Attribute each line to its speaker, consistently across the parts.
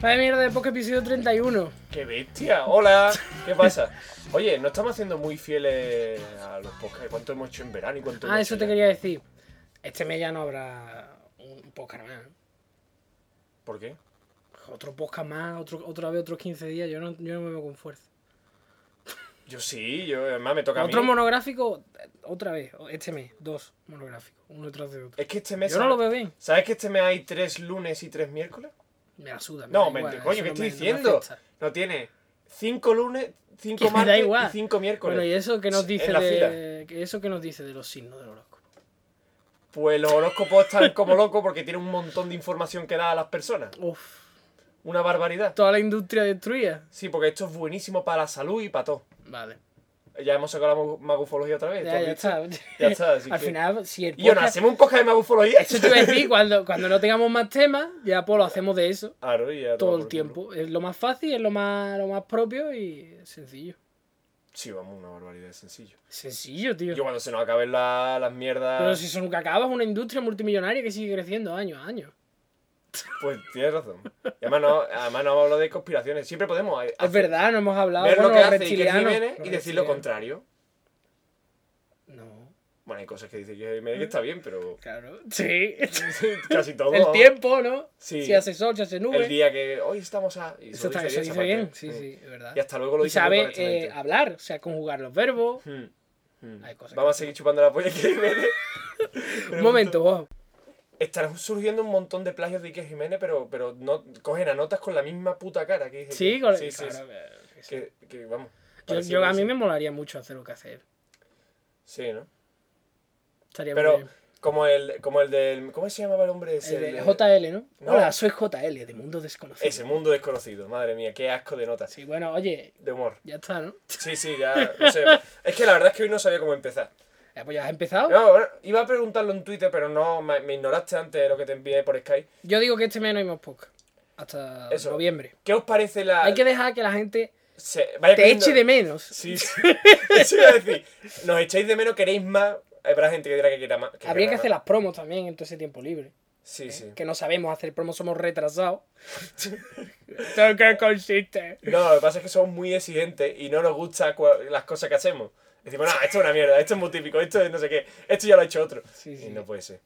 Speaker 1: Vaya mierda de podcast episodio 31.
Speaker 2: ¡Qué bestia! ¡Hola! ¿Qué pasa? Oye, no estamos siendo muy fieles a los podcasts. ¿Cuánto hemos hecho en verano y cuánto
Speaker 1: Ah,
Speaker 2: hemos
Speaker 1: eso
Speaker 2: hecho
Speaker 1: te
Speaker 2: ya?
Speaker 1: quería decir. Este mes ya no habrá un podcast más.
Speaker 2: ¿Por qué?
Speaker 1: Otro podcast más, otro, otra vez otros 15 días. Yo no, yo no me veo con fuerza.
Speaker 2: Yo sí, yo además me toca
Speaker 1: Otro
Speaker 2: a mí.
Speaker 1: monográfico, eh, otra vez. Este mes, dos monográficos, uno tras de otro.
Speaker 2: Es que este mes...
Speaker 1: Yo no lo veo bien.
Speaker 2: ¿Sabes que este mes hay tres lunes y tres miércoles?
Speaker 1: Me la suda. me
Speaker 2: No,
Speaker 1: da
Speaker 2: me-
Speaker 1: igual, eso
Speaker 2: coño, ¿qué
Speaker 1: no me-
Speaker 2: estoy
Speaker 1: no me
Speaker 2: diciendo?
Speaker 1: afecta.
Speaker 2: No tiene cinco lunes,
Speaker 1: Que
Speaker 2: cinco
Speaker 1: me da
Speaker 2: martes y
Speaker 1: igual.
Speaker 2: cinco miércoles.
Speaker 1: Bueno, y eso que nos
Speaker 2: En
Speaker 1: dice
Speaker 2: la
Speaker 1: de, que eso que nos dice de los signos del horóscopo.
Speaker 2: Pues los horóscopos están como locos porque tienen un montón de información que da a las personas.
Speaker 1: Uf,
Speaker 2: Una barbaridad.
Speaker 1: toda la industria destruida.
Speaker 2: Sí, porque esto es buenísimo para la salud y para todo.
Speaker 1: Vale.
Speaker 2: Ya hemos sacado la magu- magufología otra vez. ¿tú
Speaker 1: Ya,
Speaker 2: Eh, has
Speaker 1: ya
Speaker 2: visto?
Speaker 1: está.
Speaker 2: Ya está, así
Speaker 1: Al
Speaker 2: que-
Speaker 1: final, si el
Speaker 2: Y yo, ¿no
Speaker 1: podcast...
Speaker 2: hacemos un podcast de magufología?
Speaker 1: Eso te iba a decir, cuando, cuando no tengamos más temas, ya pues lo hacemos de eso.
Speaker 2: Claro, y Ah, ya
Speaker 1: Todo el
Speaker 2: toma por culo.
Speaker 1: tiempo. Es lo más fácil, es lo más, lo más propio y sencillo.
Speaker 2: Sí, vamos, una barbaridad de sencillo.
Speaker 1: Sencillo, tío.
Speaker 2: Yo ah, cuando se nos acaben la- las mierdas...
Speaker 1: Pero si eso nunca acaba, es una industria multimillonaria que sigue creciendo año a año.
Speaker 2: Pues tienes razón. Y además no, además no hablo de conspiraciones. Siempre podemos eh,
Speaker 1: Es
Speaker 2: hacer-
Speaker 1: verdad, no hemos hablado
Speaker 2: ver lo
Speaker 1: bueno,
Speaker 2: que
Speaker 1: los
Speaker 2: hace y qué
Speaker 1: reptilianos,
Speaker 2: viene
Speaker 1: los
Speaker 2: y decir lo
Speaker 1: reptilianos.
Speaker 2: contrario.
Speaker 1: No,
Speaker 2: Bueno, hay cosas que dice que me- que está bien, pero
Speaker 1: claro. Sí.
Speaker 2: casi todo.
Speaker 1: El tiempo, ¿no?
Speaker 2: Sí.
Speaker 1: Si hace sol, si hace nube.
Speaker 2: El día que hoy estamos a... y
Speaker 1: Eso,
Speaker 2: lo
Speaker 1: está, eso dice
Speaker 2: bien, esa
Speaker 1: bien,
Speaker 2: parte.
Speaker 1: sí,
Speaker 2: Mm.
Speaker 1: sí, es verdad.
Speaker 2: Y hasta luego lo
Speaker 1: y
Speaker 2: dice muy
Speaker 1: sabe
Speaker 2: correctamente.
Speaker 1: eh, hablar, o sea, conjugar los verbos.
Speaker 2: Mm, mm.
Speaker 1: Hay cosas
Speaker 2: Vamos a
Speaker 1: que-
Speaker 2: seguir chupando la polla que viene.
Speaker 1: Un momento, wow.
Speaker 2: Están surgiendo un montón de plagios de Iker Jiménez, pero, pero no cogen a notas con la misma puta cara que dice.
Speaker 1: Sí,
Speaker 2: que-
Speaker 1: con
Speaker 2: sí, sí,
Speaker 1: claro,
Speaker 2: sí.
Speaker 1: eh, que sí.
Speaker 2: Que, que, vamos.
Speaker 1: Yo,
Speaker 2: parece
Speaker 1: yo- a
Speaker 2: que
Speaker 1: mí
Speaker 2: sí.
Speaker 1: me molaría mucho hacer lo que hacer.
Speaker 2: Sí, ¿no?
Speaker 1: Estaría muy
Speaker 2: Pero
Speaker 1: bien.
Speaker 2: como el, como el del... ¿Cómo se llamaba el hombre ese?
Speaker 1: El
Speaker 2: El
Speaker 1: de
Speaker 2: de-
Speaker 1: JL, ¿no?
Speaker 2: No.
Speaker 1: Hola, soy JL, de Mundo Desconocido.
Speaker 2: Ese mundo desconocido. Madre mía, qué asco de notas.
Speaker 1: Sí, bueno, oye,
Speaker 2: De humor.
Speaker 1: ya está, ¿no?
Speaker 2: Sí, sí, ya. No sé. es que la verdad es que hoy no sabía cómo empezar.
Speaker 1: Ya, pues ya has empezado.
Speaker 2: No, bueno, iba a preguntarlo en Twitter, pero no, me, me ignoraste antes de lo que te envié por Skype.
Speaker 1: Yo digo que este mes no hay más podcast. Hasta
Speaker 2: Eso.
Speaker 1: noviembre.
Speaker 2: ¿Qué os parece la...
Speaker 1: Hay que dejar que la gente
Speaker 2: se- vaya
Speaker 1: te
Speaker 2: cogiendo-
Speaker 1: eche de menos.
Speaker 2: Sí, sí. Eso iba a decir. Nos echáis de menos, queréis más. Habrá gente que dirá que quiera más.
Speaker 1: Habría que
Speaker 2: quiera
Speaker 1: hacer
Speaker 2: más.
Speaker 1: las promos también en todo ese tiempo libre. ¿eh?
Speaker 2: Sí, sí.
Speaker 1: Que no sabemos hacer promos, somos retrasados. ¿Esto en qué consiste?
Speaker 2: No, lo que pasa es que somos muy exigentes y no nos gustan las cosas que hacemos. Decimos, no, esto es una mierda, esto es muy típico, esto es no sé qué, esto ya lo ha hecho otro.
Speaker 1: Sí,
Speaker 2: Y
Speaker 1: sí.
Speaker 2: no puede ser.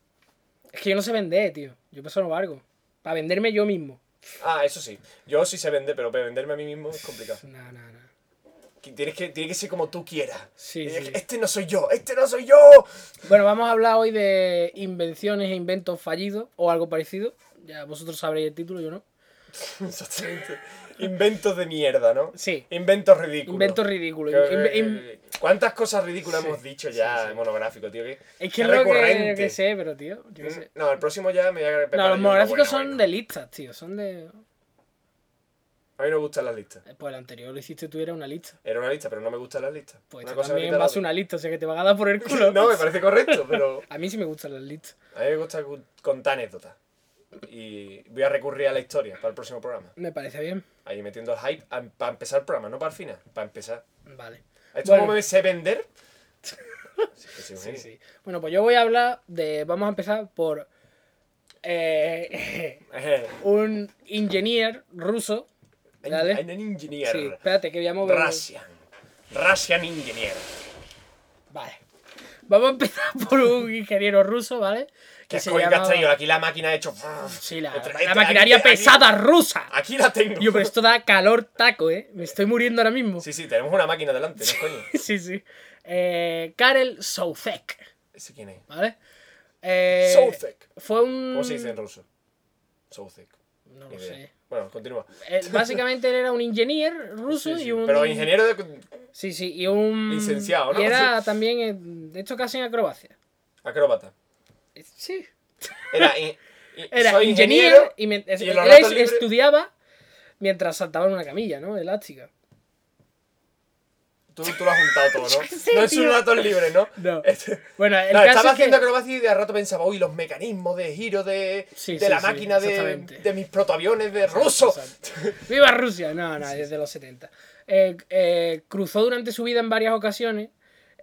Speaker 1: Es que yo no sé vender, tío. Yo paso no valgo. Para venderme yo mismo.
Speaker 2: Ah, eso sí. Yo sí sé vender, pero para venderme a mí mismo es complicado.
Speaker 1: No, no, no.
Speaker 2: Que Tienes que, tiene que ser como tú quieras.
Speaker 1: Sí,
Speaker 2: Tienes
Speaker 1: sí.
Speaker 2: que- Este no soy yo, este no soy yo.
Speaker 1: Bueno, vamos a hablar hoy de invenciones e inventos fallidos o algo parecido. Ya vosotros sabréis el título, yo no.
Speaker 2: Exactamente. Inventos de mierda, ¿no?
Speaker 1: Sí.
Speaker 2: Inventos ridículos.
Speaker 1: Inventos ridículos.
Speaker 2: Que- eh,
Speaker 1: Inve- in-
Speaker 2: ¿Cuántas cosas ridículas hemos dicho ya
Speaker 1: sí, sí.
Speaker 2: en monográfico, tío? Que,
Speaker 1: Es que es lo que, yo
Speaker 2: recurrente.
Speaker 1: que sé, pero tío, yo qué sé.
Speaker 2: No, el próximo ya me voy a
Speaker 1: No, los
Speaker 2: preparar yo uno
Speaker 1: monográficos
Speaker 2: bueno,
Speaker 1: son
Speaker 2: bueno.
Speaker 1: de listas, tío. Son de.
Speaker 2: A mí no me gustan las listas.
Speaker 1: Pues el anterior lo hiciste tú, era una lista.
Speaker 2: Era una lista, pero no me gustan las listas.
Speaker 1: Pues
Speaker 2: Una
Speaker 1: esto
Speaker 2: cosa me
Speaker 1: también
Speaker 2: quita la
Speaker 1: va a ser
Speaker 2: otra.
Speaker 1: una lista, o sea que te va a dar por el culo.
Speaker 2: No, me parece correcto, pero
Speaker 1: A mí sí me gustan las listas.
Speaker 2: a mí me gusta cu- contar anécdotas. Y voy a recurrir a la historia para el próximo programa.
Speaker 1: Me parece bien.
Speaker 2: Ahí metiendo el hype para empezar el programa, no para el final, para empezar.
Speaker 1: Vale.
Speaker 2: ¿Esto
Speaker 1: Bueno.
Speaker 2: cómo me sé vender? Sí, que soy un
Speaker 1: Sí,
Speaker 2: genio.
Speaker 1: sí. Bueno, pues yo voy a hablar de. Vamos a empezar por. eh,
Speaker 2: Ejé.
Speaker 1: un ingenier ruso. ¿Vale?
Speaker 2: I'm an engineer.
Speaker 1: Sí, espérate, que voy a mover.
Speaker 2: Russian. Russian engineer.
Speaker 1: Vale. Vamos a empezar por un ingeniero ruso, ¿vale?
Speaker 2: Que es
Speaker 1: llamaba-
Speaker 2: has traído? Aquí la máquina ha hecho.
Speaker 1: Sí, la,
Speaker 2: Otra-
Speaker 1: la
Speaker 2: aquí-
Speaker 1: maquinaria
Speaker 2: aquí-
Speaker 1: pesada rusa.
Speaker 2: Aquí la tengo.
Speaker 1: Yo, pero esto da calor taco, ¿eh? Me estoy muriendo ahora mismo. Sí,
Speaker 2: Sí, sí, tenemos una máquina delante, ¿no, coño?
Speaker 1: sí. Eh, Karel Souzek,
Speaker 2: ¿Ese quién es?
Speaker 1: ¿vale? Eh,
Speaker 2: Souzek.
Speaker 1: Fue un.
Speaker 2: ¿Cómo se dice en ruso? Souzek.
Speaker 1: No
Speaker 2: Ni
Speaker 1: lo
Speaker 2: idea.
Speaker 1: sé.
Speaker 2: Bueno, continúa.
Speaker 1: Él- básicamente él era un ingeniero ruso
Speaker 2: Sí, sí.
Speaker 1: y un.
Speaker 2: Pero ingeniero de
Speaker 1: Sí, sí, y un.
Speaker 2: Licenciado, ¿no?
Speaker 1: Y era también, eh, de hecho, casi en acrobacia.
Speaker 2: acróbata.
Speaker 1: Eh, Sí.
Speaker 2: Era, in- in-
Speaker 1: Era
Speaker 2: soy
Speaker 1: ingeniero, y, me- es-
Speaker 2: y en
Speaker 1: él
Speaker 2: los ratos libres-
Speaker 1: estudiaba mientras saltaba en una camilla, ¿no? Elástica.
Speaker 2: Tú, tú lo has juntado todo, ¿no?
Speaker 1: Sí,
Speaker 2: no es
Speaker 1: tío.
Speaker 2: un rato libre, ¿no?
Speaker 1: No.
Speaker 2: Este-
Speaker 1: Bueno, el
Speaker 2: No,
Speaker 1: caso
Speaker 2: estaba
Speaker 1: es que-
Speaker 2: haciendo acrobacia y de rato pensaba, uy, los mecanismos de giro de,
Speaker 1: Sí,
Speaker 2: de
Speaker 1: sí,
Speaker 2: la
Speaker 1: sí,
Speaker 2: máquina de,
Speaker 1: exactamente.
Speaker 2: de mis protoaviones de ruso.
Speaker 1: Exacto. ¡Viva Rusia! No, no, desde los 70. Eh, eh, cruzó durante su vida en varias ocasiones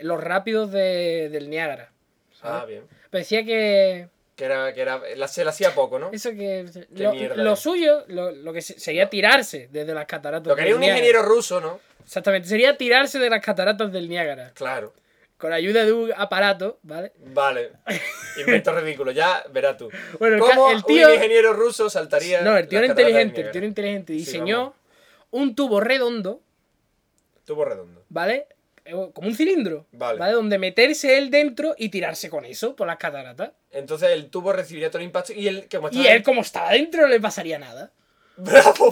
Speaker 1: los rápidos de- del Niágara.
Speaker 2: Ah, bien.
Speaker 1: Pero decía que.
Speaker 2: Que era, que era, la- se la hacía poco, ¿no?
Speaker 1: Eso que. Lo,
Speaker 2: mierda
Speaker 1: lo
Speaker 2: es.
Speaker 1: suyo, lo, lo que se- sería tirarse desde las cataratas.
Speaker 2: Lo quería
Speaker 1: del
Speaker 2: un
Speaker 1: Niágara.
Speaker 2: ingeniero ruso, ¿no?
Speaker 1: Exactamente, sería tirarse de las cataratas del Niágara.
Speaker 2: Claro.
Speaker 1: Con ayuda de un aparato, ¿vale?
Speaker 2: Vale. Invento ridículo, ya verás tú.
Speaker 1: Bueno, el ca-
Speaker 2: ¿Cómo
Speaker 1: el tío-
Speaker 2: un ingeniero ruso saltaría?
Speaker 1: No, el tío
Speaker 2: las
Speaker 1: era
Speaker 2: cataratas del
Speaker 1: inteligente, el
Speaker 2: Niágara?
Speaker 1: tío era inteligente.
Speaker 2: Sí,
Speaker 1: Diseñó
Speaker 2: vamos.
Speaker 1: un tubo redondo,
Speaker 2: Tubo redondo.
Speaker 1: ¿vale? Eh, Como un cilindro,
Speaker 2: Vale.
Speaker 1: ¿vale? Donde meterse él dentro y tirarse con eso por las cataratas.
Speaker 2: Entonces el tubo recibiría todo el impacto y él, como estaba.
Speaker 1: Y él, como estaba dentro, no le pasaría nada.
Speaker 2: ¡Bravo!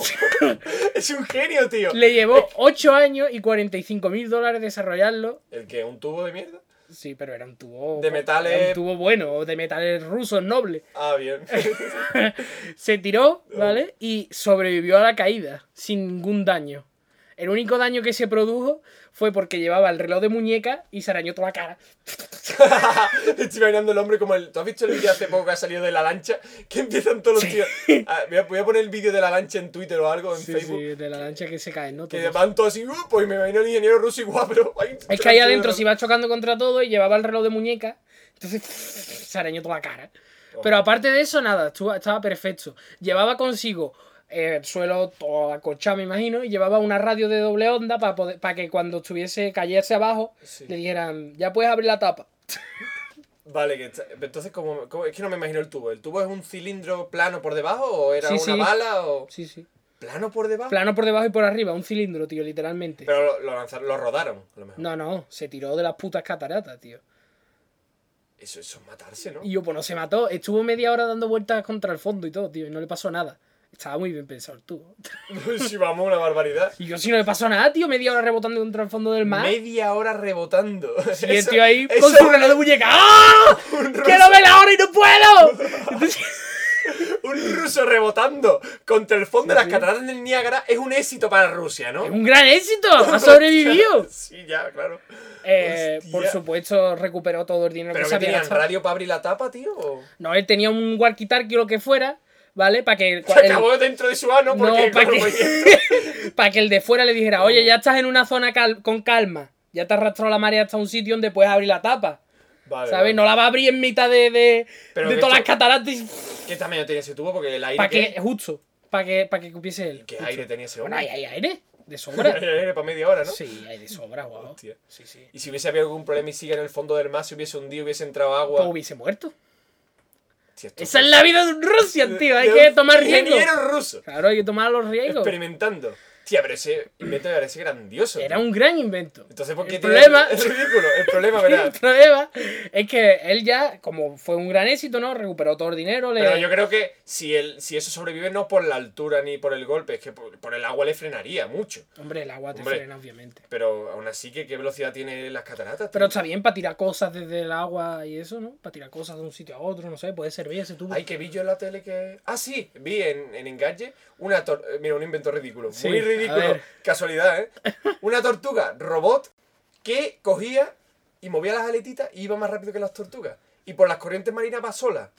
Speaker 2: es un genio, tío.
Speaker 1: Le llevó 8 años y 45 mil dólares desarrollarlo.
Speaker 2: ¿El qué? ¿Un tubo de mierda?
Speaker 1: Sí, pero era un tubo.
Speaker 2: De metales-
Speaker 1: era un tubo bueno, o de metales rusos nobles.
Speaker 2: Ah, bien.
Speaker 1: Se tiró, ¿vale? Y sobrevivió a la caída, sin ningún daño. El único daño que se produjo fue porque llevaba el reloj de muñeca y se arañó toda la cara.
Speaker 2: Estoy imaginando el hombre como el. ¿Tú has visto el vídeo hace poco que ha salido de la lancha? Que empiezan todos los tíos. Ah, voy, a, voy a poner el vídeo de la lancha en Twitter o algo, en
Speaker 1: Sí,
Speaker 2: Facebook.
Speaker 1: sí, de la lancha que se cae, ¿no?
Speaker 2: Que
Speaker 1: Todos.
Speaker 2: van todos así, "Uh, pues me imagino el ingeniero ruso igual, pero. ay,
Speaker 1: Es que ahí
Speaker 2: tío,
Speaker 1: adentro
Speaker 2: no-
Speaker 1: se iba chocando contra todo y llevaba el reloj de muñeca. Entonces se arañó toda la cara.
Speaker 2: Oh.
Speaker 1: Pero aparte de eso, nada, estuvo- estaba perfecto. Llevaba consigo eh, el suelo todo acolchado, me imagino, y llevaba una radio de doble onda para para que cuando estuviese cayese abajo
Speaker 2: Sí.
Speaker 1: le dijeran, ya puedes abrir la tapa.
Speaker 2: Vale, que está- entonces, como Es que no me imagino el tubo. ¿El tubo es un cilindro plano por debajo o era
Speaker 1: Sí,
Speaker 2: una
Speaker 1: sí.
Speaker 2: bala o.
Speaker 1: Sí, sí.
Speaker 2: ¿Plano por debajo?
Speaker 1: Plano por debajo y por arriba, un cilindro, tío, literalmente.
Speaker 2: Pero lo, lo lanzaron, lo rodaron, a lo mejor.
Speaker 1: No, no, se tiró de las putas cataratas, tío.
Speaker 2: Eso, eso es matarse, ¿no?
Speaker 1: Y yo, pues no se mató. Estuvo media hora dando vueltas contra el fondo y todo, tío. Y no le pasó nada. Estaba muy bien pensado el tubo.
Speaker 2: si vamos, una barbaridad.
Speaker 1: Y yo, si no le pasó nada, tío, media hora rebotando contra el fondo del mar.
Speaker 2: Media hora rebotando.
Speaker 1: Y el
Speaker 2: Eso-
Speaker 1: tío ahí
Speaker 2: eso
Speaker 1: con su
Speaker 2: es
Speaker 1: reloj de muñeca. ¡Ah! ¡Quiero ver la hora y no puedo! Entonces,
Speaker 2: Un ruso rebotando contra el fondo de las cataratas del Niágara es un éxito para Rusia,
Speaker 1: es
Speaker 2: ¿no?
Speaker 1: un gran éxito. Ha sobrevivido.
Speaker 2: sí, ya, claro.
Speaker 1: Eh,
Speaker 2: Hostia.
Speaker 1: por supuesto, recuperó todo el dinero
Speaker 2: ¿Pero
Speaker 1: que se
Speaker 2: que
Speaker 1: había
Speaker 2: tenían
Speaker 1: gastado.
Speaker 2: radio para abrir la tapa, tío? ¿O?
Speaker 1: No, él tenía un walkie-talkie o lo que fuera, ¿vale? Para que el,
Speaker 2: Se acabó dentro de su ano porque...
Speaker 1: No, para
Speaker 2: claro, pues,
Speaker 1: que, pa' que el de fuera le dijera, oye, ya estás en una zona cal- con calma. Ya te arrastró la marea hasta un sitio donde puedes abrir la tapa.
Speaker 2: Vale,
Speaker 1: ¿Sabes?
Speaker 2: vale.
Speaker 1: No la va a abrir en mitad de, de,
Speaker 2: Pero
Speaker 1: de
Speaker 2: que
Speaker 1: todas las
Speaker 2: esto-
Speaker 1: cataratas.
Speaker 2: ¿Qué tamaño tenía ese tubo? Porque el aire...
Speaker 1: Para
Speaker 2: ¿qué?
Speaker 1: que, justo, para que, pa' que cupiese él.
Speaker 2: ¿Qué
Speaker 1: Justo.
Speaker 2: aire tenía ese
Speaker 1: Bueno,
Speaker 2: hombre?
Speaker 1: hay, hay aire, de
Speaker 2: Hay
Speaker 1: sobra.
Speaker 2: aire para media hora, ¿no?
Speaker 1: Sí, hay de sobra, guau.
Speaker 2: Hostia.
Speaker 1: Sí, sí.
Speaker 2: Y si hubiese habido algún problema y sigue en el fondo del mar, si hubiese hundido, hubiese entrado
Speaker 1: Pues
Speaker 2: agua...
Speaker 1: hubiese muerto.
Speaker 2: Hostia, esto-
Speaker 1: Esa es la vida de un Rusia, tío. Hay
Speaker 2: de
Speaker 1: que
Speaker 2: un
Speaker 1: tomar riesgos.
Speaker 2: Ingeniero ruso.
Speaker 1: Claro, hay que tomar los riesgos.
Speaker 2: Experimentando. Tía, pero ese invento me parece grandioso.
Speaker 1: Era
Speaker 2: tío.
Speaker 1: un gran invento.
Speaker 2: Entonces, ¿por qué
Speaker 1: el
Speaker 2: tiene-
Speaker 1: problema-
Speaker 2: Es ridículo. El problema,
Speaker 1: El
Speaker 2: ¿verdad?
Speaker 1: problema es que él ya, como fue un gran éxito, ¿no? Recuperó todo el dinero. Le...
Speaker 2: Pero yo creo que si, el, si eso sobrevive no por la altura ni por el golpe, es que por, por el agua le frenaría mucho.
Speaker 1: Hombre, el agua te
Speaker 2: Hombre.
Speaker 1: frena, obviamente.
Speaker 2: Pero aún así, ¿qué, qué velocidad tiene las cataratas? tío?
Speaker 1: Pero está bien para tirar cosas desde el agua y eso, ¿no? Para tirar cosas de un sitio a otro, no sé, puede servir ese tubo.
Speaker 2: Ay, que vi yo en la tele que... Ah, sí, vi en, en Engadget una... tor- eh, Mira, un invento ridículo.
Speaker 1: Sí,
Speaker 2: Muy
Speaker 1: a
Speaker 2: ridículo.
Speaker 1: ver.
Speaker 2: Casualidad, ¿eh? Una tortuga robot que cogía y movía las aletitas y iba más rápido que las tortugas. Y por las corrientes marinas va sola.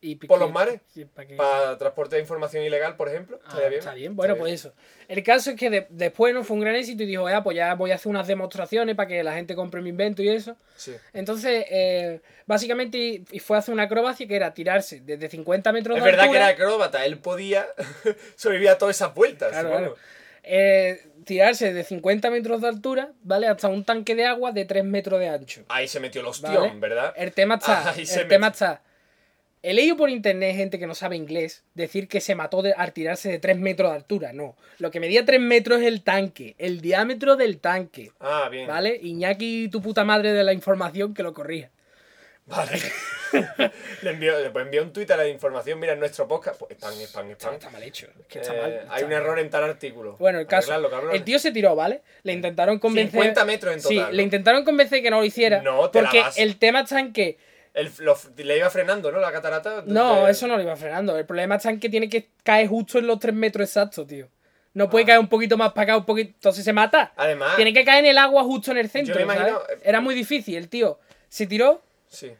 Speaker 1: y
Speaker 2: por los mares.
Speaker 1: para que...
Speaker 2: Para transporte de información ilegal, por ejemplo.
Speaker 1: Ah,
Speaker 2: ¿Estaría bien?
Speaker 1: está bien, bueno,
Speaker 2: Está
Speaker 1: pues eso. El caso es que de- después no fue un gran éxito y dijo, ya, pues ya voy a hacer unas demostraciones para que la gente compre mi invento y eso.
Speaker 2: Sí.
Speaker 1: Entonces, eh, básicamente y- y fue a hacer una acrobacia que era tirarse desde 50 metros
Speaker 2: Es
Speaker 1: de
Speaker 2: verdad que
Speaker 1: altura.
Speaker 2: era acróbata, él podía sobrevivir a todas esas vueltas.
Speaker 1: Claro,
Speaker 2: supongo.
Speaker 1: claro. Eh, tirarse de 50 metros de altura, ¿vale? Hasta un tanque de agua de 3 metros de ancho.
Speaker 2: Ahí se metió el ostión,
Speaker 1: ¿vale? Eh,
Speaker 2: ¿verdad?
Speaker 1: El tema está.
Speaker 2: Ahí se
Speaker 1: el tema
Speaker 2: metió.
Speaker 1: está. He leído por internet gente que no sabe inglés decir que se mató de- al tirarse de 3 metros de altura. No. Lo que medía 3 metros es el tanque. El diámetro del tanque.
Speaker 2: Ah, bien. Vale.
Speaker 1: ¿Vale? Iñaki, tu puta madre de la información, que lo corrija.
Speaker 2: le envió, después envió un tuit a la información, mira en nuestro podcast. Pues spam, spam,
Speaker 1: Está,
Speaker 2: spam.
Speaker 1: está mal hecho. Es que está
Speaker 2: Eh,
Speaker 1: mal.
Speaker 2: hay
Speaker 1: está
Speaker 2: un
Speaker 1: mal.
Speaker 2: error en tal artículo.
Speaker 1: Bueno, el caso.
Speaker 2: Arregladlo, cabrones.
Speaker 1: El tío se tiró, ¿vale? Le intentaron convencer.
Speaker 2: 50 metros en total,
Speaker 1: Sí,
Speaker 2: ¿no?
Speaker 1: le intentaron convencer que no lo hiciera.
Speaker 2: No, te la
Speaker 1: porque
Speaker 2: vas.
Speaker 1: el tema está en que.
Speaker 2: El- lo- le iba frenando, ¿no? La catarata.
Speaker 1: No,
Speaker 2: de-
Speaker 1: eso no lo iba frenando. El problema está en que tiene que caer justo en los 3 metros exactos, tío. No puede
Speaker 2: Ah.
Speaker 1: caer un poquito más para acá, un poquito. Entonces se mata.
Speaker 2: Además,
Speaker 1: Tiene que caer en el agua justo en el centro.
Speaker 2: me imagino- eh,
Speaker 1: ¿sabes? Era muy difícil, el tío. Se tiró
Speaker 2: sí.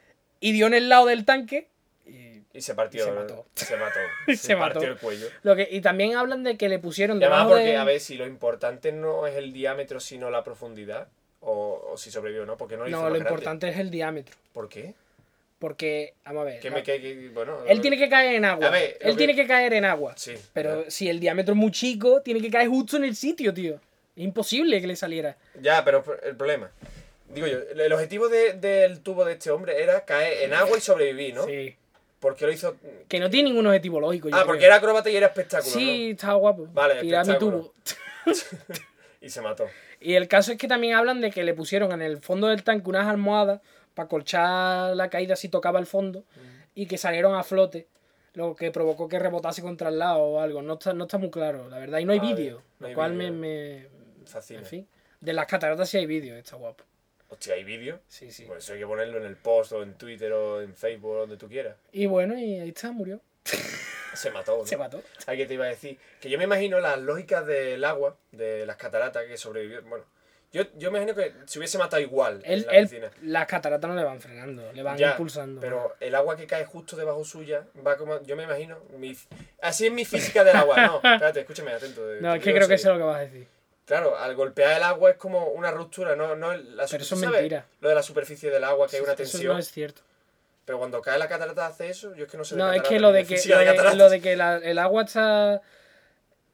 Speaker 1: y dio en el lado del tanque. Y,
Speaker 2: Y se partió.
Speaker 1: Y se
Speaker 2: ¿no?
Speaker 1: mató.
Speaker 2: Se mató.
Speaker 1: Y se
Speaker 2: partió
Speaker 1: mató.
Speaker 2: el cuello.
Speaker 1: lo que, y también hablan de que le pusieron
Speaker 2: Y además,
Speaker 1: debajo
Speaker 2: porque,
Speaker 1: de-
Speaker 2: a ver, si lo importante no es el diámetro, sino la profundidad. O, o si sobrevivió o no, porque no lo hizo
Speaker 1: No,
Speaker 2: más
Speaker 1: lo
Speaker 2: grande?
Speaker 1: importante es el diámetro.
Speaker 2: ¿Por qué?
Speaker 1: Porque, vamos a ver.
Speaker 2: Que
Speaker 1: la-
Speaker 2: me que- que- bueno,
Speaker 1: Él tiene que caer en agua.
Speaker 2: A ver, lo
Speaker 1: él
Speaker 2: que-
Speaker 1: tiene que caer en agua.
Speaker 2: Sí,
Speaker 1: Pero si el diámetro es muy chico, tiene que caer justo en el sitio, tío. Es imposible que le saliera.
Speaker 2: Ya, pero el problema. Digo yo, el objetivo de- del tubo de este hombre era caer en agua y sobrevivir, ¿no?
Speaker 1: Sí.
Speaker 2: Porque lo hizo.
Speaker 1: Que no tiene ningún objetivo lógico. yo
Speaker 2: Ah,
Speaker 1: creo.
Speaker 2: porque era acróbata y era espectáculo.
Speaker 1: Sí, estaba guapo.
Speaker 2: Vale,
Speaker 1: Tiraba mi
Speaker 2: espectáculo.
Speaker 1: tubo.
Speaker 2: ¿no? y se mató.
Speaker 1: Y el caso es que también hablan de que le pusieron en el fondo del tanque unas almohadas para colchar la caída si tocaba el fondo
Speaker 2: Mm.
Speaker 1: y que salieron a flote, lo que provocó que rebotase contra el lado o algo. No está, no está muy claro, la verdad. Y no hay
Speaker 2: Vale,
Speaker 1: vídeo,
Speaker 2: no hay
Speaker 1: lo cual me,
Speaker 2: vídeo.
Speaker 1: me-
Speaker 2: Fascina.
Speaker 1: En fin, de las cataratas sí hay vídeo, está guapo.
Speaker 2: Hostia, ¿hay vídeo?
Speaker 1: Sí, sí.
Speaker 2: Pues eso hay que ponerlo en el post o en Twitter o en Facebook o donde tú quieras.
Speaker 1: Y bueno, y ahí está, murió.
Speaker 2: Se mató. ¿no?
Speaker 1: Se mató.
Speaker 2: Ahí que te iba a decir. Que yo me imagino las lógicas del agua, de las cataratas que sobrevivió. Bueno, yo, yo me imagino que se hubiese matado igual
Speaker 1: Él,
Speaker 2: en la
Speaker 1: él-
Speaker 2: piscina.
Speaker 1: las cataratas no le van frenando, le van
Speaker 2: Ya,
Speaker 1: impulsando.
Speaker 2: Pero el agua que cae justo debajo suya va como. Yo me imagino. mi- así es mi física del agua. No, espérate, escúchame, atento. eh,
Speaker 1: no,
Speaker 2: te
Speaker 1: es que
Speaker 2: digo
Speaker 1: creo que eso
Speaker 2: en
Speaker 1: es
Speaker 2: serio.
Speaker 1: lo que vas a decir.
Speaker 2: Claro, al golpear el agua es como una ruptura, no, no el- la
Speaker 1: Pero eso es
Speaker 2: superficie,
Speaker 1: mentira.
Speaker 2: Lo de la superficie del agua, que hay una
Speaker 1: Eso
Speaker 2: tensión.
Speaker 1: no es cierto.
Speaker 2: Pero cuando cae la catarata hace eso, yo es que no sé.
Speaker 1: No, es
Speaker 2: catarata,
Speaker 1: que lo
Speaker 2: ni
Speaker 1: de que,
Speaker 2: física
Speaker 1: lo de,
Speaker 2: cataratas.
Speaker 1: lo de que la- el agua está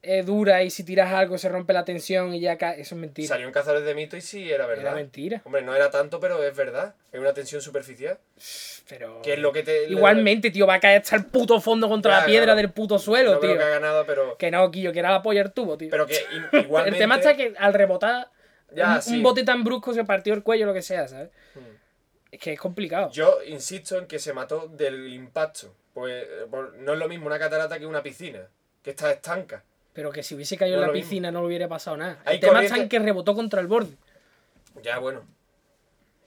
Speaker 1: eh, dura y si tiras algo se rompe la tensión y ya cae. Eso es mentira.
Speaker 2: Salió en Cazadores de Mito y sí, era verdad.
Speaker 1: Era mentira.
Speaker 2: Hombre, no era tanto, pero es verdad. Es una tensión superficial.
Speaker 1: Pero.
Speaker 2: Que es lo que te.
Speaker 1: Igualmente, tío, va a caer hasta el puto fondo contra
Speaker 2: Ya,
Speaker 1: la piedra
Speaker 2: claro.
Speaker 1: del puto suelo,
Speaker 2: no
Speaker 1: tío.
Speaker 2: creo que haga nada, pero.
Speaker 1: Que no, Quillo, que era la polla el tubo, tío.
Speaker 2: Pero que i- igualmente.
Speaker 1: el tema está que al rebotar
Speaker 2: Ya,
Speaker 1: un, un
Speaker 2: sí. Hmm.
Speaker 1: bote tan brusco se partió el cuello o lo que sea, ¿sabes? Es que es complicado.
Speaker 2: Yo insisto en que se mató del impacto. Pues eh, por- no es lo mismo una catarata que una piscina, que está estanca.
Speaker 1: Pero que si hubiese caído
Speaker 2: No
Speaker 1: en
Speaker 2: lo
Speaker 1: la
Speaker 2: mismo.
Speaker 1: piscina no le hubiera pasado nada.
Speaker 2: Hay
Speaker 1: el tema
Speaker 2: corriente-
Speaker 1: está en que rebotó contra el borde.
Speaker 2: Ya, bueno.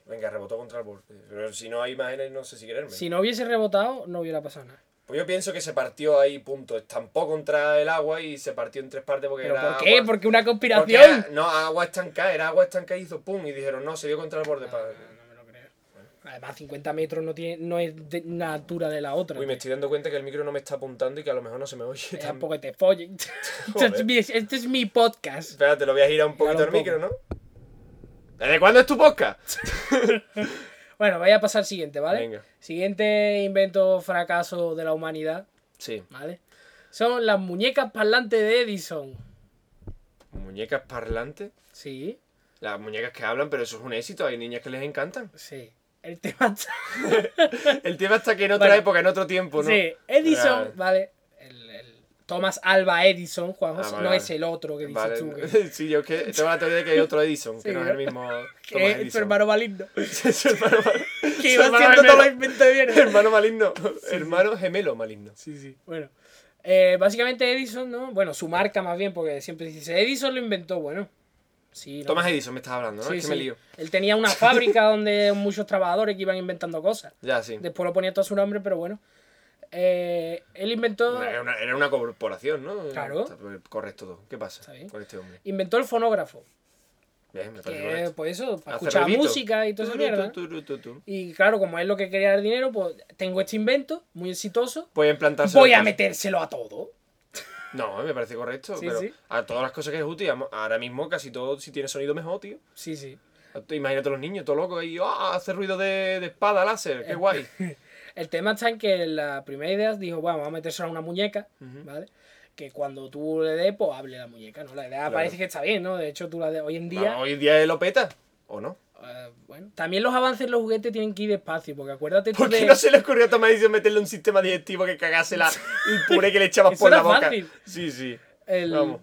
Speaker 2: Venga, rebotó contra el borde. Pero si no hay imágenes, no sé si quererme.
Speaker 1: Si no hubiese rebotado, no hubiera pasado nada.
Speaker 2: Pues yo pienso que se partió ahí, punto. Estampó contra el agua y se partió en tres partes porque
Speaker 1: ¿Pero
Speaker 2: era
Speaker 1: por qué?
Speaker 2: agua.
Speaker 1: Porque una
Speaker 2: Porque
Speaker 1: conspiración.
Speaker 2: era- no, agua estancada, era agua estancada y hizo pum. Y dijeron, no, se dio contra el borde. pa-
Speaker 1: No me lo creo. Además, 50 metros no, tiene, no es de una altura de la otra.
Speaker 2: Uy, me estoy dando cuenta que el micro no me está apuntando y que a lo mejor no se me oye.
Speaker 1: Ah, Eh,
Speaker 2: tan-
Speaker 1: Tampoco te follen. este, es
Speaker 2: Joder.
Speaker 1: mi, este es mi podcast.
Speaker 2: Espérate, lo voy a girar un poquito
Speaker 1: Gíralo
Speaker 2: el
Speaker 1: un
Speaker 2: micro, ¿no? ¿Desde cuándo es tu podcast?
Speaker 1: Bueno, voy a pasar al siguiente, ¿vale?
Speaker 2: Venga.
Speaker 1: Siguiente invento fracaso de la humanidad,
Speaker 2: Sí.
Speaker 1: ¿vale? Son las muñecas parlantes de Edison.
Speaker 2: Muñecas parlantes.
Speaker 1: Sí,
Speaker 2: Las muñecas que hablan, pero eso es un éxito. Hay niñas que les encantan.
Speaker 1: sí. El tema está...
Speaker 2: El tema está que en otra
Speaker 1: Bueno.
Speaker 2: época, en otro tiempo, ¿no?
Speaker 1: Sí, Edison,
Speaker 2: Ah.
Speaker 1: ¿vale? El, el Thomas Alba Edison, Juan
Speaker 2: Ah,
Speaker 1: José,
Speaker 2: vale,
Speaker 1: no
Speaker 2: vale.
Speaker 1: es el otro que dices
Speaker 2: Vale.
Speaker 1: tú. Que,
Speaker 2: Sí, yo es que tengo la teoría de que hay otro Edison, que
Speaker 1: Sí,
Speaker 2: no es
Speaker 1: ¿no?
Speaker 2: el mismo.
Speaker 1: que
Speaker 2: Thomas
Speaker 1: es
Speaker 2: Edison.
Speaker 1: su hermano maligno.
Speaker 2: Su hermano mal- su
Speaker 1: Que iba
Speaker 2: hermano
Speaker 1: haciendo todos los
Speaker 2: gemelo.
Speaker 1: inventos bien.
Speaker 2: Hermano maligno. Hermano gemelo maligno.
Speaker 1: Sí, sí. Bueno, eh, básicamente Edison, ¿no? Bueno, su marca más bien, porque siempre se dice Edison lo inventó, bueno. Sí, ¿no?
Speaker 2: Thomas Edison me estás hablando, ¿no?
Speaker 1: Sí,
Speaker 2: es que
Speaker 1: sí.
Speaker 2: me lío.
Speaker 1: Él tenía una fábrica donde muchos trabajadores que iban inventando cosas.
Speaker 2: Ya, sí.
Speaker 1: Después lo ponía todo a su nombre, pero bueno. Eh, él inventó,
Speaker 2: Era una, era una corporación, ¿no?
Speaker 1: Claro.
Speaker 2: Está pues, Correcto todo. ¿Qué pasa
Speaker 1: Está bien.
Speaker 2: con este hombre?
Speaker 1: inventó el fonógrafo.
Speaker 2: Bien, me parece
Speaker 1: Que,
Speaker 2: correcto.
Speaker 1: pues eso, para
Speaker 2: Hace
Speaker 1: escuchar
Speaker 2: ruidito.
Speaker 1: música y toda esa
Speaker 2: Tu,
Speaker 1: mierda.
Speaker 2: tu, tu, tu, tu.
Speaker 1: Y claro, como es lo que quería el dinero, pues tengo este invento muy exitoso.
Speaker 2: Voy a implantarse.
Speaker 1: Voy
Speaker 2: las
Speaker 1: a
Speaker 2: cosas.
Speaker 1: metérselo a todo.
Speaker 2: No, me parece correcto.
Speaker 1: Sí,
Speaker 2: pero
Speaker 1: sí.
Speaker 2: a todas las cosas que es útil. am- Ahora mismo casi todo, si tiene sonido mejor, tío.
Speaker 1: Sí, sí.
Speaker 2: Tú Imagínate los niños, todo loco ahí. ¡Ah! Hace ruido de, de espada láser.
Speaker 1: Eh,
Speaker 2: ¡Qué guay!
Speaker 1: El tema está en que la primera idea dijo, bueno, vamos a metérselo a una muñeca, ¿vale? Que cuando tú le des, pues hable la muñeca, ¿no? La idea parece que está bien, ¿no? De hecho, tú la de hoy en día...
Speaker 2: Vamos, hoy día es lo peta. ¿O no?
Speaker 1: eh, bueno, también los avances en los juguetes tienen que ir despacio, porque acuérdate tú
Speaker 2: ¿Por qué
Speaker 1: de...
Speaker 2: no se le ocurrió a Tomás Edison meterle un sistema digestivo que cagase la, el puré que le echabas
Speaker 1: Eso
Speaker 2: por la
Speaker 1: era
Speaker 2: boca?
Speaker 1: fácil.
Speaker 2: Sí, sí.
Speaker 1: el-
Speaker 2: Vamos.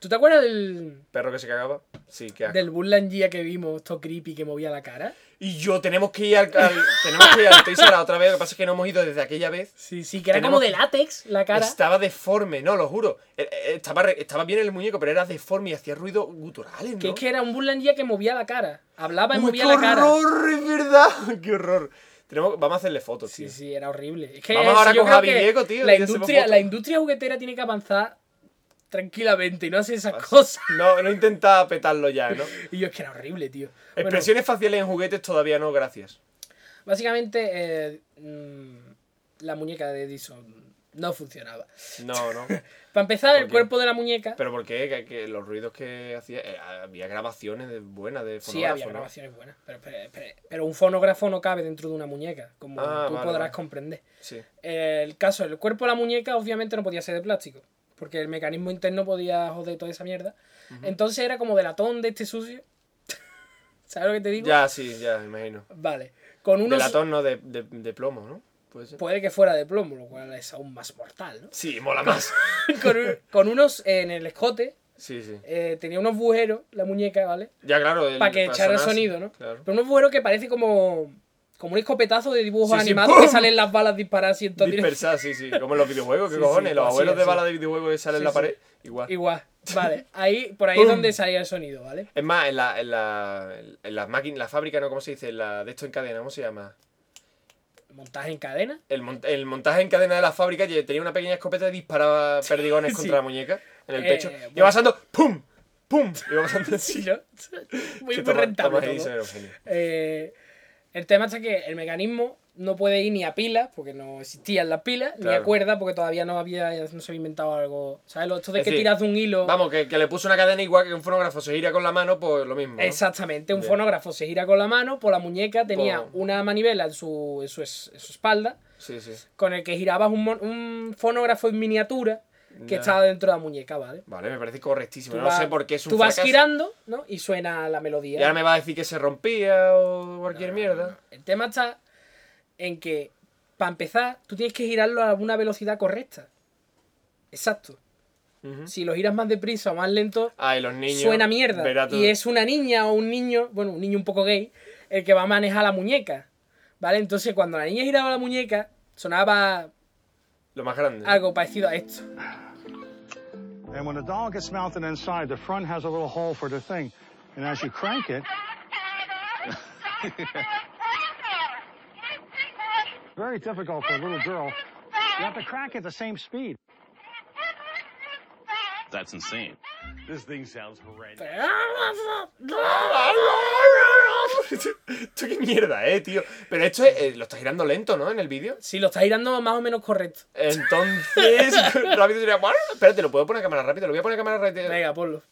Speaker 1: ¿Tú te acuerdas del,
Speaker 2: ¿Perro que se cagaba? Sí, qué asco.
Speaker 1: del Burlandía que vimos, todo creepy, que movía la cara?
Speaker 2: Y yo, tenemos que ir al, al- tenemos que ir al Taser otra vez. Lo que pasa es que no hemos ido desde aquella vez.
Speaker 1: Sí, sí, que era
Speaker 2: Tenemos
Speaker 1: como de
Speaker 2: que-
Speaker 1: látex la cara.
Speaker 2: Estaba deforme, no, lo juro. Eh, eh, Estaba, re- estaba bien el muñeco, pero era deforme y hacía ruidos guturales, ¿no?
Speaker 1: Que es que era un Burlandía que movía la cara. Hablaba y
Speaker 2: Uy,
Speaker 1: movía
Speaker 2: ¡Qué
Speaker 1: la cara.
Speaker 2: horror! Es verdad. ¡Qué horror! Tenemos, vamos a hacerle fotos,
Speaker 1: Sí,
Speaker 2: tío.
Speaker 1: sí, era horrible. Es que
Speaker 2: Vamos
Speaker 1: es-
Speaker 2: ahora
Speaker 1: yo
Speaker 2: con
Speaker 1: creo
Speaker 2: Javi
Speaker 1: que
Speaker 2: Diego, tío,
Speaker 1: La
Speaker 2: y hacemos
Speaker 1: industria,
Speaker 2: fotos.
Speaker 1: la industria juguetera tiene que avanzar tranquilamente y no hacer esas cosas.
Speaker 2: No, no intenta petarlo ya, ¿no?
Speaker 1: Y yo es que era horrible, tío. Bueno,
Speaker 2: Expresiones faciales en juguetes todavía no, gracias.
Speaker 1: básicamente, eh, mm, la muñeca de Edison No funcionaba.
Speaker 2: No, no.
Speaker 1: Para empezar, el
Speaker 2: ¿Por qué?
Speaker 1: cuerpo de la muñeca.
Speaker 2: Pero ¿por qué? Que, que los ruidos que hacía. eh, había grabaciones de- buenas de
Speaker 1: sí, había
Speaker 2: fonógrafo, ¿no?
Speaker 1: grabaciones buenas. Pero, pero- pero- pero un fonógrafo no cabe dentro de una muñeca, como
Speaker 2: Ah,
Speaker 1: tú
Speaker 2: vale,
Speaker 1: podrás
Speaker 2: vale.
Speaker 1: comprender.
Speaker 2: Sí.
Speaker 1: El caso, el cuerpo de la muñeca obviamente no podía ser de plástico, porque el mecanismo interno podía joder toda esa mierda. Entonces era como de latón de este sucio. ¿Sabes lo que te digo?
Speaker 2: Ya, sí, ya, me imagino.
Speaker 1: Vale. Con
Speaker 2: de
Speaker 1: unos... Pues
Speaker 2: latón, no, de, de, de plomo, ¿no? Puede ser.
Speaker 1: Puede que fuera de plomo, lo cual es aún más mortal, ¿no?
Speaker 2: Sí, mola más.
Speaker 1: con, un- con unos eh, en el escote,
Speaker 2: Sí, sí.
Speaker 1: eh, tenía unos bujeros la muñeca, ¿vale?
Speaker 2: Ya, claro. el-
Speaker 1: Para que echara el
Speaker 2: sonar,
Speaker 1: sonido, ¿no?
Speaker 2: Claro.
Speaker 1: Pero unos bujeros que parece como, como un escopetazo de dibujos
Speaker 2: Sí, sí,
Speaker 1: animados
Speaker 2: ¡pum!
Speaker 1: que salen las balas disparadas y entonces...
Speaker 2: Dispersar, sí, sí. Como en los videojuegos, ¿qué
Speaker 1: Sí, sí,
Speaker 2: cojones? los
Speaker 1: así,
Speaker 2: abuelos de
Speaker 1: así.
Speaker 2: bala de videojuegos que salen en
Speaker 1: Sí,
Speaker 2: la
Speaker 1: sí.
Speaker 2: pared, igual.
Speaker 1: Igual, vale. Ahí, por ahí es
Speaker 2: ¡Pum!
Speaker 1: donde salía el sonido, ¿vale?
Speaker 2: Es más, en la, en la, en la máquina, la fábrica, ¿no? ¿Cómo se dice? En La, de esto en cadena, ¿cómo se llama?
Speaker 1: Montaje en cadena.
Speaker 2: El, mon- el montaje en cadena de la fábrica ye- tenía una pequeña escopeta y disparaba perdigones
Speaker 1: Sí.
Speaker 2: contra la muñeca en el
Speaker 1: Eh,
Speaker 2: pecho.
Speaker 1: bueno.
Speaker 2: Iba pasando, ¡pum! ¡pum! Iba pasando
Speaker 1: Sí,
Speaker 2: así.
Speaker 1: ¿no? Muy,
Speaker 2: Que
Speaker 1: muy
Speaker 2: Thomas-
Speaker 1: rentable
Speaker 2: Thomas Edison
Speaker 1: todo.
Speaker 2: era un genio.
Speaker 1: Eh, el tema está que el mecanismo no puede ir ni a pilas, porque no existían las pilas, ni a
Speaker 2: Claro.
Speaker 1: cuerda, porque todavía no había no se había inventado algo. ¿Sabes? Lo- Esto de
Speaker 2: Es
Speaker 1: que
Speaker 2: decir,
Speaker 1: tiras de un hilo.
Speaker 2: Vamos, que, que le puso una cadena igual que un fonógrafo se gira con la mano, pues lo mismo. ¿no?
Speaker 1: Exactamente, un
Speaker 2: Bien.
Speaker 1: fonógrafo se gira con la mano, por la muñeca tenía
Speaker 2: Por-
Speaker 1: una manivela en su, en su es- en su espalda,
Speaker 2: Sí, sí.
Speaker 1: con el que girabas un, mon- un fonógrafo en miniatura que
Speaker 2: Ya.
Speaker 1: estaba dentro de la muñeca, ¿vale?
Speaker 2: Vale, me parece correctísimo.
Speaker 1: Tú
Speaker 2: no
Speaker 1: vas-
Speaker 2: sé por qué es un
Speaker 1: Tú vas
Speaker 2: fracaso.
Speaker 1: girando, ¿no? Y suena la
Speaker 2: Y
Speaker 1: melodía.
Speaker 2: ahora me va a decir que se rompía o cualquier mierda.
Speaker 1: El tema está en que, para empezar, tú tienes que girarlo a una velocidad correcta. Exacto.
Speaker 2: Ujú.
Speaker 1: Si lo giras más deprisa o más lento,
Speaker 2: Ay, los niños.
Speaker 1: suena mierda.
Speaker 2: verá tú.
Speaker 1: Y es una niña o un niño, bueno, un niño un poco gay, el que va a manejar la muñeca. ¿Vale? Entonces, cuando la niña giraba la muñeca, sonaba
Speaker 2: Lo más grande.
Speaker 1: algo parecido a esto.
Speaker 3: And when the doll gets mounted inside, the front has a little hole for the thing. And as you crank it, very difficult for a little girl. You have to crank at the same speed.
Speaker 4: That's insane. This thing sounds horrendous.
Speaker 2: Esto qué mierda, eh, tío. Pero esto es- eh, lo está girando lento, ¿no? En el vídeo.
Speaker 1: Si lo estás girando más o menos correcto.
Speaker 2: Entonces, rápido sería. "Bueno, Espérate, lo puedo poner a cámara rápida. Lo voy a poner a cámara rápida.
Speaker 1: Venga, ponlo.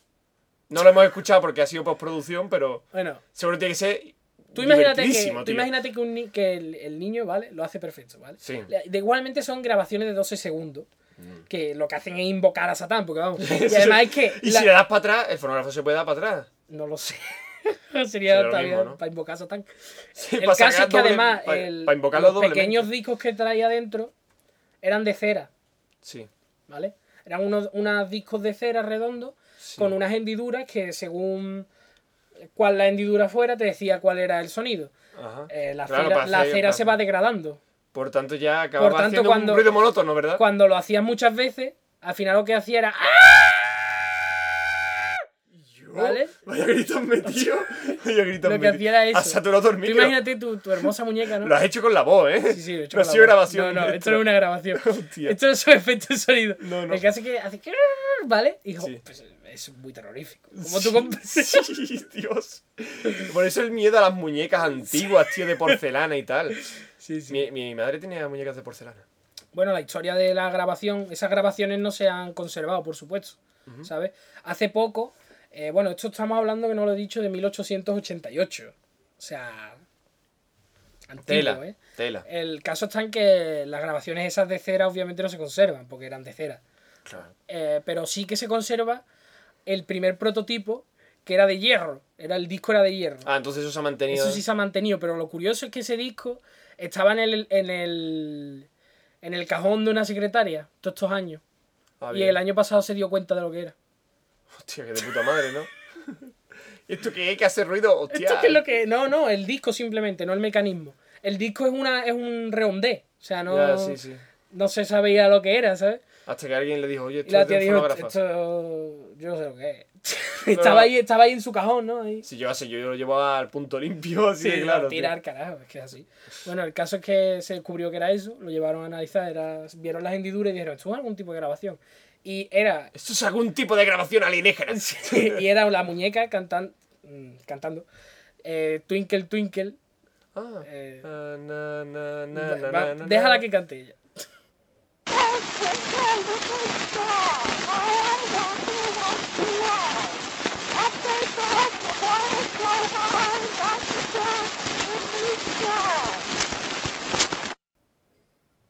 Speaker 2: No lo hemos escuchado porque ha sido postproducción, pero
Speaker 1: Bueno,
Speaker 2: seguro tiene que ser.
Speaker 1: Tú imagínate, que,
Speaker 2: divertidísimo,
Speaker 1: tú
Speaker 2: tío.
Speaker 1: imagínate que, un ni- que el, el niño, ¿vale? Lo hace perfecto, ¿vale?
Speaker 2: Sí. Mm.
Speaker 1: Le- de- igualmente son grabaciones de 12 segundos. Que lo que hacen es invocar a Satán, porque vamos. Y además es que.
Speaker 2: Y
Speaker 1: la-
Speaker 2: si le das para atrás, el fonógrafo se puede dar para atrás.
Speaker 1: No lo sé.
Speaker 2: Será
Speaker 1: Sería
Speaker 2: lo
Speaker 1: todavía
Speaker 2: mismo, ¿no?
Speaker 1: para invocar a Satán.
Speaker 2: Sí,
Speaker 1: el
Speaker 2: para
Speaker 1: caso es
Speaker 2: sacar
Speaker 1: que
Speaker 2: doble-
Speaker 1: además
Speaker 2: para-
Speaker 1: el-
Speaker 2: para invocarlo
Speaker 1: los
Speaker 2: doblemente.
Speaker 1: pequeños discos que traía dentro eran de cera,
Speaker 2: Sí.
Speaker 1: ¿vale? Eran unos unas discos de cera redondos con unas hendiduras que según cuál la hendidura fuera te decía cuál era el sonido.
Speaker 2: Ajá.
Speaker 1: Eh, la
Speaker 2: Claro,
Speaker 1: cera,
Speaker 2: para
Speaker 1: la
Speaker 2: hacer-
Speaker 1: cera
Speaker 2: para-
Speaker 1: se va degradando.
Speaker 2: Por tanto, ya acababa
Speaker 1: tanto,
Speaker 2: haciendo
Speaker 1: cuando-
Speaker 2: un ruido monótono, ¿verdad?
Speaker 1: Cuando lo hacías muchas veces, al final lo que hacía era. ¡Ah!
Speaker 2: Yo,
Speaker 1: ¿Vale?
Speaker 2: Vaya gritos metido. Vaya gritos
Speaker 1: Lo que
Speaker 2: metido.
Speaker 1: hacía era eso.
Speaker 2: Has saturado el
Speaker 1: Tú
Speaker 2: micro.
Speaker 1: imagínate tu, tu hermosa muñeca, ¿no?
Speaker 2: Lo has hecho con la voz, ¿eh?
Speaker 1: Sí, sí, lo he hecho
Speaker 2: No ha
Speaker 1: con la
Speaker 2: sido
Speaker 1: voz.
Speaker 2: grabación.
Speaker 1: No, no, esto
Speaker 2: nuestra.
Speaker 1: no es una grabación.
Speaker 2: Hostia.
Speaker 1: Esto es un efecto de sonido.
Speaker 2: No, no.
Speaker 1: El que hace que hace que- ¿Vale? Y jo,
Speaker 2: Sí.
Speaker 1: pues es muy terrorífico. Como tú
Speaker 2: Sí,
Speaker 1: comp-
Speaker 2: Sí, Dios. Por eso el miedo a las muñecas antiguas, tío, de porcelana y tal.
Speaker 1: Sí, sí.
Speaker 2: Mi, mi madre tenía muñecas de porcelana.
Speaker 1: Bueno, la historia de la grabación, esas grabaciones no se han conservado, por supuesto. ¿Sabes? Hace poco, eh, bueno, esto estamos hablando que no lo he dicho, de 1888. O sea. Antiguo,
Speaker 2: Tela,
Speaker 1: ¿eh?
Speaker 2: tela.
Speaker 1: El caso está en que las grabaciones esas de cera obviamente no se conservan, porque eran de cera.
Speaker 2: Claro.
Speaker 1: Eh, pero sí que se conserva el primer prototipo, que era de hierro. Era el disco era de hierro.
Speaker 2: Ah, entonces eso se ha mantenido.
Speaker 1: Eso sí se ha mantenido, pero lo curioso es que ese disco estaba en el, en el, en el cajón de una secretaria todos estos años.
Speaker 2: Ah,
Speaker 1: y
Speaker 2: bien.
Speaker 1: el año pasado se dio cuenta de lo que era.
Speaker 2: Hostia, que de puta madre, ¿no? ¿Esto qué es? ¿Que hace ruido? Hostia.
Speaker 1: Esto que es lo que. No, no, el disco simplemente, no el mecanismo. El disco es una es un redondé. O sea, no,
Speaker 2: Ya, sí, sí.
Speaker 1: no se sabía lo que era, ¿sabes?
Speaker 2: Hasta que alguien le dijo, oye,
Speaker 1: Y
Speaker 2: esto
Speaker 1: la
Speaker 2: es de
Speaker 1: tía
Speaker 2: un
Speaker 1: dijo,
Speaker 2: fonógrafo.
Speaker 1: esto yo no sé lo que es.
Speaker 2: No.
Speaker 1: estaba, ahí, estaba ahí en su cajón, ¿no? Ahí.
Speaker 2: Si yo, así, yo lo llevo al punto limpio, así de
Speaker 1: Sí,
Speaker 2: claro.
Speaker 1: a
Speaker 2: tío.
Speaker 1: tirar, carajo, es que es así. Bueno, el caso es que se descubrió que era eso, lo llevaron a analizar, era, vieron las hendiduras y dijeron, esto es algún tipo de grabación. Y era,
Speaker 2: Esto es algún tipo de grabación alienígena.
Speaker 1: y era la muñeca cantan, mm, cantando eh, Twinkle Twinkle.
Speaker 2: Ah.
Speaker 1: Eh,
Speaker 2: Na, na, na, na,
Speaker 1: Va- va-
Speaker 2: na, na, na.
Speaker 1: déjala que cante ella.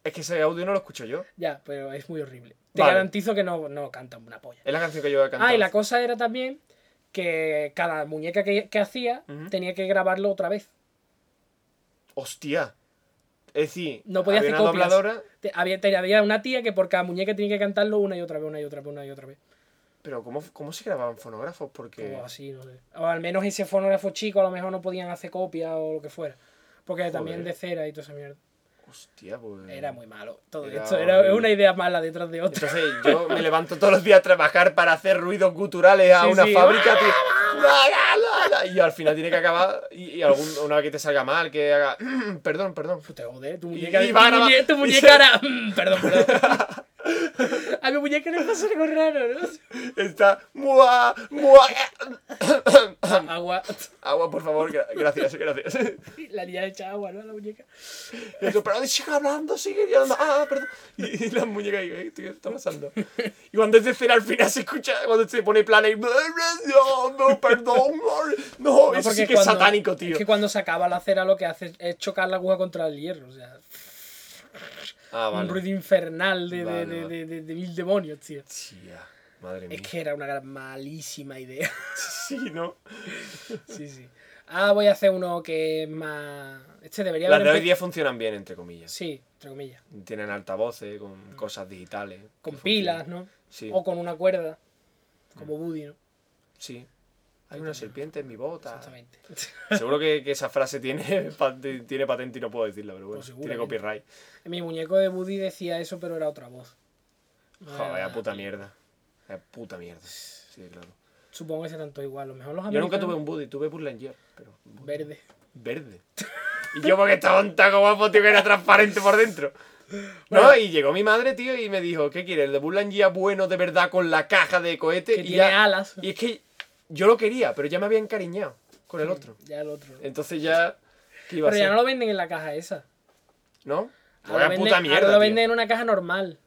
Speaker 2: Es que ese audio no lo escucho yo.
Speaker 1: Ya, pero es muy horrible. Te
Speaker 2: Vale.
Speaker 1: garantizo que no, no cantan una polla.
Speaker 2: Es la canción que yo he cantado.
Speaker 1: Ah, y la cosa era también que cada muñeca que, que hacía
Speaker 2: Ujú.
Speaker 1: tenía que grabarlo otra vez.
Speaker 2: Hostia. Es decir,
Speaker 1: No podía
Speaker 2: había
Speaker 1: hacer
Speaker 2: una
Speaker 1: copias.
Speaker 2: dobladora,
Speaker 1: Te- había, te- había una tía que por cada muñeca tenía que cantarlo una y otra vez, una y otra vez, una y otra vez.
Speaker 2: pero ¿cómo, cómo se grababan fonógrafos? Porque...
Speaker 1: O así, no sé. O al menos ese fonógrafo chico a lo mejor no podían hacer copia o lo que fuera. Porque también de cera y toda esa mierda.
Speaker 2: Hostia, pues...
Speaker 1: Era muy malo. Todo
Speaker 2: Era
Speaker 1: esto era
Speaker 2: horrible.
Speaker 1: una idea mala detrás de otra.
Speaker 2: Entonces yo me levanto todos los días a trabajar para hacer ruidos guturales a
Speaker 1: Sí,
Speaker 2: una
Speaker 1: sí. ¡Ah,
Speaker 2: fábrica, tío. La, la, la, la. Y al final tiene que acabar. Y, y algún, una vez que te salga mal, que haga. Perdón, perdón.
Speaker 1: Pues Te jode, tu muñeca,
Speaker 2: y
Speaker 1: tu
Speaker 2: va a grabar-
Speaker 1: muñe- tu
Speaker 2: y
Speaker 1: muñeca
Speaker 2: se-
Speaker 1: era- mm, perdón, perdón. a mi muñeca le pasa algo raro, ¿no?
Speaker 2: Está. Mua, mua.
Speaker 1: Agua.
Speaker 2: Agua, por favor, gra- gracias, gracias.
Speaker 1: La niña echa agua, ¿no? A la muñeca.
Speaker 2: Y yo, pero sigue hablando, sigue hablando. Ah, perdón. Y, y la muñeca, y, "Eh, tío, ¿qué está pasando? Y cuando es de cera, al final se escucha, cuando se pone plana y. No, no, perdón. No,
Speaker 1: No,
Speaker 2: Oh, eso sí
Speaker 1: porque
Speaker 2: que es
Speaker 1: cuando-
Speaker 2: satánico, tío.
Speaker 1: Es que cuando se acaba la cera lo que hace es chocar la aguja contra el hierro. O sea,
Speaker 2: Ah,
Speaker 1: un ruido infernal de, de-
Speaker 2: Vale,
Speaker 1: de-
Speaker 2: vale. Mm.
Speaker 1: de- de- de mil demonios, tío.
Speaker 2: Tía, madre mía.
Speaker 1: Es que era una gran- malísima idea.
Speaker 2: Sí, ¿no?
Speaker 1: sí, sí. Ah, voy a hacer uno que es más... Este debería
Speaker 2: Las
Speaker 1: haber...
Speaker 2: de hoy
Speaker 1: empe-
Speaker 2: día funcionan bien, entre comillas.
Speaker 1: Sí, entre comillas.
Speaker 2: Tienen altavoces, con cosas digitales.
Speaker 1: Con
Speaker 2: que
Speaker 1: pilas,
Speaker 2: funcionan.
Speaker 1: ¿no?
Speaker 2: Sí. Mm.
Speaker 1: O con una cuerda. Como Woody, ¿no?
Speaker 2: Sí. Hay una serpiente en mi bota.
Speaker 1: Exactamente.
Speaker 2: Seguro que, que esa frase tiene, pat- tiene patente y no puedo decirla, pero bueno,
Speaker 1: Pues
Speaker 2: tiene
Speaker 1: seguramente.
Speaker 2: copyright.
Speaker 1: Mi muñeco de Woody decía eso, pero era otra voz. No
Speaker 2: Joder,
Speaker 1: era
Speaker 2: vaya
Speaker 1: nada.
Speaker 2: puta mierda. Vaya puta mierda. Sí, claro.
Speaker 1: Supongo que se tanto igual. Lo mejor los
Speaker 2: Yo nunca tuve
Speaker 1: americanos-
Speaker 2: un Buddy, tuve Burlanger, pero. Buddy
Speaker 1: Verde.
Speaker 2: Verde. Y yo porque estaba un taco guapo, tío, que era transparente por dentro. No, y llegó mi madre, tío, y me dijo, ¿qué quieres? ¿El de Burland Gia bueno de verdad con la caja de cohete?
Speaker 1: Que
Speaker 2: y
Speaker 1: tiene alas.
Speaker 2: Y es que yo lo quería, pero ya me había encariñado con el otro.
Speaker 1: Ya el otro.
Speaker 2: Entonces ya... ¿Qué iba
Speaker 1: Pero
Speaker 2: a
Speaker 1: ya
Speaker 2: ser?
Speaker 1: no lo venden en la caja esa.
Speaker 2: ¿No?
Speaker 1: Ahora,
Speaker 2: Vaya
Speaker 1: venden-
Speaker 2: puta
Speaker 1: ahora
Speaker 2: mierda,
Speaker 1: lo
Speaker 2: tío.
Speaker 1: venden en una caja normal.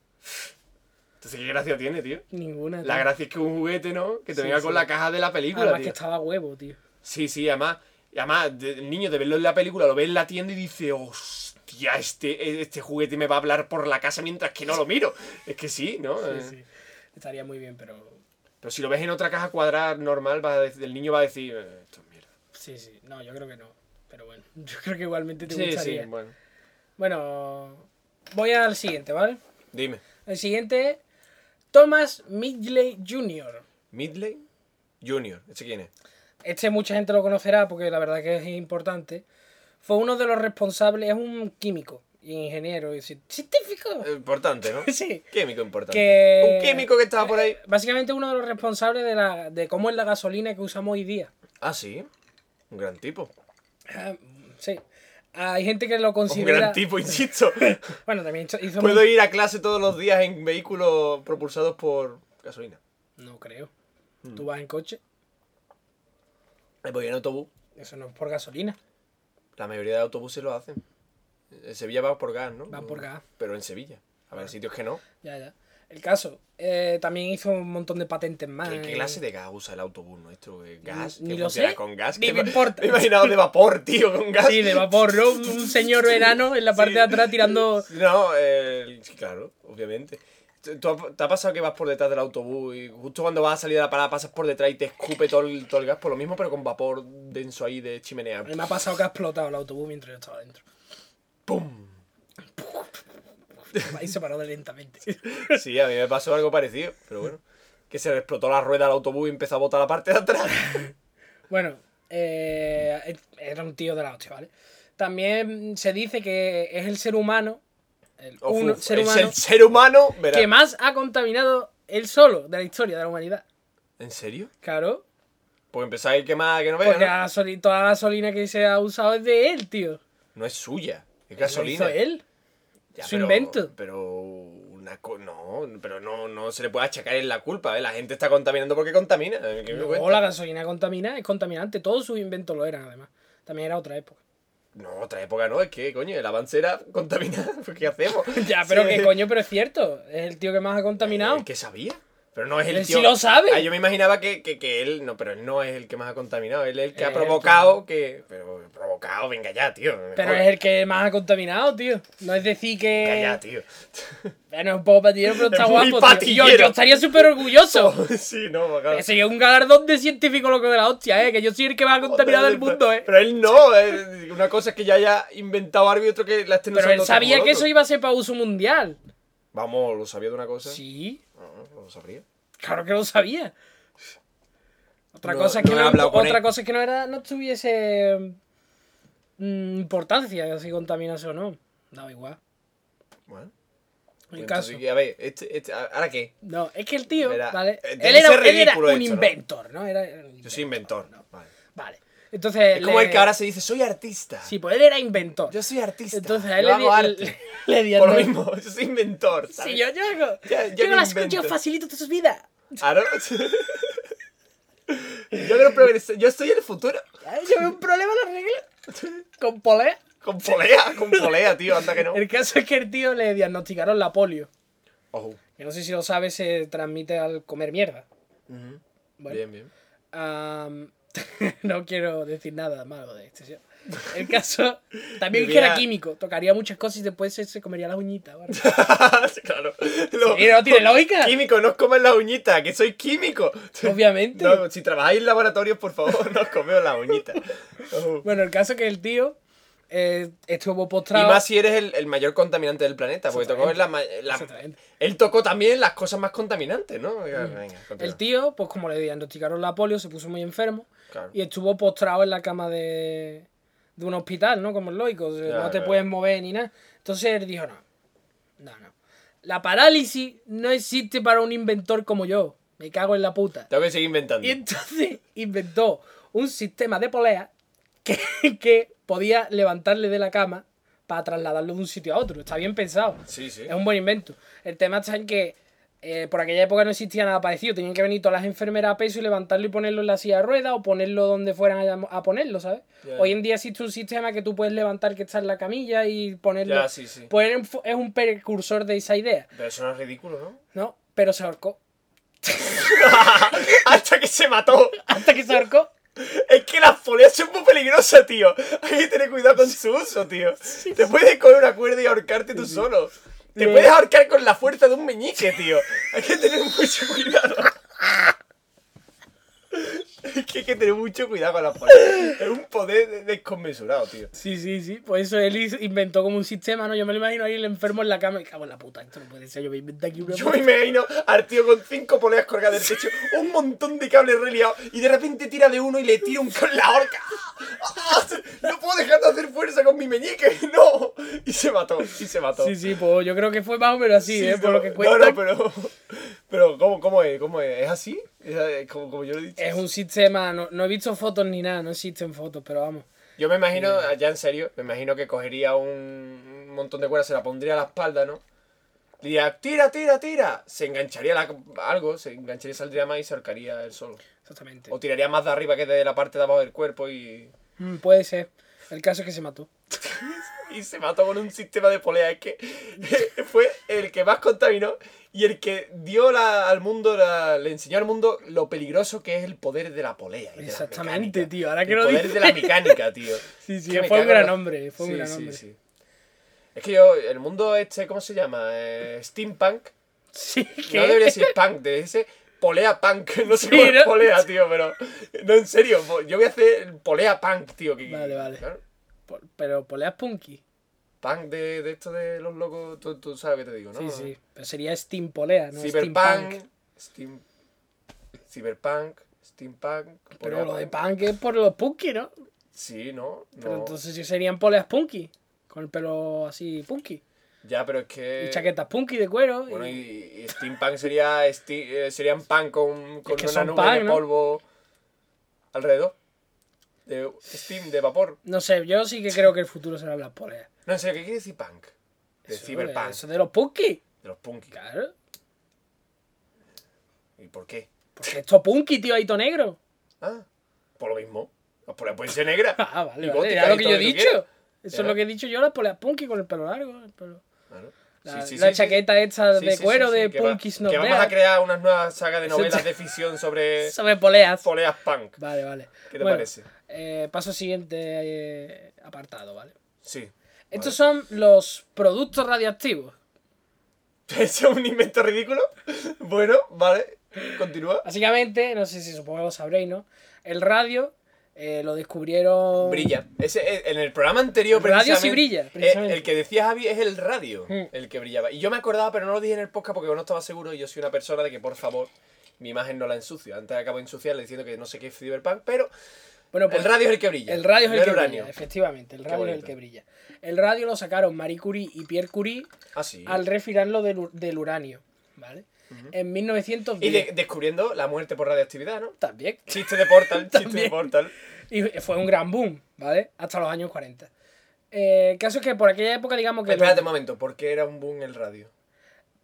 Speaker 2: Entonces, ¿qué gracia tiene, tío?
Speaker 1: Ninguna.
Speaker 2: La
Speaker 1: tío.
Speaker 2: gracia es que un juguete, ¿no? Que te
Speaker 1: Sí,
Speaker 2: venga con
Speaker 1: sí.
Speaker 2: la caja de la película,
Speaker 1: Además
Speaker 2: tío.
Speaker 1: que estaba huevo, tío.
Speaker 2: Sí, sí, además, y además de- el niño de verlo en la película, lo ve en la tienda y dice, hostia, este, este juguete me va a hablar por la casa mientras que no lo miro. Es que sí, ¿no? Eh,
Speaker 1: Sí, sí. Estaría muy bien, pero.
Speaker 2: Pero si lo ves en otra caja cuadrada normal, va a dec- el niño va a decir, "Eh, esto es mierda.
Speaker 1: Sí, sí. No, yo creo que no. Pero bueno, yo creo que igualmente te
Speaker 2: Sí,
Speaker 1: gustaría.
Speaker 2: sí, bueno.
Speaker 1: Bueno, voy al siguiente, ¿vale?
Speaker 2: Dime,
Speaker 1: El siguiente es Thomas Midley Jr.
Speaker 2: Midley Junior, ¿este quién es?
Speaker 1: Este mucha gente lo conocerá porque la verdad que es importante. Fue uno de los responsables, es un químico, ingeniero y ci- científico.
Speaker 2: Importante, ¿no?
Speaker 1: Sí.
Speaker 2: Químico importante.
Speaker 1: Que- eh,
Speaker 2: Un químico que estaba por ahí.
Speaker 1: Básicamente uno de los responsables de, la, de cómo es la gasolina que usamos hoy día.
Speaker 2: Ah, sí. Un gran tipo.
Speaker 1: Ah, sí. Hay gente que lo
Speaker 2: Un
Speaker 1: considera...
Speaker 2: gran tipo, insisto.
Speaker 1: Bueno, también hizo- hizo...
Speaker 2: Puedo
Speaker 1: mu-
Speaker 2: ir a clase todos los días en vehículos propulsados por gasolina.
Speaker 1: No creo.
Speaker 2: Mm.
Speaker 1: Tú vas en coche,
Speaker 2: Me voy Eh, pues en autobús.
Speaker 1: eso no es por gasolina.
Speaker 2: La mayoría de autobuses lo hacen. En Sevilla va por gas, ¿no?
Speaker 1: Va por gas.
Speaker 2: Pero en Sevilla. A ver, sitios que no.
Speaker 1: Ya, ya. El caso, eh, también hizo un montón de patentes más.
Speaker 2: ¿Qué, qué
Speaker 1: eh.
Speaker 2: clase de gas usa el autobús nuestro? ¿Eh, ¿Gas?
Speaker 1: Ni
Speaker 2: ¿Que
Speaker 1: lo
Speaker 2: funciona
Speaker 1: sé,
Speaker 2: con gas?
Speaker 1: ni
Speaker 2: ¿Qué
Speaker 1: me
Speaker 2: va-
Speaker 1: importa.
Speaker 2: Me he imaginado de vapor, tío, con gas.
Speaker 1: Sí, de vapor, ¿no? Un señor verano en la parte
Speaker 2: Sí.
Speaker 1: de atrás tirando...
Speaker 2: No, eh, sí, claro, obviamente. ¿Tú- tú ha- ¿Te ha pasado que vas por detrás del autobús y justo cuando vas a salir a la parada pasas por detrás y te escupe todo el, todo el gas? Por lo mismo, pero con vapor denso ahí de chimenea.
Speaker 1: A mí me ha pasado que ha explotado el autobús mientras yo estaba dentro.
Speaker 2: ¡Pum!
Speaker 1: Ahí se paró de lentamente.
Speaker 2: Sí, a mí me pasó algo parecido, pero bueno. Que se le explotó la rueda al autobús y empezó a botar la parte de atrás.
Speaker 1: Bueno, eh, era un tío de la hostia, ¿vale? También se dice que es el ser humano, el
Speaker 2: O
Speaker 1: uno-
Speaker 2: fu-
Speaker 1: ser
Speaker 2: es
Speaker 1: humano,
Speaker 2: el ser humano, verá.
Speaker 1: que más ha contaminado él solo de la historia de la humanidad.
Speaker 2: ¿En serio? Pues
Speaker 1: Claro,
Speaker 2: Porque empezar el que más que no vea,
Speaker 1: porque
Speaker 2: ¿no?
Speaker 1: la gasoli- toda la gasolina que se ha usado es de él, tío.
Speaker 2: No es suya. Es
Speaker 1: Lo hizo
Speaker 2: gasolina.
Speaker 1: él.
Speaker 2: Ya,
Speaker 1: su
Speaker 2: pero-
Speaker 1: invento.
Speaker 2: Pero una co- no, pero no, no se le puede achacar en la culpa, ¿eh? La gente está contaminando porque contamina. ¿eh? ¿Qué me
Speaker 1: No,
Speaker 2: cuenta?
Speaker 1: la gasolina contamina, es contaminante. Todos sus inventos lo eran, además. También era otra época.
Speaker 2: No, otra época no, es que, coño, el avance era contaminar. Pues, ¿Qué hacemos?
Speaker 1: Ya, pero
Speaker 2: Sí.
Speaker 1: qué coño, pero es cierto. Es el tío que más ha
Speaker 2: El
Speaker 1: contaminado.
Speaker 2: Eh, que sabía. Pero no es el
Speaker 1: Él sí
Speaker 2: tío.
Speaker 1: lo sabe.
Speaker 2: Ah, yo me imaginaba que, que- que él. No, pero él no es el que más ha contaminado. Él es el que ha
Speaker 1: Es el
Speaker 2: provocado que. Pero provocado, venga ya, tío. me
Speaker 1: Pero
Speaker 2: jodas.
Speaker 1: es el que más ha contaminado, tío. No es decir
Speaker 2: Venga
Speaker 1: que.
Speaker 2: ya, tío.
Speaker 1: Bueno, es un poco patillero, pero está
Speaker 2: Es muy
Speaker 1: guapo. tío.
Speaker 2: patillero.
Speaker 1: Yo, yo estaría súper orgulloso.
Speaker 2: sí, no, claro.
Speaker 1: Sería un galardón de científico loco de la hostia, eh. Que yo soy el que más ha contaminado el
Speaker 2: Pero-
Speaker 1: mundo, eh.
Speaker 2: Pero él no. eh, Una cosa es que ya haya inventado algo y otro que la estén
Speaker 1: Pero
Speaker 2: usando
Speaker 1: él
Speaker 2: otro
Speaker 1: sabía
Speaker 2: como
Speaker 1: que
Speaker 2: loco.
Speaker 1: eso iba a ser para uso mundial.
Speaker 2: Vamos, ¿lo sabía de una cosa?
Speaker 1: Sí,
Speaker 2: No, no lo sabría.
Speaker 1: claro que lo sabía. Otra
Speaker 2: No-
Speaker 1: cosa es que
Speaker 2: no he
Speaker 1: no,
Speaker 2: hablado con
Speaker 1: otra
Speaker 2: él.
Speaker 1: cosa es que no era, no tuviese mm, importancia si contaminas o no. Daba igual.
Speaker 2: Bueno. pues
Speaker 1: El
Speaker 2: Entonces,
Speaker 1: caso.
Speaker 2: a ver, este, este- ¿ahora qué?
Speaker 1: No, es que el tío,
Speaker 2: Verá,
Speaker 1: ¿vale?
Speaker 2: eh,
Speaker 1: Él
Speaker 2: tiene que
Speaker 1: era,
Speaker 2: ser
Speaker 1: él era
Speaker 2: ridículo
Speaker 1: un
Speaker 2: esto, ¿no?
Speaker 1: inventor, ¿no? Era, era un
Speaker 2: Yo soy inventor. Vale.
Speaker 1: Vale. Entonces.
Speaker 2: Es como
Speaker 1: le-
Speaker 2: el que ahora se dice, soy artista.
Speaker 1: Sí, pues él era inventor.
Speaker 2: Yo soy artista.
Speaker 1: Entonces
Speaker 2: yo
Speaker 1: a él le,
Speaker 2: hago
Speaker 1: di-
Speaker 2: arte.
Speaker 1: le, le di
Speaker 2: Por lo
Speaker 1: al-
Speaker 2: mismo, yo soy inventor. ¿sabes?
Speaker 1: Sí, yo, yo hago.
Speaker 2: Ya- ya
Speaker 1: yo
Speaker 2: me
Speaker 1: las escucho
Speaker 2: invento.
Speaker 1: facilito tus vidas.
Speaker 2: Ah, ¿no? yo quiero progresar. Yo soy el futuro.
Speaker 1: Ay, Yo veo un problema en la regla. Con polea.
Speaker 2: Con polea, con polea, tío, anda que no.
Speaker 1: El caso es que el tío le diagnosticaron la polio.
Speaker 2: Ojo.
Speaker 1: Que no sé si lo sabes, se transmite al comer mierda. Bueno,
Speaker 2: Bien, bien.
Speaker 1: am, no quiero decir nada malo de este. señor. El caso también que
Speaker 2: Vivía-
Speaker 1: era químico. Tocaría muchas cosas y después se, se comería las uñitas. ¿vale?
Speaker 2: claro. Lo-
Speaker 1: Sí, no tiene lógica.
Speaker 2: Químico, no os comáis las uñitas, que soy químico.
Speaker 1: Obviamente.
Speaker 2: No, si trabajáis en laboratorios, por favor, no os coméis las uñitas. Ojo.
Speaker 1: Bueno, el caso es que el tío eh, estuvo
Speaker 2: Y
Speaker 1: postrado.
Speaker 2: más si eres el, el mayor contaminante del planeta, porque tocó en la, ma- la-
Speaker 1: Exactamente.
Speaker 2: Él tocó también las cosas más contaminantes, ¿no? Venga, venga,
Speaker 1: El
Speaker 2: continúa.
Speaker 1: tío, pues como le diagnosticaron la polio, se puso muy enfermo
Speaker 2: Claro.
Speaker 1: y estuvo postrado en la cama de, de un hospital, ¿no? Como es lógico, o sea,
Speaker 2: Ya,
Speaker 1: no te
Speaker 2: claro.
Speaker 1: puedes mover ni nada. Entonces él dijo, no, no, no. La parálisis no existe para un inventor como yo. Me cago en la puta.
Speaker 2: Tengo que seguir inventando.
Speaker 1: Y entonces inventó un sistema de polea que, que podía levantarle de la cama para trasladarlo de un sitio a otro. Está bien pensado.
Speaker 2: Sí, sí.
Speaker 1: Es un buen invento. El tema está en que eh, por aquella época no existía nada parecido. Tenían que venir todas las enfermeras a peso y levantarlo y ponerlo en la silla de ruedas o ponerlo donde fueran a, a ponerlo, ¿sabes?
Speaker 2: Ya.
Speaker 1: Hoy en día existe un sistema que tú puedes levantar que está en la camilla y ponerlo.
Speaker 2: Ya, sí, sí.
Speaker 1: Pues es un- es un precursor de esa idea,
Speaker 2: Pero eso no es ridículo, ¿no?
Speaker 1: ¿no? Pero se ahorcó.
Speaker 2: Hasta que se mató.
Speaker 1: Hasta que se ahorcó.
Speaker 2: Es que las poleas son muy peligrosas, tío. Hay que tener cuidado con su uso, tío. Te puedes coger una cuerda y ahorcarte tú solo. Te puedes ahorcar con la fuerza de un meñique, tío. Hay que tener mucho cuidado. Es que hay que tener mucho cuidado con las poleas. Es un poder desconmensurado, tío.
Speaker 1: Sí, sí, sí. Por eso él hizo- inventó como un sistema, ¿no? Yo me lo imagino ahí el enfermo en la cama. Y cago en la puta, esto no puede ser. Yo me inventé aquí una.
Speaker 2: Yo me imagino al tío con cinco poleas colgadas del techo, un montón de cables reliados, y de repente tira de uno y le tira un con la horca. ¡Ah! No puedo dejar de hacer fuerza con mi meñique, no. Y se mató, y se mató.
Speaker 1: Sí, sí, pues yo creo que fue más o menos así,
Speaker 2: Sí,
Speaker 1: ¿eh?
Speaker 2: no,
Speaker 1: Por lo que
Speaker 2: no,
Speaker 1: cuenta.
Speaker 2: No, pero. Pero, ¿cómo, cómo es? ¿Cómo es? ¿Es así? ¿Es, eh, como, como yo lo he dicho.
Speaker 1: Es un sistema, no, no he visto fotos ni nada, no existen fotos, pero vamos.
Speaker 2: Yo me imagino, ya en serio, me imagino que cogería un, un montón de cuerdas, se la pondría a la espalda, ¿no? Y diría, tira, tira, tira. Se engancharía la- algo, se engancharía, saldría más y se ahorcaría él solo.
Speaker 1: Exactamente.
Speaker 2: O tiraría más de arriba que de la parte de abajo del cuerpo y.
Speaker 1: Mm, puede ser. El caso es que se mató.
Speaker 2: Y se mató con un sistema de polea. Es que fue el que más contaminó y el que dio la- al mundo, la- le enseñó al mundo lo peligroso que es el poder de la polea. y de la
Speaker 1: Exactamente,
Speaker 2: mecánica.
Speaker 1: tío, ahora que
Speaker 2: el
Speaker 1: lo
Speaker 2: poder
Speaker 1: dices.
Speaker 2: de la mecánica, tío.
Speaker 1: Sí, sí,
Speaker 2: Que me
Speaker 1: fue un
Speaker 2: cago en
Speaker 1: gran
Speaker 2: la-
Speaker 1: hombre, fue un gran hombre.
Speaker 2: Es que yo, el mundo este, ¿cómo se llama? Eh, steampunk.
Speaker 1: Sí, que.
Speaker 2: No debería ser punk, debería ser polea punk. No sé
Speaker 1: Sí,
Speaker 2: cómo es
Speaker 1: ¿no?
Speaker 2: polea, tío, pero. No, en serio, po- yo voy a hacer polea punk, tío. Que,
Speaker 1: Vale, vale.
Speaker 2: Claro,
Speaker 1: Por- pero poleas punky.
Speaker 2: Punk de, de esto de los locos, tú, tú sabes que te digo, ¿no?
Speaker 1: Sí, sí. Pero sería Steam polea, ¿no?
Speaker 2: Cyberpunk, Steam. Cyberpunk, Steampunk.
Speaker 1: Pero
Speaker 2: polea
Speaker 1: lo de punk es por los punky, ¿no?
Speaker 2: Sí, ¿no? no.
Speaker 1: Pero entonces sí serían poleas punky. Con el pelo así punky.
Speaker 2: Ya, pero es que.
Speaker 1: Y chaquetas punky de cuero. y-
Speaker 2: Eh, Bueno, y, y Steampunk sería. sti- eh, serían pan con, con
Speaker 1: que
Speaker 2: una
Speaker 1: son
Speaker 2: nube de
Speaker 1: punk, ¿no?
Speaker 2: polvo alrededor. De steam, de vapor.
Speaker 1: No sé, yo sí que creo que el futuro serán las poleas.
Speaker 2: No, en serio, ¿qué quiere decir punk? De
Speaker 1: Eso,
Speaker 2: cyberpunk,
Speaker 1: Eso de los punky.
Speaker 2: de los punkis.
Speaker 1: Claro.
Speaker 2: ¿Y por qué?
Speaker 1: Porque esto punky, tío, ahí todo negro.
Speaker 2: Ah, por lo mismo. Las poleas pueden ser negras.
Speaker 1: Ah, vale,
Speaker 2: y
Speaker 1: vale,
Speaker 2: góticas
Speaker 1: era lo
Speaker 2: y
Speaker 1: que
Speaker 2: todo
Speaker 1: yo he
Speaker 2: tú
Speaker 1: dicho.
Speaker 2: quieras.
Speaker 1: Eso
Speaker 2: Ya.
Speaker 1: es lo que he dicho yo, las poleas punky con el pelo largo. el pelo-
Speaker 2: Claro.
Speaker 1: La,
Speaker 2: Sí, sí,
Speaker 1: la
Speaker 2: sí, sí.
Speaker 1: chaqueta esta
Speaker 2: Sí,
Speaker 1: de
Speaker 2: sí,
Speaker 1: cuero
Speaker 2: sí, sí,
Speaker 1: de
Speaker 2: que va-
Speaker 1: punky
Speaker 2: Que vamos a crear una nueva saga de novelas de ficción sobre
Speaker 1: Sobre poleas.
Speaker 2: poleas punk.
Speaker 1: Vale, vale.
Speaker 2: ¿Qué te parece?
Speaker 1: eh, paso al siguiente eh, apartado, ¿vale?
Speaker 2: Sí.
Speaker 1: Estos son los productos radioactivos.
Speaker 2: ¿Eso es un invento ridículo? Bueno, vale. Continúa.
Speaker 1: Básicamente, no sé si supongo que lo sabréis, ¿no? El radio eh, lo descubrieron.
Speaker 2: Brilla. Ese, eh, en el programa anterior,
Speaker 1: El radio sí
Speaker 2: precisamente,
Speaker 1: brilla,
Speaker 2: eh,
Speaker 1: precisamente.
Speaker 2: El, que decía Javi es el radio
Speaker 1: Mm.
Speaker 2: el que brillaba. Y yo me acordaba, pero no lo dije en el podcast porque yo no estaba seguro. Y yo soy una persona de que, por favor, mi imagen no la ensucio. Antes acabo de ensuciarle diciendo que no sé qué es Cyberpunk, pero
Speaker 1: Bueno, pues,
Speaker 2: el radio es el que brilla.
Speaker 1: El radio es
Speaker 2: no
Speaker 1: el que
Speaker 2: uranio.
Speaker 1: brilla, efectivamente. El radio es el
Speaker 2: bonito.
Speaker 1: que brilla. El radio lo sacaron Marie Curie y Pierre Curie
Speaker 2: Ah, sí.
Speaker 1: al refinarlo del, ur- del uranio, ¿vale? En
Speaker 2: Y
Speaker 1: 1910.
Speaker 2: de- descubriendo la muerte por radioactividad, ¿no?
Speaker 1: También.
Speaker 2: Chiste de Portal, chiste de
Speaker 1: También.
Speaker 2: Portal.
Speaker 1: Y fue un gran boom, ¿vale? Hasta los años 40. Eh, el caso es que por aquella época, digamos que. lo-
Speaker 2: Espérate un momento, ¿por qué era un boom el radio?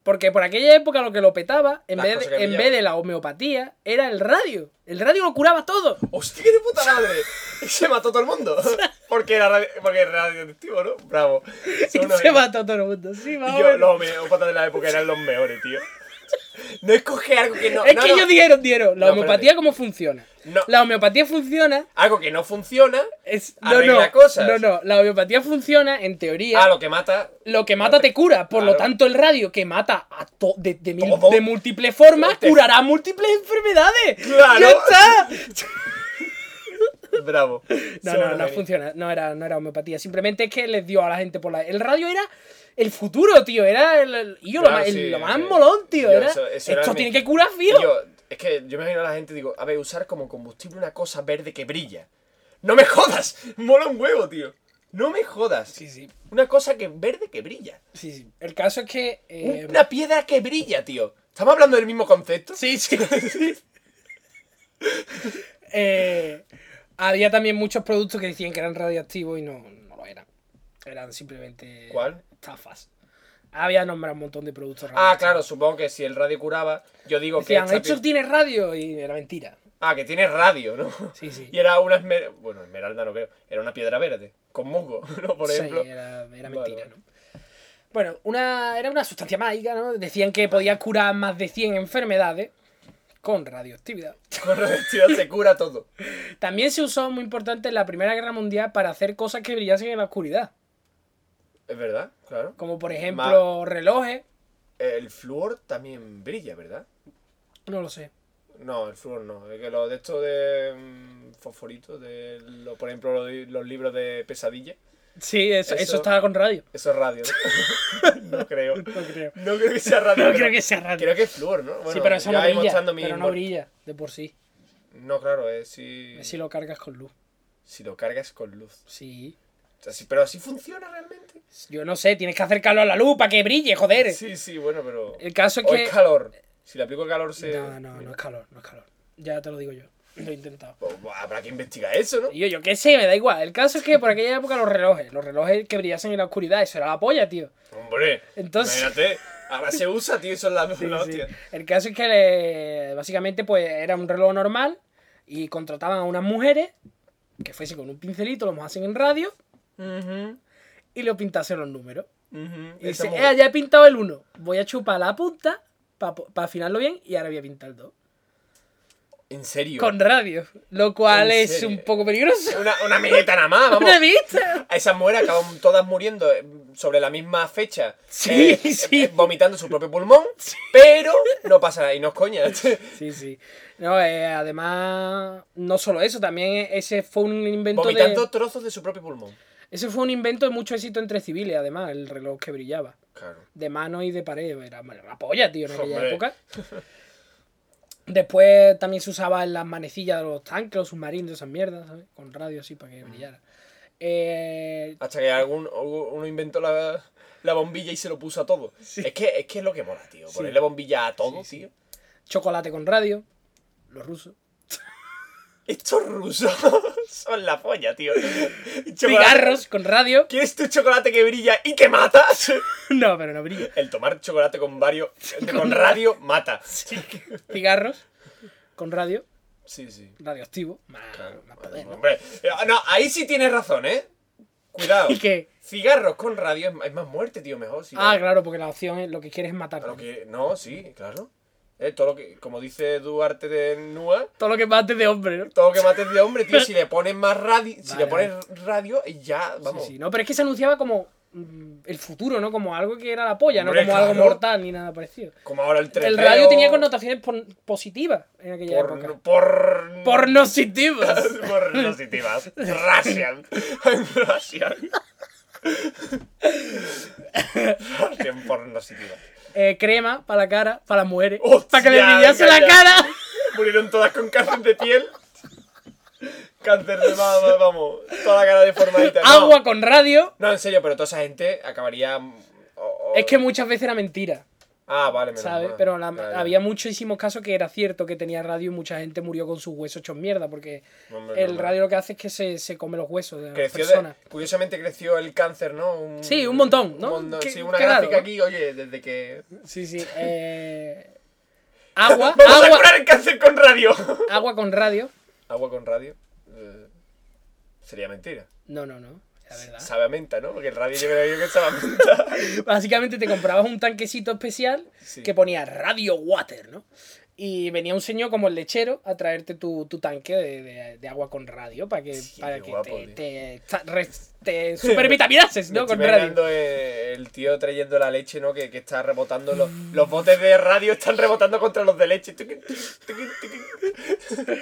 Speaker 1: Porque por aquella época lo que lo petaba, en,
Speaker 2: Las
Speaker 1: vez
Speaker 2: cosas
Speaker 1: de,
Speaker 2: que
Speaker 1: en
Speaker 2: brillaban.
Speaker 1: vez de la homeopatía, era el radio. El radio lo curaba todo.
Speaker 2: ¡Hostia, qué de puta madre! Y se mató todo el mundo. Porque era radio, porque era radioactivo, ¿no? Bravo.
Speaker 1: Y
Speaker 2: Son unos
Speaker 1: se mató todo el mundo. Sí, más
Speaker 2: Y
Speaker 1: o
Speaker 2: yo,
Speaker 1: menos.
Speaker 2: los homeópatas de la época eran los mejores, tío. No escoge algo que no.
Speaker 1: Es
Speaker 2: no,
Speaker 1: que
Speaker 2: no.
Speaker 1: ellos dijeron, dijeron, la
Speaker 2: No,
Speaker 1: homeopatía
Speaker 2: espérate.
Speaker 1: cómo funciona.
Speaker 2: No.
Speaker 1: La homeopatía funciona.
Speaker 2: Algo que no funciona
Speaker 1: Es, no,
Speaker 2: Arregla
Speaker 1: no,
Speaker 2: cosas.
Speaker 1: no, no, la homeopatía funciona en teoría.
Speaker 2: a
Speaker 1: lo,
Speaker 2: lo que mata.
Speaker 1: que mata te cura, por lo
Speaker 2: Claro.
Speaker 1: tanto el radio que mata a to- de, de mil-
Speaker 2: Todo.
Speaker 1: de múltiples formas
Speaker 2: Te-
Speaker 1: curará múltiples enfermedades.
Speaker 2: Claro.
Speaker 1: ¡Ya está!
Speaker 2: Bravo.
Speaker 1: No,
Speaker 2: Se
Speaker 1: no,
Speaker 2: van a
Speaker 1: no
Speaker 2: venir.
Speaker 1: funciona, no era, no era homeopatía, simplemente es que les dio a la gente por la... El radio era el futuro, tío, era el, el- y yo,
Speaker 2: Claro,
Speaker 1: lo, más, el-
Speaker 2: sí,
Speaker 1: lo más
Speaker 2: sí.
Speaker 1: molón, tío,
Speaker 2: Yo,
Speaker 1: era,
Speaker 2: eso- eso era
Speaker 1: esto
Speaker 2: mi-
Speaker 1: tiene que curar,
Speaker 2: Y
Speaker 1: fío.
Speaker 2: yo, es que yo me imagino a la gente digo, a ver, usar como combustible una cosa verde que brilla. ¡No me jodas! Mola un huevo, tío. No me jodas.
Speaker 1: Sí, sí,
Speaker 2: Una cosa que verde que brilla.
Speaker 1: sí, sí. El caso es que... eh,
Speaker 2: Una piedra que brilla, tío. ¿Estamos hablando del mismo concepto?
Speaker 1: Sí, sí. Eh, había también muchos productos que decían que eran radioactivos y no, no lo eran. Eran simplemente
Speaker 2: ¿Cuál?
Speaker 1: estafas. Había nombrado un montón de productos
Speaker 2: Ah,
Speaker 1: radioactivos.
Speaker 2: claro, supongo que si el radio curaba, yo digo que.
Speaker 1: Decían,
Speaker 2: esta
Speaker 1: esto
Speaker 2: pi-
Speaker 1: tiene radio y era mentira.
Speaker 2: Ah, que tiene radio, ¿no?
Speaker 1: Sí, sí.
Speaker 2: Y era una esmeralda. Bueno, esmeralda no creo. Era una piedra verde. Con musgo, ¿no? Por
Speaker 1: Sí,
Speaker 2: ejemplo.
Speaker 1: era, era
Speaker 2: Vale,
Speaker 1: mentira,
Speaker 2: vale.
Speaker 1: ¿no? Bueno, una, era una sustancia mágica, ¿no? Decían que podía curar más de 100 enfermedades con radioactividad.
Speaker 2: Con radioactividad se cura todo.
Speaker 1: También se usó muy importante en la Primera Guerra Mundial para hacer cosas que brillasen en la oscuridad.
Speaker 2: Es verdad, claro.
Speaker 1: Como por ejemplo relojes.
Speaker 2: El flúor también brilla, ¿verdad?
Speaker 1: No lo sé.
Speaker 2: No, el flúor no. Es que lo de esto de. mm, fosforito, de. lo- por ejemplo, lo de- los libros de pesadilla.
Speaker 1: Sí, eso, eso
Speaker 2: Eso-
Speaker 1: estaba con radio.
Speaker 2: Eso es radio, ¿no? no creo. No
Speaker 1: creo.
Speaker 2: No creo que sea radio.
Speaker 1: No
Speaker 2: pero-
Speaker 1: creo que sea radio.
Speaker 2: Creo que es flúor, ¿no? Bueno,
Speaker 1: sí, pero eso
Speaker 2: ya
Speaker 1: no
Speaker 2: ahí
Speaker 1: brilla.
Speaker 2: mostrando mi
Speaker 1: Pero no
Speaker 2: mor-
Speaker 1: brilla de por sí.
Speaker 2: No, claro, es si.
Speaker 1: Es Si lo cargas con luz.
Speaker 2: Si lo cargas con luz.
Speaker 1: Sí.
Speaker 2: O sea, sí, pero así funciona realmente.
Speaker 1: Yo no sé, tienes que acercarlo a la luz para que brille, joder.
Speaker 2: Sí, sí, bueno, pero.
Speaker 1: El caso es
Speaker 2: O
Speaker 1: que.
Speaker 2: es calor. Si le aplico calor, se.
Speaker 1: No, no, no es calor, no es calor. Ya te lo digo yo. Lo he intentado.
Speaker 2: Pues, buah, habrá que investigar eso, ¿no?
Speaker 1: Y yo, yo qué sé, me da igual. El caso es que por aquella época los relojes, los relojes que brillasen en la oscuridad, eso era la polla, tío.
Speaker 2: Hombre.
Speaker 1: Entonces-
Speaker 2: Imagínate. Ahora se usa, tío, eso es la, la
Speaker 1: Sí, sí.
Speaker 2: hostia.
Speaker 1: El caso es que le- básicamente pues era un reloj normal y contrataban a unas mujeres que fuese con un pincelito, lo hacen en radio
Speaker 2: Ujú,
Speaker 1: y lo pintasen los números.
Speaker 2: ujú.
Speaker 1: Y
Speaker 2: Esa
Speaker 1: dice,
Speaker 2: mujer-
Speaker 1: "Eh, ya he pintado el 1, voy a chupar la punta para afinarlo bien y ahora voy a pintar el 2.
Speaker 2: En serio.
Speaker 1: Con radio, lo cual
Speaker 2: ¿En
Speaker 1: es
Speaker 2: serio?
Speaker 1: un poco peligroso.
Speaker 2: Una, una amiguita nada más, vamos.
Speaker 1: ¿Una vista?
Speaker 2: A esas mujeres acaban todas muriendo eh, sobre la misma fecha.
Speaker 1: Sí,
Speaker 2: eh,
Speaker 1: sí.
Speaker 2: eh, vomitando su propio pulmón. Pero no pasa nada. Y no es coña.
Speaker 1: Sí, sí. No, eh, además, no solo eso, también ese fue un invento
Speaker 2: Vomitando
Speaker 1: de...
Speaker 2: trozos de su propio pulmón.
Speaker 1: Ese fue un invento de mucho éxito entre civiles, además, el reloj que brillaba.
Speaker 2: Claro.
Speaker 1: de mano y de pared. Era una polla, tío, en aquella
Speaker 2: Hombre.
Speaker 1: época. Después también se usaba en las manecillas de los tanques, los submarinos, esas mierdas, ¿sabes? Con radio así para que brillara. Eh,
Speaker 2: Hasta que algún, uno inventó la, la bombilla y se lo puso a todo. Es, que, es que es lo que mola, tío. Ponerle bombilla a todo, tío.
Speaker 1: chocolate con radio, los rusos.
Speaker 2: Estos rusos son la polla, tío. Chocolate-
Speaker 1: Cigarros con radio.
Speaker 2: ¿Quieres tu chocolate que brilla y que matas?
Speaker 1: No, pero no brilla.
Speaker 2: El tomar chocolate con varios. con radio mata.
Speaker 1: Cigarros con radio,
Speaker 2: Sí, sí.
Speaker 1: radioactivo. Más, más poder, ¿no?
Speaker 2: Hombre. eh, No, ahí sí tienes razón, ¿eh? Cuidado.
Speaker 1: ¿Y qué?
Speaker 2: Cigarros con radio es, ma- es más muerte, tío, mejor. sí.
Speaker 1: Ah, claro, porque la opción es lo que quieres es matar.
Speaker 2: A lo que- no, sí, claro. Eh, todo lo que, como dice Duarte de Nua,
Speaker 1: Todo lo que mates de hombre, ¿no?
Speaker 2: todo lo que mates de hombre, tío, si le pones más radio, si
Speaker 1: Vale,
Speaker 2: le pones radio, ya, vamos.
Speaker 1: Sí, sí, no, pero es que se anunciaba como mm, el futuro, ¿no? Como algo que era la polla,
Speaker 2: Hombre,
Speaker 1: no como algo
Speaker 2: claro.
Speaker 1: mortal ni nada parecido.
Speaker 2: Como ahora el tren.
Speaker 1: El radio tenía connotaciones pon- positivas en aquella época.
Speaker 2: por, por,
Speaker 1: Pornositivas.
Speaker 2: por positivas. Russian. Russian. Russian por positivas.
Speaker 1: Eh, crema para la cara, para las mujeres.
Speaker 2: Hostia,
Speaker 1: para que le brillase la
Speaker 2: venga ya.
Speaker 1: cara.
Speaker 2: Murieron todas con cáncer de piel. Cáncer de mama, vamos. Toda la cara deformadita. no.
Speaker 1: Agua con radio.
Speaker 2: No, en serio, pero toda esa gente acabaría. mm, o- o-
Speaker 1: Es que muchas veces era mentira,
Speaker 2: Ah, vale, menos
Speaker 1: ¿sabes?
Speaker 2: mal.
Speaker 1: Pero la-
Speaker 2: Vale.
Speaker 1: había muchísimos casos que era cierto que tenía radio y mucha gente murió con sus huesos hechos mierda, porque
Speaker 2: Hombre,
Speaker 1: el
Speaker 2: normal.
Speaker 1: radio lo que hace es que se, se come los huesos de las
Speaker 2: Creció de-
Speaker 1: personas.
Speaker 2: Curiosamente creció el cáncer, ¿no? Un-
Speaker 1: Sí, un montón, ¿no? Qué-
Speaker 2: sí, una
Speaker 1: qué raro,
Speaker 2: gráfica
Speaker 1: ¿no?
Speaker 2: aquí, oye, desde que.
Speaker 1: Sí, sí. eh, Agua,
Speaker 2: ¡Vamos a
Speaker 1: agua,
Speaker 2: curar el cáncer con radio!
Speaker 1: agua con radio.
Speaker 2: ¿Agua con radio? eh, sería mentira.
Speaker 1: No, no, no. La verdad.
Speaker 2: Sabe a menta, ¿no? Porque el radio yo creo que sabe a menta.
Speaker 1: Básicamente te comprabas un tanquecito especial
Speaker 2: Sí.
Speaker 1: que ponía Radio Water, ¿no? Y venía un señor como el lechero a traerte tu, tu tanque de, de- de agua con radio para que,
Speaker 2: Sí,
Speaker 1: para
Speaker 2: qué
Speaker 1: que
Speaker 2: guapo,
Speaker 1: te,
Speaker 2: tío.
Speaker 1: te, ta- re- te supervitaminases,
Speaker 2: Me
Speaker 1: ¿no?
Speaker 2: estoy
Speaker 1: Con radio.
Speaker 2: imaginando, eh, el tío trayendo la leche, ¿no? Que, que está rebotando. Los, los botes de radio están rebotando contra los de leche. Tuqui, tuqui, tuqui, tuqui.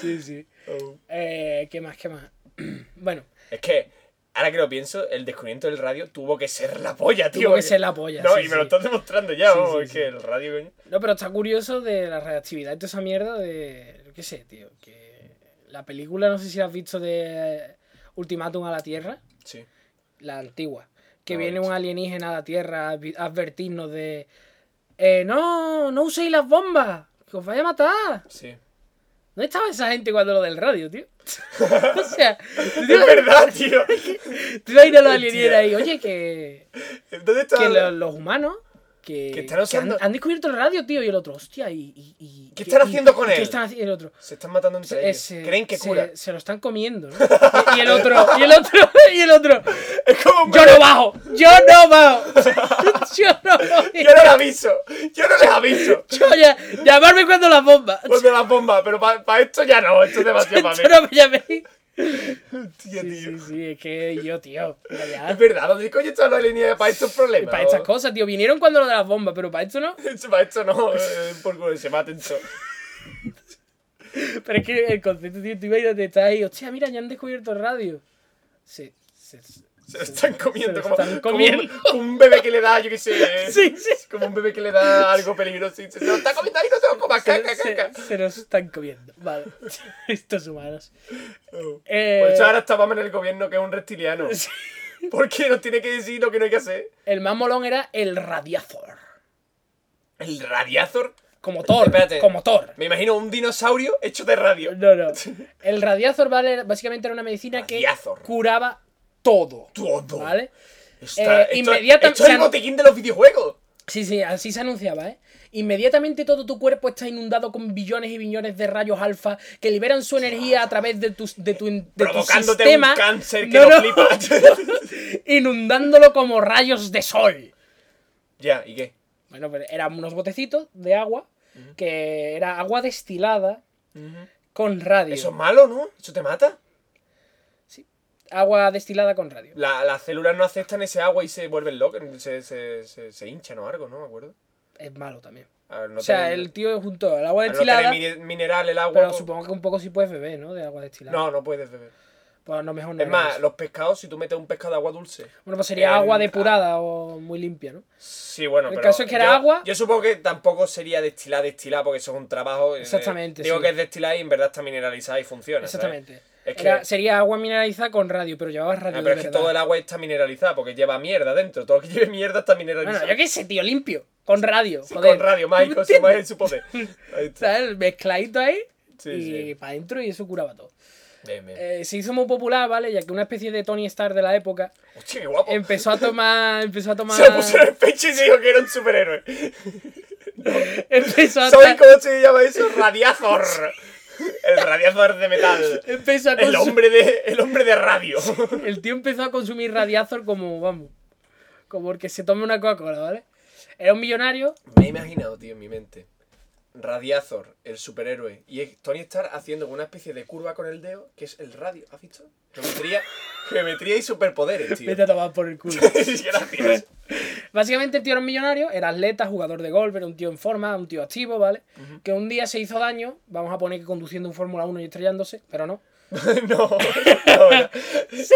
Speaker 1: Sí, sí.
Speaker 2: Oh.
Speaker 1: Eh, ¿Qué más? ¿Qué más? bueno,
Speaker 2: Es que, ahora que lo pienso, el descubrimiento del radio tuvo que ser la polla,
Speaker 1: tuvo
Speaker 2: tío.
Speaker 1: que
Speaker 2: porque-
Speaker 1: ser la polla.
Speaker 2: No,
Speaker 1: sí,
Speaker 2: y me lo
Speaker 1: sí.
Speaker 2: estás demostrando ya,
Speaker 1: Sí,
Speaker 2: vamos,
Speaker 1: sí,
Speaker 2: es
Speaker 1: sí.
Speaker 2: que el radio, coño.
Speaker 1: No, pero está curioso de la reactividad y toda esa mierda de. Yo qué sé, tío. Que la película, no sé si la has visto de Ultimátum a la Tierra,
Speaker 2: Sí.
Speaker 1: la antigua. Que
Speaker 2: No la he
Speaker 1: viene
Speaker 2: visto.
Speaker 1: un alienígena a la Tierra a advi- a advertirnos de. eh, no, no uséis las bombas, que os vaya a matar.
Speaker 2: Sí.
Speaker 1: ¿Dónde estaba esa gente cuando lo del radio, tío? o sea, tú
Speaker 2: Es
Speaker 1: te-
Speaker 2: verdad, tío.
Speaker 1: tú le dices a los
Speaker 2: Hostia.
Speaker 1: alienígenas ahí, oye, que,
Speaker 2: ¿Dónde está?
Speaker 1: que lo- los humanos. Que,
Speaker 2: Que están
Speaker 1: han-
Speaker 2: usando-
Speaker 1: han, descubierto el radio, tío, y el otro, hostia, y... y- y-
Speaker 2: ¿Qué están
Speaker 1: y-
Speaker 2: haciendo con
Speaker 1: y- ¿Qué
Speaker 2: él?
Speaker 1: están haciendo? El otro,
Speaker 2: Se están matando entre ellos.
Speaker 1: Ese-
Speaker 2: Creen que
Speaker 1: se-
Speaker 2: cura.
Speaker 1: Se, lo están comiendo, ¿no? Y, y el otro, y el otro, y el otro.
Speaker 2: Es como un
Speaker 1: Yo no bajo, yo no bajo. Yo no
Speaker 2: Yo no les aviso. Yo no les aviso.
Speaker 1: Yo ya, llamarme cuando las bombas.
Speaker 2: Vuelve la bomba, pero para esto ya no. Esto es demasiado para mí.
Speaker 1: Yo no me llaméis.
Speaker 2: Hostia,
Speaker 1: Sí,
Speaker 2: tío.
Speaker 1: sí, sí, es que yo, tío. mira ya.
Speaker 2: Es verdad, ¿dónde coño están las líneas para estos problemas?
Speaker 1: Para estas cosas, tío. Vinieron cuando lo de las bombas, pero para esto no.
Speaker 2: cosas. Para esto no, eh, por culo, se maten todos.
Speaker 1: Pero es que el concepto, tío, tú imagínate, estás ahí, hostia, mira, ya han descubierto el radio. Sí, sí, sí.
Speaker 2: Se lo están comiendo,
Speaker 1: Se lo
Speaker 2: como,
Speaker 1: están
Speaker 2: como
Speaker 1: comiendo.
Speaker 2: un, como un bebé que le da, yo qué sé. eh.
Speaker 1: Sí, sí.
Speaker 2: Como un bebé que le da algo peligroso y dice, se lo está comiendo ahí, no se lo coma,
Speaker 1: Se,
Speaker 2: caca,
Speaker 1: se-
Speaker 2: caca.
Speaker 1: se nos están comiendo. Vale. Estos humanos.
Speaker 2: Oh.
Speaker 1: Eh,
Speaker 2: Por eso ahora estábamos en el gobierno que es un reptiliano.
Speaker 1: Sí.
Speaker 2: Porque nos tiene que decir lo que no hay que hacer.
Speaker 1: El más molón era el Radiazor.
Speaker 2: El radiazor.
Speaker 1: Como Thor.
Speaker 2: Espérate.
Speaker 1: Como Thor.
Speaker 2: Me imagino un dinosaurio hecho de radio.
Speaker 1: No, no. El Radiazor, ¿vale? era- Básicamente era una medicina
Speaker 2: Radiazor.
Speaker 1: que curaba todo.
Speaker 2: Todo.
Speaker 1: ¿Vale?
Speaker 2: Está-
Speaker 1: Eh,
Speaker 2: esto-
Speaker 1: inmediata-
Speaker 2: Esto es
Speaker 1: o sea,
Speaker 2: el botiquín de los videojuegos.
Speaker 1: Sí, sí, así se anunciaba, ¿eh? Inmediatamente todo tu cuerpo está inundado con billones y billones de rayos alfa que liberan su energía a través de tu, de tu, de tu
Speaker 2: Provocándote
Speaker 1: sistema.
Speaker 2: un cáncer que
Speaker 1: No,
Speaker 2: no,
Speaker 1: no.
Speaker 2: flipas.
Speaker 1: inundándolo como rayos de sol.
Speaker 2: ya, ¿y qué?
Speaker 1: Bueno, pues eran unos botecitos de agua que era agua destilada con radio.
Speaker 2: Eso es malo, ¿no? Eso te mata.
Speaker 1: Agua destilada con radio.
Speaker 2: La- las células no aceptan ese agua y se vuelven locas, se, se, se, se hinchan o algo, ¿no? Me acuerdo.
Speaker 1: Es malo también.
Speaker 2: Al no
Speaker 1: o sea,
Speaker 2: tener-
Speaker 1: el tío juntó el agua
Speaker 2: al no tener
Speaker 1: destilada,
Speaker 2: mine- mineral el agua.
Speaker 1: pero
Speaker 2: pues-
Speaker 1: supongo que un poco sí puedes beber, ¿no? De agua destilada.
Speaker 2: No, no puedes beber.
Speaker 1: Pues a lo mejor no.
Speaker 2: Es
Speaker 1: era
Speaker 2: más,
Speaker 1: eso.
Speaker 2: los pescados, si tú metes un pescado de agua dulce.
Speaker 1: Bueno, pues sería
Speaker 2: el-
Speaker 1: agua
Speaker 2: ah.
Speaker 1: depurada o muy limpia, ¿no?
Speaker 2: Sí, bueno,
Speaker 1: El
Speaker 2: pero.
Speaker 1: caso es que era
Speaker 2: yo-
Speaker 1: agua.
Speaker 2: Yo supongo que tampoco sería destilar, destilar, porque eso es un trabajo. eh,
Speaker 1: Exactamente,
Speaker 2: digo
Speaker 1: sí.
Speaker 2: que es destilar y en verdad está mineralizada y funciona. ¿sabes?
Speaker 1: Exactamente.
Speaker 2: Es que-
Speaker 1: Era- sería agua mineralizada con radio, pero llevabas radio.
Speaker 2: Ah,
Speaker 1: de
Speaker 2: pero es que
Speaker 1: verdad.
Speaker 2: todo el agua está mineralizada, porque lleva mierda dentro. Todo lo que lleve mierda está
Speaker 1: Bueno,
Speaker 2: mineralizado.
Speaker 1: yo qué sé, tío, limpio. Con radio.
Speaker 2: Sí,
Speaker 1: joder.
Speaker 2: Con radio,
Speaker 1: ¿Tú me
Speaker 2: Mike, con su,
Speaker 1: entiendes?
Speaker 2: en su poder. Ahí
Speaker 1: O
Speaker 2: está.
Speaker 1: sea, el mezcladito ahí.
Speaker 2: Sí,
Speaker 1: y
Speaker 2: sí.
Speaker 1: para adentro y eso curaba todo.
Speaker 2: Bien, bien.
Speaker 1: Eh, se hizo muy popular, ¿vale? Ya que una especie de Tony Stark de la época
Speaker 2: Hostia, qué guapo.
Speaker 1: empezó a tomar. Empezó a tomar.
Speaker 2: Oh. Se lo puso en el pecho y se dijo que era un superhéroe.
Speaker 1: empezó a
Speaker 2: Soy,
Speaker 1: tomar.
Speaker 2: ¿cómo se llama eso? Radiazor. El radiador de metal.
Speaker 1: Empezó a
Speaker 2: El
Speaker 1: consumir-
Speaker 2: hombre de, el hombre de radio.
Speaker 1: El tío empezó a consumir radiazor como, vamos, como el que se toma una Coca-Cola, ¿vale? Era un millonario,
Speaker 2: Me he imaginado, tío, en mi mente. Radiazor, el superhéroe. Y es Tony Stark haciendo una especie de curva con el dedo, que es el radio. ¿Has visto? Geometría, geometría y superpoderes, tío.
Speaker 1: vete a tomar por el culo.
Speaker 2: Gracias.
Speaker 1: Básicamente el tío era un millonario, era atleta, jugador de golf, era un tío en forma, un tío activo, ¿vale? Que un día se hizo daño, vamos a poner que conduciendo un Fórmula 1 y estrellándose, pero no.
Speaker 2: No, no, no.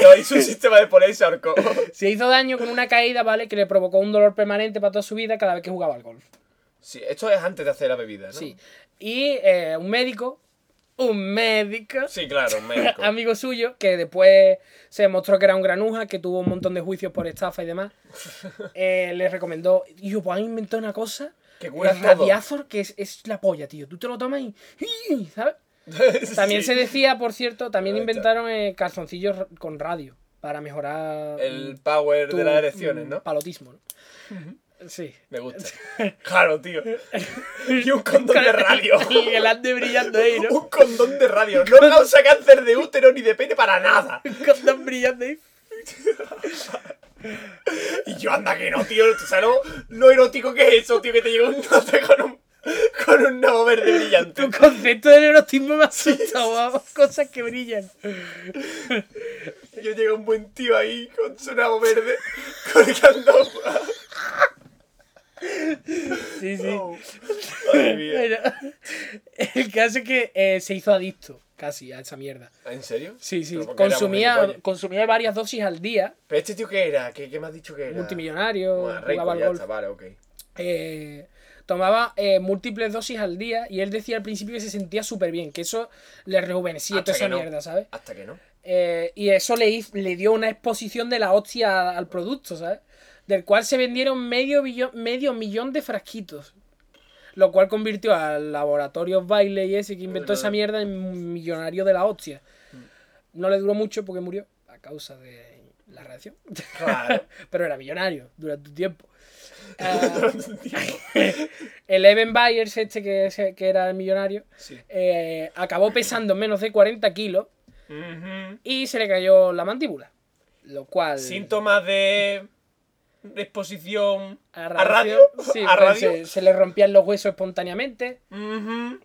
Speaker 2: No, hizo un sistema de poner y se ahorcó.
Speaker 1: Se hizo daño con una caída, ¿vale? Que le provocó un dolor permanente para toda su vida cada vez que jugaba al golf.
Speaker 2: Ah. Sí, esto es antes de hacer la bebida, ¿no?
Speaker 1: Sí. Y eh, un médico, un médico,
Speaker 2: Sí, claro, un médico.
Speaker 1: amigo suyo, que después se demostró que era un granuja, que tuvo un montón de juicios por estafa y demás, eh, le recomendó, y yo, pues han inventado una cosa,
Speaker 2: Que cura
Speaker 1: el
Speaker 2: todo".
Speaker 1: radiazor, que es, es la polla, tío. Tú te lo tomas y... ¡ih! ¿Sabes? También
Speaker 2: Sí.
Speaker 1: se decía, por cierto, también
Speaker 2: Ahí está.
Speaker 1: inventaron eh, calzoncillos r- con radio para mejorar
Speaker 2: El
Speaker 1: mm,
Speaker 2: power
Speaker 1: tu,
Speaker 2: de las elecciones,
Speaker 1: mm,
Speaker 2: ¿no?
Speaker 1: Palotismo. ¿no? Sí.
Speaker 2: Me gusta. Claro, tío. Y un condón de radio.
Speaker 1: Y el ande brillando ahí, ¿no?
Speaker 2: Un condón de radio. No causa cáncer de útero ni de pene para nada.
Speaker 1: Un condón brillando ahí.
Speaker 2: Y yo anda que no, tío. ¿Tú sabes lo, lo erótico que es eso, tío? Que te llega un dote con un, con un nabo verde brillante.
Speaker 1: Tu concepto del erotismo me asusta, guau. Cosas que brillan.
Speaker 2: Y yo llega un buen tío ahí con su nabo verde colgando.
Speaker 1: Sí, sí.
Speaker 2: Oh. Madre mía.
Speaker 1: Bueno, el caso es que eh, se hizo adicto casi a esa mierda.
Speaker 2: ¿En serio?
Speaker 1: Sí, sí.
Speaker 2: ¿Pero por qué era un
Speaker 1: Consumía,
Speaker 2: gilipollas?
Speaker 1: consumía varias dosis al día.
Speaker 2: ¿Pero este tío qué era? ¿Qué, qué me has dicho que era?
Speaker 1: Multimillonario,
Speaker 2: Bueno, rico,
Speaker 1: jugaba al
Speaker 2: ya
Speaker 1: golf.
Speaker 2: está, vale, ok.
Speaker 1: eh, tomaba eh, múltiples dosis al día y él decía al principio que se sentía súper bien, que eso le rejuvenecía
Speaker 2: Ah, Hasta
Speaker 1: toda esa
Speaker 2: que no.
Speaker 1: mierda, ¿sabes?
Speaker 2: Hasta que no.
Speaker 1: Eh, y eso le, hiz- le dio una exposición de la hostia al producto, ¿sabes? Del cual se vendieron medio, billo- medio millón de frasquitos. Lo cual convirtió al laboratorio Baile y ese que inventó esa mierda en un millonario de la hostia. No le duró mucho porque murió a causa de la radiación.
Speaker 2: Claro.
Speaker 1: Pero era millonario durante un tiempo. Ah, el Evan Byers, este que, se- que era el millonario,
Speaker 2: Sí.
Speaker 1: eh, acabó pesando menos de 40 kilos
Speaker 2: Ujú.
Speaker 1: y se le cayó la mandíbula. Lo cual.
Speaker 2: Síntomas de. de exposición a radio.
Speaker 1: Sí,
Speaker 2: a
Speaker 1: pues,
Speaker 2: radio.
Speaker 1: Se, se le rompían los huesos espontáneamente.
Speaker 2: Ujú.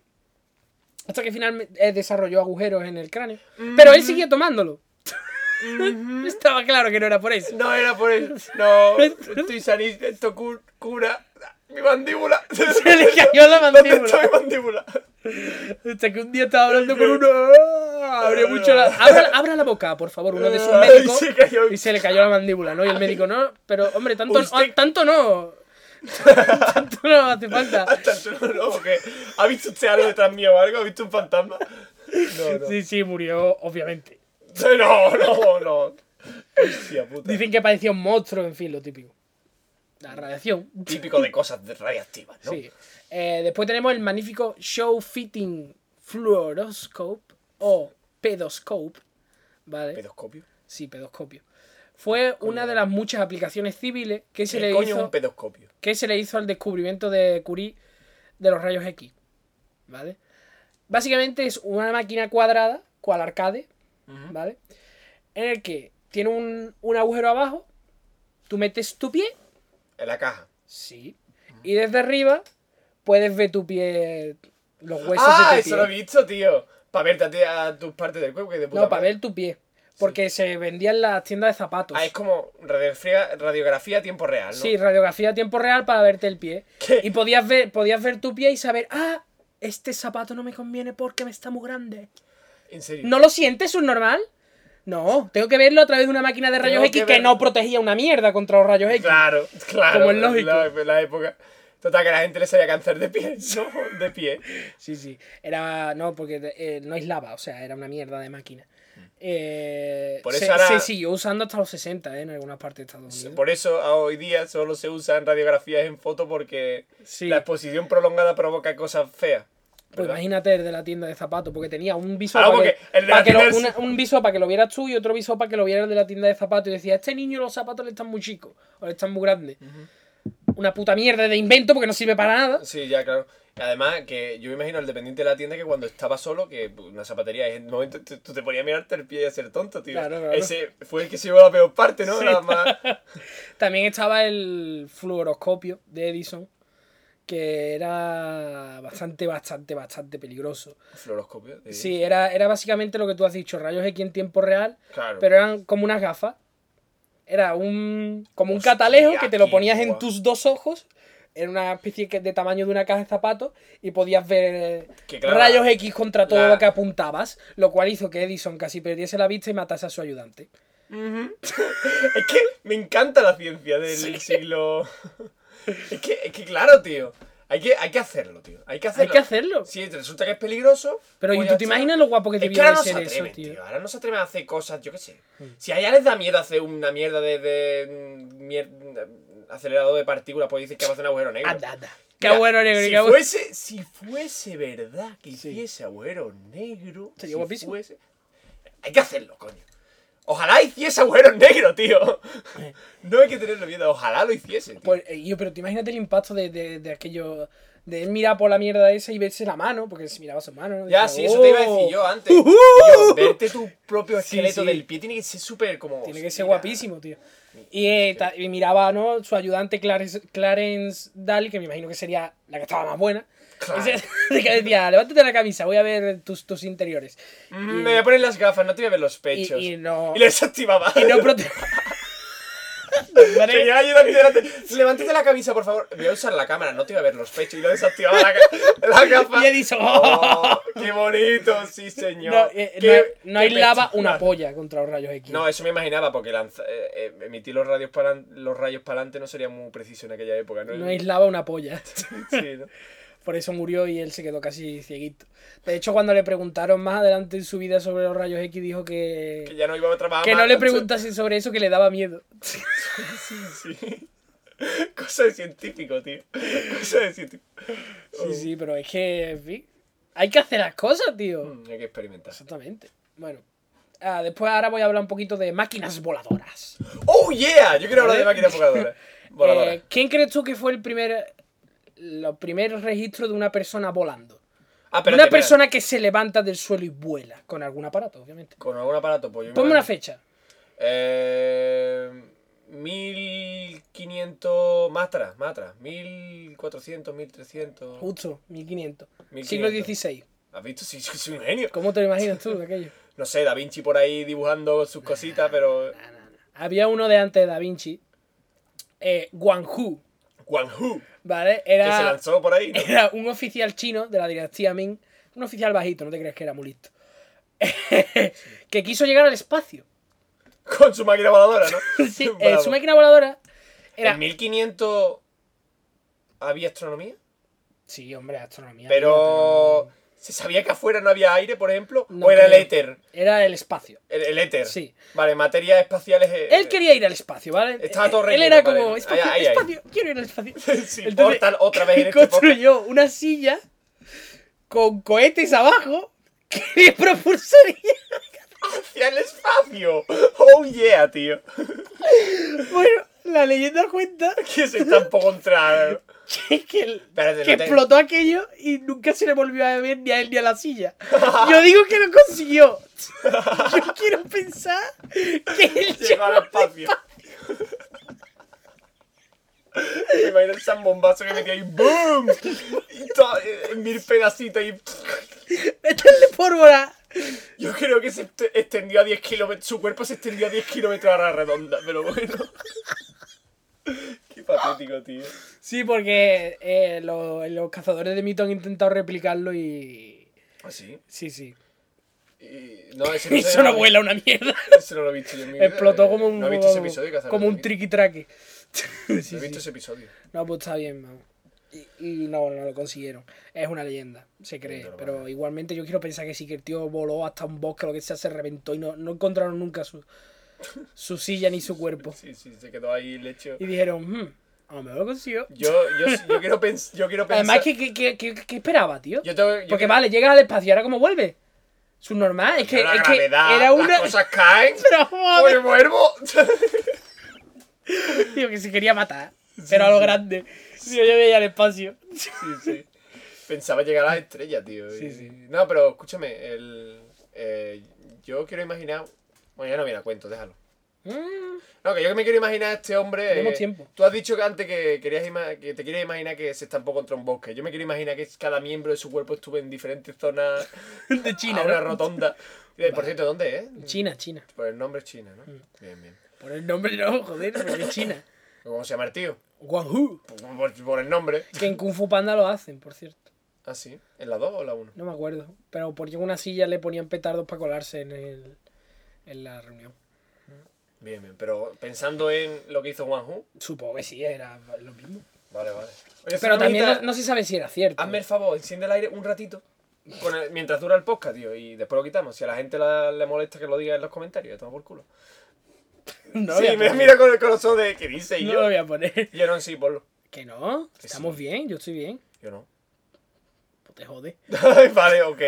Speaker 1: Hasta que finalmente eh, desarrolló agujeros en el cráneo. Pero
Speaker 2: Mm.
Speaker 1: él seguía tomándolo.
Speaker 2: Mm-hmm.
Speaker 1: Estaba claro que no era por eso.
Speaker 2: No era por eso. No, estoy sanito. Esto cu- cura. Mi mandíbula.
Speaker 1: Se le cayó la
Speaker 2: ¿Dónde está mi
Speaker 1: mandíbula.
Speaker 2: mandíbula?
Speaker 1: Hasta que un día estaba hablando con uno. ¡ah! Abrió mucho la. Abra, abra la boca, por favor, uno de sus
Speaker 2: Ay,
Speaker 1: médicos.
Speaker 2: se cayó.
Speaker 1: Y se le cayó la mandíbula, ¿no? Y el médico, no, pero hombre, tanto,
Speaker 2: Usted-
Speaker 1: ah, tanto no. tanto no hace falta.
Speaker 2: Hasta el trono, no, porque. ¿Ha visto usted algo detrás mío o algo? ¿Ha visto un fantasma? No, no.
Speaker 1: Sí, sí, murió, obviamente.
Speaker 2: No, no, no. Hostia puta.
Speaker 1: Dicen que parecía un monstruo, en fin, lo típico.
Speaker 2: Mm.
Speaker 1: La radiación.
Speaker 2: Típico de cosas de- radiactivas, ¿no?
Speaker 1: Sí. Eh, después tenemos el magnífico Show Fitting Fluoroscope o pedoscope. ¿Vale?
Speaker 2: Pedoscopio.
Speaker 1: Sí, pedoscopio. Fue una de las muchas aplicaciones civiles que se
Speaker 2: ¿Qué
Speaker 1: le
Speaker 2: coño es
Speaker 1: hizo.
Speaker 2: un pedoscopio?
Speaker 1: que se le hizo al descubrimiento de Curie de los rayos X. ¿Vale? Básicamente es una máquina cuadrada, cual arcade, ¿vale? En el que tiene un, un agujero abajo, tú metes tu pie,
Speaker 2: En la caja.
Speaker 1: sí, y desde arriba puedes ver tu pie, los huesos
Speaker 2: ah,
Speaker 1: de tu
Speaker 2: eso lo he
Speaker 1: pie.
Speaker 2: visto, tío. Para verte a, ti- a tus partes del cuerpo. Que de puta
Speaker 1: No, para
Speaker 2: madre.
Speaker 1: ver tu pie. Porque se vendía en las tiendas de zapatos.
Speaker 2: Ah, es como radiografía, radiografía a tiempo real, ¿no?
Speaker 1: pues. Sí, radiografía a tiempo real para verte el pie.
Speaker 2: ¿Qué?
Speaker 1: Y podías ver, podías ver tu pie y saber, ah, este zapato no me conviene porque me está muy grande.
Speaker 2: En serio.
Speaker 1: ¿No lo sientes, un normal? No, tengo que verlo a través de una máquina de rayos
Speaker 2: que
Speaker 1: X que,
Speaker 2: ver-
Speaker 1: no protegía una mierda contra los rayos X.
Speaker 2: Claro, claro.
Speaker 1: Como es lógico.
Speaker 2: La, la época. Total, que a la gente le salía cáncer de pie. ¿no? De pie.
Speaker 1: Sí, sí. Era. No, porque eh, no aislaba, o sea, era una mierda de máquina. Eh,
Speaker 2: Mm. Por
Speaker 1: se,
Speaker 2: eso ahora-
Speaker 1: se siguió usando hasta los 60 eh, en algunas partes de Estados Unidos.
Speaker 2: Por eso a hoy día solo se usan radiografías en foto porque
Speaker 1: Sí.
Speaker 2: la exposición prolongada provoca cosas feas.
Speaker 1: Pues imagínate el de la tienda de zapatos, porque tenía un viso
Speaker 2: Claro,
Speaker 1: para, que,
Speaker 2: porque el de
Speaker 1: para
Speaker 2: la
Speaker 1: que lo-
Speaker 2: tienda
Speaker 1: una-
Speaker 2: de-
Speaker 1: un viso para que lo vieras tú y otro viso para que lo viera el de la tienda de zapatos. Y decía, a este niño los zapatos le están muy chicos o le están muy grandes. Una puta mierda de invento porque no sirve para nada.
Speaker 2: Sí, ya, claro. Además, que yo me imagino al dependiente de la tienda que cuando estaba solo, que una zapatería, en el momento tú, tú te ponías a mirarte el pie y a ser tonto, tío.
Speaker 1: Claro, claro.
Speaker 2: Ese fue el que se llevó la peor parte, ¿no?
Speaker 1: Sí.
Speaker 2: Era más-
Speaker 1: También estaba el fluoroscopio de Edison, que era bastante, bastante, bastante peligroso.
Speaker 2: Fluoroscopio. te digo.
Speaker 1: Sí, era, era básicamente lo que tú has dicho, rayos X en tiempo real,
Speaker 2: Claro.
Speaker 1: pero eran como unas gafas. Era un como un
Speaker 2: Hostia,
Speaker 1: catalejo que te lo
Speaker 2: qué
Speaker 1: ponías en
Speaker 2: guay.
Speaker 1: tus dos ojos, en una especie que- de tamaño de una caja de zapatos, y podías ver
Speaker 2: Que claro,
Speaker 1: rayos X contra todo
Speaker 2: la-
Speaker 1: lo que apuntabas, lo cual hizo que Edison casi perdiese la vista y matase a su ayudante.
Speaker 2: Es que me encanta la ciencia del siglo. Es que, es que claro, tío. Hay que, hay que hacerlo, tío. Hay que hacerlo.
Speaker 1: que hacerlo.
Speaker 2: Si resulta que es peligroso.
Speaker 1: Pero, ¿y
Speaker 2: pues
Speaker 1: tú
Speaker 2: ya
Speaker 1: te
Speaker 2: está.
Speaker 1: imaginas lo guapo que
Speaker 2: es que
Speaker 1: debió
Speaker 2: ahora
Speaker 1: de
Speaker 2: no se
Speaker 1: ser eso,
Speaker 2: atreven,
Speaker 1: tío? Mm.
Speaker 2: Ahora no se atreven a hacer cosas, yo qué sé. Si a ella les da miedo hacer una mierda de. de mm, mier- acelerador de partículas, pues dicen que va a hacer un agujero negro.
Speaker 1: Anda, anda. Qué
Speaker 2: Mira,
Speaker 1: bueno, negro,
Speaker 2: si
Speaker 1: qué bueno.
Speaker 2: fuese, si fuese verdad que hiciese agujero negro,
Speaker 1: Sería
Speaker 2: si
Speaker 1: guapísimo.
Speaker 2: fuese- Hay que hacerlo, coño. Ojalá hiciese agujero negro, tío. No hay que tenerlo miedo, ojalá lo hiciese. tío.
Speaker 1: Eh. Pues, eh, yo, pero tú imagínate el impacto de, de, de aquello. De él mirar por la mierda esa y verse la mano, porque si miraba su mano. ¿no?
Speaker 2: ya,
Speaker 1: Decía,
Speaker 2: sí, eso te iba a
Speaker 1: "Oh".
Speaker 2: decir yo antes.
Speaker 1: Ujú.
Speaker 2: Tío, verte tu propio
Speaker 1: Sí,
Speaker 2: esqueleto
Speaker 1: sí.
Speaker 2: del pie tiene que ser súper como.
Speaker 1: Tiene que ser
Speaker 2: hostia.
Speaker 1: guapísimo, tío. Y, eh, ta- y miraba, ¿no? Su ayudante Clarence, Clarence Daly, que me imagino que sería la que estaba más buena.
Speaker 2: Claro.
Speaker 1: Ese- que decía, levántate la camisa, voy a ver tus, tus interiores.
Speaker 2: Mm, Me voy a poner las gafas, no te voy a ver los pechos.
Speaker 1: y no-
Speaker 2: Y les activaba.
Speaker 1: Y no prote-
Speaker 2: Tenía el ayudante delante. Levántate la camisa, por favor. Voy a usar la cámara, no te iba a ver los pechos. Y lo desactivaba la, ca- la gafa.
Speaker 1: Y he dicho,
Speaker 2: Oh, ¡Qué bonito! Sí, señor.
Speaker 1: No, eh, no
Speaker 2: Qué-
Speaker 1: hay- no
Speaker 2: qué
Speaker 1: hay lava
Speaker 2: pechuga.
Speaker 1: una polla contra los rayos X.
Speaker 2: No, eh, eso me imaginaba, porque lanza- eh, eh, emitir los, radios para los rayos para adelante no sería muy preciso en aquella época, ¿no?
Speaker 1: No aislaba una polla.
Speaker 2: Sí, ¿no?
Speaker 1: Por eso murió y él se quedó casi cieguito. De hecho, cuando le preguntaron más adelante en su vida sobre los rayos X, dijo
Speaker 2: Que
Speaker 1: que.
Speaker 2: ya no iba a trabajar
Speaker 1: Que
Speaker 2: más.
Speaker 1: no le preguntase sobre eso, que le daba miedo.
Speaker 2: Sí. Cosa de científico, tío. Cosa de científico.
Speaker 1: Sí, sí, pero es que, en fin. Hay que hacer las cosas, tío.
Speaker 2: Mm, Hay que experimentar.
Speaker 1: Exactamente. Bueno. ah, después ahora voy a hablar un poquito de máquinas voladoras.
Speaker 2: ¡Oh, yeah! Yo quiero hablar de máquinas voladoras. Voladoras.
Speaker 1: Eh, ¿Quién crees tú que fue el primer. Los primeros registros de una persona volando?
Speaker 2: ah,
Speaker 1: De
Speaker 2: espérate,
Speaker 1: una
Speaker 2: espérate.
Speaker 1: persona que se levanta del suelo y vuela. Con algún aparato, obviamente.
Speaker 2: Con algún aparato, pues yo me
Speaker 1: Ponme
Speaker 2: la-
Speaker 1: una fecha.
Speaker 2: Eh, 1500 más atrás, más atrás. 1400, 1300.
Speaker 1: Justo, 1500.
Speaker 2: 1500.
Speaker 1: Siglo XVI.
Speaker 2: ¿Has visto? Sí, yo soy un genio.
Speaker 1: ¿Cómo te lo imaginas tú de aquello?
Speaker 2: No sé, Da Vinci por ahí dibujando sus cositas, pero.
Speaker 1: Nah, nah, nah. Había uno de antes de Da Vinci, eh, Guan Hu,
Speaker 2: Guan Hu,
Speaker 1: ¿vale?
Speaker 2: que se
Speaker 1: Era,
Speaker 2: lanzó por ahí. ¿no?
Speaker 1: era un oficial chino de la dinastía Ming, un oficial bajito, no te creas que era muy listo, que quiso llegar al espacio.
Speaker 2: Con su máquina voladora, ¿no?
Speaker 1: Sí, eh,
Speaker 2: Bravo.
Speaker 1: su máquina voladora era...
Speaker 2: En 1500 había astronomía,
Speaker 1: Sí, hombre, astronomía.
Speaker 2: pero. ¿Se sabía que afuera no había aire, por ejemplo?
Speaker 1: No
Speaker 2: ¿O era el
Speaker 1: creo.
Speaker 2: éter?
Speaker 1: pero Era el espacio.
Speaker 2: El, el éter.
Speaker 1: Sí.
Speaker 2: Vale, eh, materia espacial es.
Speaker 1: Él quería ir al espacio, ¿vale? Eh,
Speaker 2: Estaba todo
Speaker 1: Él
Speaker 2: reñido,
Speaker 1: era
Speaker 2: vale.
Speaker 1: como, espacio,
Speaker 2: Ahí, ahí, ahí.
Speaker 1: espacio, quiero ir al espacio.
Speaker 2: Sí, portal otra vez en este
Speaker 1: construyó una silla con cohetes abajo que le propulsaría.
Speaker 2: ¡Hacia el espacio! ¡Oh yeah, tío!
Speaker 1: Bueno, la leyenda cuenta
Speaker 2: Que se está un poco contra.
Speaker 1: que, que el-
Speaker 2: Espérate, no
Speaker 1: que
Speaker 2: te-
Speaker 1: explotó aquello y nunca se le volvió a ver ni a él ni a la silla. Yo digo que lo consiguió. Yo quiero pensar que él
Speaker 2: Llegó al espacio. Me imagino el zambombazo que metía ahí. ¡Boom! Y to- en mil pedacitos y.
Speaker 1: meterle pólvora.
Speaker 2: Yo creo que se est- extendió a 10 kilómetros. Su cuerpo se extendió a 10 kilómetros a la redonda, pero bueno. Qué patético, tío.
Speaker 1: Sí, porque eh, lo- los cazadores de mito han intentado replicarlo y...
Speaker 2: ¿Ah, sí?
Speaker 1: Sí, sí.
Speaker 2: Y... No, ese
Speaker 1: Eso
Speaker 2: se-
Speaker 1: no vuela una mierda.
Speaker 2: Ese no lo he visto yo en mi vida.
Speaker 1: Explotó como un,
Speaker 2: No he visto ese episodio, Cazadores
Speaker 1: como
Speaker 2: de
Speaker 1: un
Speaker 2: Mitos.
Speaker 1: triqui traque.
Speaker 2: No he visto ese episodio.
Speaker 1: No, pues está bien, vamos. Y, y no, no lo consiguieron. Es una leyenda, se cree.
Speaker 2: Normal.
Speaker 1: Pero igualmente yo quiero pensar que sí que el tío voló hasta un bosque, lo que sea, se reventó y no, no encontraron nunca su, su silla ni su cuerpo.
Speaker 2: Sí, sí, se quedó ahí lecho.
Speaker 1: Y dijeron, hmm, a lo mejor lo consiguió.
Speaker 2: Yo, yo, yo quiero, pens- yo quiero pensar.
Speaker 1: Además, ¿qué, qué, qué- qué- qué esperaba, tío?
Speaker 2: Yo tengo- yo
Speaker 1: Porque
Speaker 2: creo-
Speaker 1: vale, llegas al espacio y ahora cómo vuelve. Subnormal, es que,
Speaker 2: la
Speaker 1: es que
Speaker 2: gravedad,
Speaker 1: era una.
Speaker 2: las cosas caen.
Speaker 1: Pero,
Speaker 2: ¡Oye,
Speaker 1: joder,
Speaker 2: vuelvo!
Speaker 1: tío, que se quería matar. Pero a lo grande. Tío, yo veía el espacio.
Speaker 2: sí, sí. Pensaba llegar a las estrellas, tío.
Speaker 1: Sí,
Speaker 2: Y-
Speaker 1: sí.
Speaker 2: No, pero escúchame, el, eh, yo quiero imaginar. Bueno, ya no viene a cuento, déjalo.
Speaker 1: Mm,
Speaker 2: No, que yo que me quiero imaginar a este hombre.
Speaker 1: Tenemos
Speaker 2: eh,
Speaker 1: tiempo.
Speaker 2: Tú has dicho que antes que, querías ima- que te quieres imaginar que se estampó contra un bosque. Yo me quiero imaginar que cada miembro de su cuerpo estuvo en diferentes zonas.
Speaker 1: De China,
Speaker 2: A una
Speaker 1: ¿no?
Speaker 2: rotonda. Eh, Por cierto, ¿dónde es?
Speaker 1: China, China.
Speaker 2: Por el nombre es China,
Speaker 1: Mm.
Speaker 2: ¿no? Bien, bien.
Speaker 1: Por el nombre no, joder, porque es China.
Speaker 2: ¿Cómo se llama el tío?
Speaker 1: Guanghu.
Speaker 2: Por, por- por el nombre.
Speaker 1: Que en Kung Fu Panda lo hacen, por cierto.
Speaker 2: Ah, sí. ¿En la 2 o la 1?
Speaker 1: No me acuerdo. Pero por una silla le ponían petardos para colarse en, el, en la reunión.
Speaker 2: Bien, bien. Pero pensando en lo que hizo Juan Hu.
Speaker 1: Supongo que sí, era lo mismo.
Speaker 2: Vale, vale. Oye,
Speaker 1: Pero también no,
Speaker 2: Fernandita,
Speaker 1: no se sabe si era cierto.
Speaker 2: Hazme el favor, enciende el aire un ratito. con el- mientras dura el podcast, tío. Y después lo quitamos. Si a la gente la- le molesta que lo diga en los comentarios, ya toma por culo.
Speaker 1: No
Speaker 2: sí,
Speaker 1: lo voy
Speaker 2: me
Speaker 1: a
Speaker 2: mira con el corazón de ¿qué dice?
Speaker 1: poner.
Speaker 2: Y
Speaker 1: No lo
Speaker 2: yo.
Speaker 1: voy a poner.
Speaker 2: Yo no, sí, ponlo.
Speaker 1: Que no.
Speaker 2: sí.
Speaker 1: Estamos bien, yo estoy bien.
Speaker 2: Yo no.
Speaker 1: Pues te jode.
Speaker 2: vale, ok.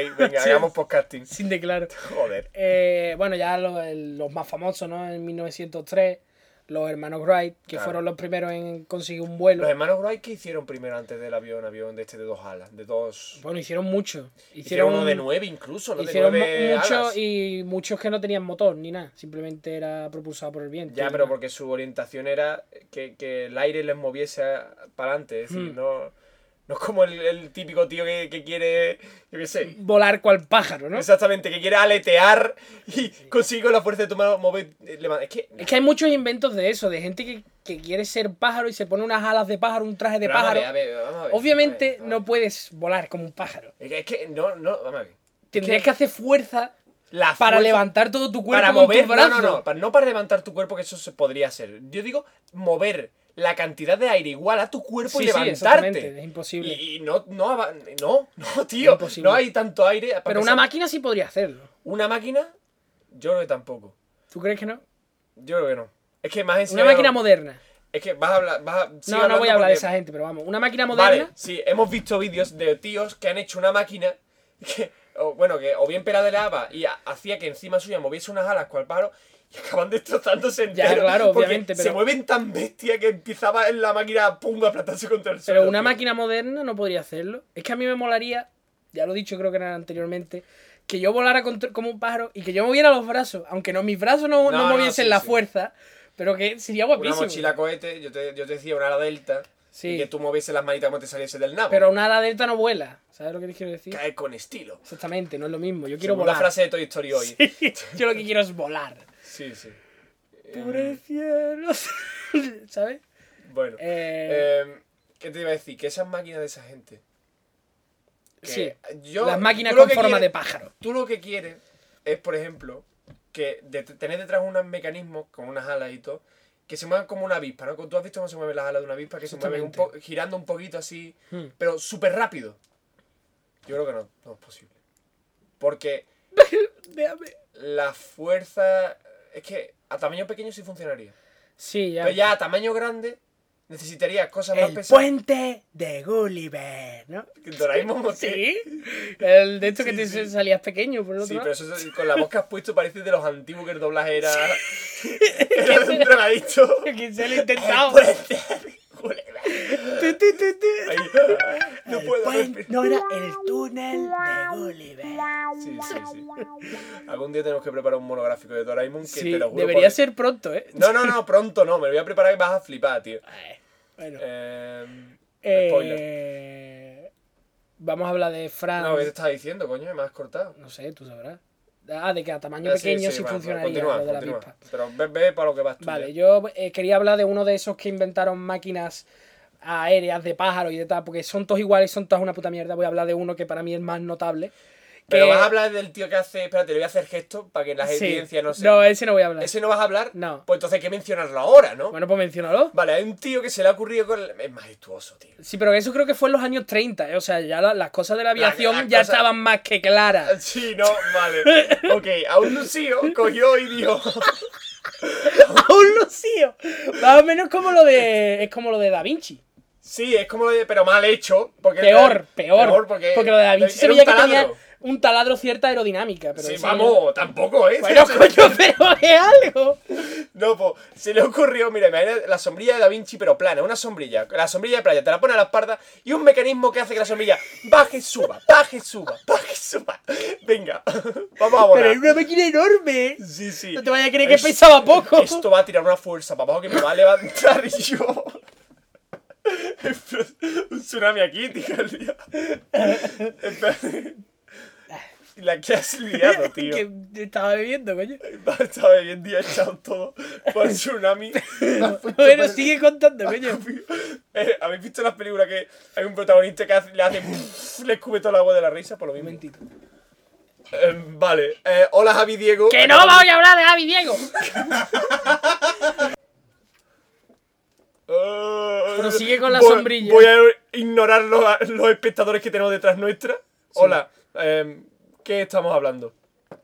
Speaker 2: Venga,
Speaker 1: Sí.
Speaker 2: hagamos podcasting.
Speaker 1: Sin declaro.
Speaker 2: Joder.
Speaker 1: Eh, bueno, ya lo- el- los más famosos, ¿no? En 1903, los hermanos Wright, que
Speaker 2: Claro.
Speaker 1: fueron los primeros en conseguir un vuelo.
Speaker 2: Los hermanos Wright, ¿qué hicieron primero antes del avión? Avión de este de dos alas, de dos.
Speaker 1: Bueno, hicieron mucho.
Speaker 2: Hicieron uno de nueve incluso, ¿no?
Speaker 1: Hicieron
Speaker 2: de
Speaker 1: mu-
Speaker 2: nueve
Speaker 1: mucho
Speaker 2: alas.
Speaker 1: y muchos que no tenían motor ni nada. Simplemente era propulsado por el viento.
Speaker 2: Ya,
Speaker 1: y
Speaker 2: pero
Speaker 1: demás.
Speaker 2: porque su orientación era que, que el aire les moviese para adelante. Es
Speaker 1: Hmm.
Speaker 2: decir, no, no es como el, el típico tío que, que quiere, yo qué sé,
Speaker 1: Volar cual pájaro, ¿no?
Speaker 2: exactamente, que quiere aletear y consigue con la fuerza de tu mano mover. eh, levant- Es que.
Speaker 1: Es que hay muchos inventos de eso, de gente que, que quiere ser pájaro y se pone unas alas de pájaro, un traje de
Speaker 2: Pero vamos a
Speaker 1: pájaro.
Speaker 2: ver, a ver, vamos a ver,
Speaker 1: Obviamente
Speaker 2: vamos a ver,
Speaker 1: no
Speaker 2: vamos
Speaker 1: puedes volar como un pájaro.
Speaker 2: a ver. Es que, es que no, no, vamos a ver.
Speaker 1: Tendrías que hacer fuerza
Speaker 2: La
Speaker 1: para
Speaker 2: fuerza-
Speaker 1: levantar todo tu cuerpo
Speaker 2: para
Speaker 1: con
Speaker 2: mover,
Speaker 1: tus
Speaker 2: no, no,
Speaker 1: brazos.
Speaker 2: no, para, no para levantar tu cuerpo, que eso se podría hacer. Yo digo mover la cantidad de aire igual a tu cuerpo
Speaker 1: Sí, sí,
Speaker 2: y levantarte.
Speaker 1: exactamente, es imposible.
Speaker 2: Y, y no, no, ava- no, no, tío,
Speaker 1: Imposible.
Speaker 2: no hay tanto aire. para
Speaker 1: Pero
Speaker 2: que sea-
Speaker 1: una máquina sí podría hacerlo.
Speaker 2: Una máquina, yo creo que tampoco.
Speaker 1: ¿Tú crees que no?
Speaker 2: Yo creo que no. Es que más
Speaker 1: Una
Speaker 2: encima.
Speaker 1: máquina moderna.
Speaker 2: Es que vas a hablar. Vas a- sigue
Speaker 1: No, no voy
Speaker 2: hablando
Speaker 1: a hablar de
Speaker 2: porque-
Speaker 1: esa gente, pero vamos. Una máquina
Speaker 2: Vale,
Speaker 1: moderna.
Speaker 2: sí, hemos visto vídeos de tíos que han hecho una máquina que, o, bueno, que o bien pelada de la haba y ha- hacía que encima suya moviese unas alas cual paro y acaban destrozándose
Speaker 1: Ya,
Speaker 2: entero,
Speaker 1: claro,
Speaker 2: porque
Speaker 1: obviamente,
Speaker 2: Se
Speaker 1: pero-
Speaker 2: mueven tan bestia que empezaba en la máquina pum, a aplastarse contra el suelo.
Speaker 1: Pero una
Speaker 2: tío.
Speaker 1: máquina moderna no podría hacerlo. Es que a mí me molaría, ya lo he dicho creo que era anteriormente, que yo volara contra- como un pájaro y que yo moviera los brazos, aunque no mis brazos no, no
Speaker 2: No, no,
Speaker 1: moviesen
Speaker 2: sí,
Speaker 1: la
Speaker 2: sí.
Speaker 1: fuerza, pero que sería
Speaker 2: Una
Speaker 1: guapísimo.
Speaker 2: mochila cohete, yo te, yo te decía una ala delta
Speaker 1: Sí.
Speaker 2: y que tú moviese las manitas como te saliese del nabo.
Speaker 1: Pero una ala delta no vuela, ¿sabes lo que les quiero decir?
Speaker 2: Cae con estilo.
Speaker 1: Exactamente, no es lo mismo, yo quiero
Speaker 2: Según
Speaker 1: volar.
Speaker 2: la frase de Toy Story hoy. Sí,
Speaker 1: yo lo que quiero es volar.
Speaker 2: sí. Eh,
Speaker 1: Por el cielo, ¿sabes?
Speaker 2: Bueno.
Speaker 1: Eh,
Speaker 2: Eh, ¿Qué te iba a decir? Que esas máquinas de esa gente. que
Speaker 1: sí,
Speaker 2: yo-
Speaker 1: las máquinas
Speaker 2: tú lo
Speaker 1: con
Speaker 2: que
Speaker 1: forma
Speaker 2: quieres-
Speaker 1: de pájaro.
Speaker 2: Tú lo que quieres es, por ejemplo, que de- tener detrás unos mecanismos con unas alas y todo, que se muevan como una avispa, ¿no? Tú has visto cómo se mueven las alas de una avispa, que se mueven un po-
Speaker 1: Exactamente.
Speaker 2: girando un poquito así,
Speaker 1: Hmm.
Speaker 2: pero súper rápido. Yo creo que no, no es posible. Porque
Speaker 1: Déjame.
Speaker 2: la fuerza. Es que a tamaño pequeño sí funcionaría.
Speaker 1: Sí, ya.
Speaker 2: Pero ya a tamaño grande necesitarías cosas más
Speaker 1: El
Speaker 2: pesadas.
Speaker 1: puente de Gulliver, ¿no?
Speaker 2: Doraemon, ¿o qué?
Speaker 1: Sí. El de hecho que
Speaker 2: Sí,
Speaker 1: te
Speaker 2: sí.
Speaker 1: salías pequeño por el otro
Speaker 2: Sí,
Speaker 1: lado.
Speaker 2: pero eso, es- con la voz que has puesto parece de los antiguos que el doblaje era. era de un drogadicto.
Speaker 1: Que se lo he intentado.
Speaker 2: pues,
Speaker 1: Tu, tu, tu, tu.
Speaker 2: Ahí. No
Speaker 1: El
Speaker 2: puedo
Speaker 1: puente-
Speaker 2: respirar.
Speaker 1: no era el túnel de Gulliver.
Speaker 2: Sí, sí, sí. Algún día tenemos que preparar un monográfico de Doraemon que
Speaker 1: Sí,
Speaker 2: te lo juro.
Speaker 1: debería
Speaker 2: por-
Speaker 1: ser pronto, ¿eh?
Speaker 2: No, no, no, pronto no. Me lo voy a preparar y vas a flipar, tío.
Speaker 1: Ay, Bueno,
Speaker 2: Eh,
Speaker 1: eh,
Speaker 2: Spoiler.
Speaker 1: vamos a hablar de Fran.
Speaker 2: No,
Speaker 1: No,
Speaker 2: ¿qué te estaba diciendo, coño? Me has cortado.
Speaker 1: sé, tú sabrás. Ah, de que a tamaño
Speaker 2: Ah,
Speaker 1: pequeño sí,
Speaker 2: va, va,
Speaker 1: funcionaría
Speaker 2: continúa,
Speaker 1: lo de la
Speaker 2: continúa.
Speaker 1: avispa.
Speaker 2: Pero ve, ve para lo que vas tú.
Speaker 1: Vale,
Speaker 2: ya.
Speaker 1: yo eh, quería hablar de uno de esos que inventaron máquinas aéreas de pájaro y de tal, porque son todos iguales, son todas una puta mierda. Voy a hablar de uno que para mí es más notable.
Speaker 2: Pero
Speaker 1: que-
Speaker 2: vas a hablar del tío que hace. Espérate, le voy a hacer gestos para que la
Speaker 1: Sí.
Speaker 2: audiencia no se.
Speaker 1: No, ese no voy a hablar.
Speaker 2: ¿Ese no vas a hablar?
Speaker 1: No.
Speaker 2: Pues entonces hay que mencionarlo ahora, ¿no?
Speaker 1: Bueno, pues menciónalo.
Speaker 2: Vale, hay un tío que se le ha ocurrido con... el- Es majestuoso, tío.
Speaker 1: Sí, pero eso creo que fue en los años 30, ¿eh? o sea, ya la- las cosas de la aviación
Speaker 2: las
Speaker 1: ya
Speaker 2: cosas-
Speaker 1: estaban más que claras.
Speaker 2: Sí, no, vale. Ok, a un Lucio cogió y dijo...
Speaker 1: Aún lucío. Más o menos como lo de. Es como lo de Da Vinci.
Speaker 2: Sí, es como... lo de- Pero mal hecho. Porque
Speaker 1: Peor, peor.
Speaker 2: porque...
Speaker 1: porque lo de Da Vinci
Speaker 2: era
Speaker 1: se
Speaker 2: un
Speaker 1: veía que
Speaker 2: taladro.
Speaker 1: tenía un taladro cierta aerodinámica. Pero
Speaker 2: Sí,
Speaker 1: eso
Speaker 2: vamos, tampoco, ¿eh?
Speaker 1: no- Bueno, coño, pero es algo.
Speaker 2: No, pues se le ocurrió, mira, imagina la sombrilla de Da Vinci, pero plana, una sombrilla, la sombrilla de playa, te la pone a la espalda y un mecanismo que hace que la sombrilla baje, suba, baje, suba, baje, suba. Venga, vamos a
Speaker 1: Pero
Speaker 2: volar.
Speaker 1: es una máquina enorme.
Speaker 2: Sí, sí.
Speaker 1: No te vayas a creer que
Speaker 2: Es-
Speaker 1: pesaba poco.
Speaker 2: Esto va a tirar una fuerza para abajo que me va a levantar y yo. un tsunami aquí, tío. el día. En plan- La que has liado, tío.
Speaker 1: Ah. que estaba bebiendo, coño.
Speaker 2: Estaba bien día echado todo por el tsunami.
Speaker 1: Bueno, sigue contando, coño.
Speaker 2: Eh, ¿Habéis visto las películas que hay un protagonista que hace- le hace le escube todo el agua de la risa? Por lo mismo.
Speaker 1: Momentito.
Speaker 2: Eh, vale. Eh, hola, Javi Diego.
Speaker 1: ¡Que no voy a hablar de Javi Diego!
Speaker 2: Eh,
Speaker 1: Prosigue con la
Speaker 2: voy-
Speaker 1: sombrilla.
Speaker 2: Voy a ignorar los, los espectadores que tenemos detrás nuestra. Hola. eh, ¿Qué estamos hablando?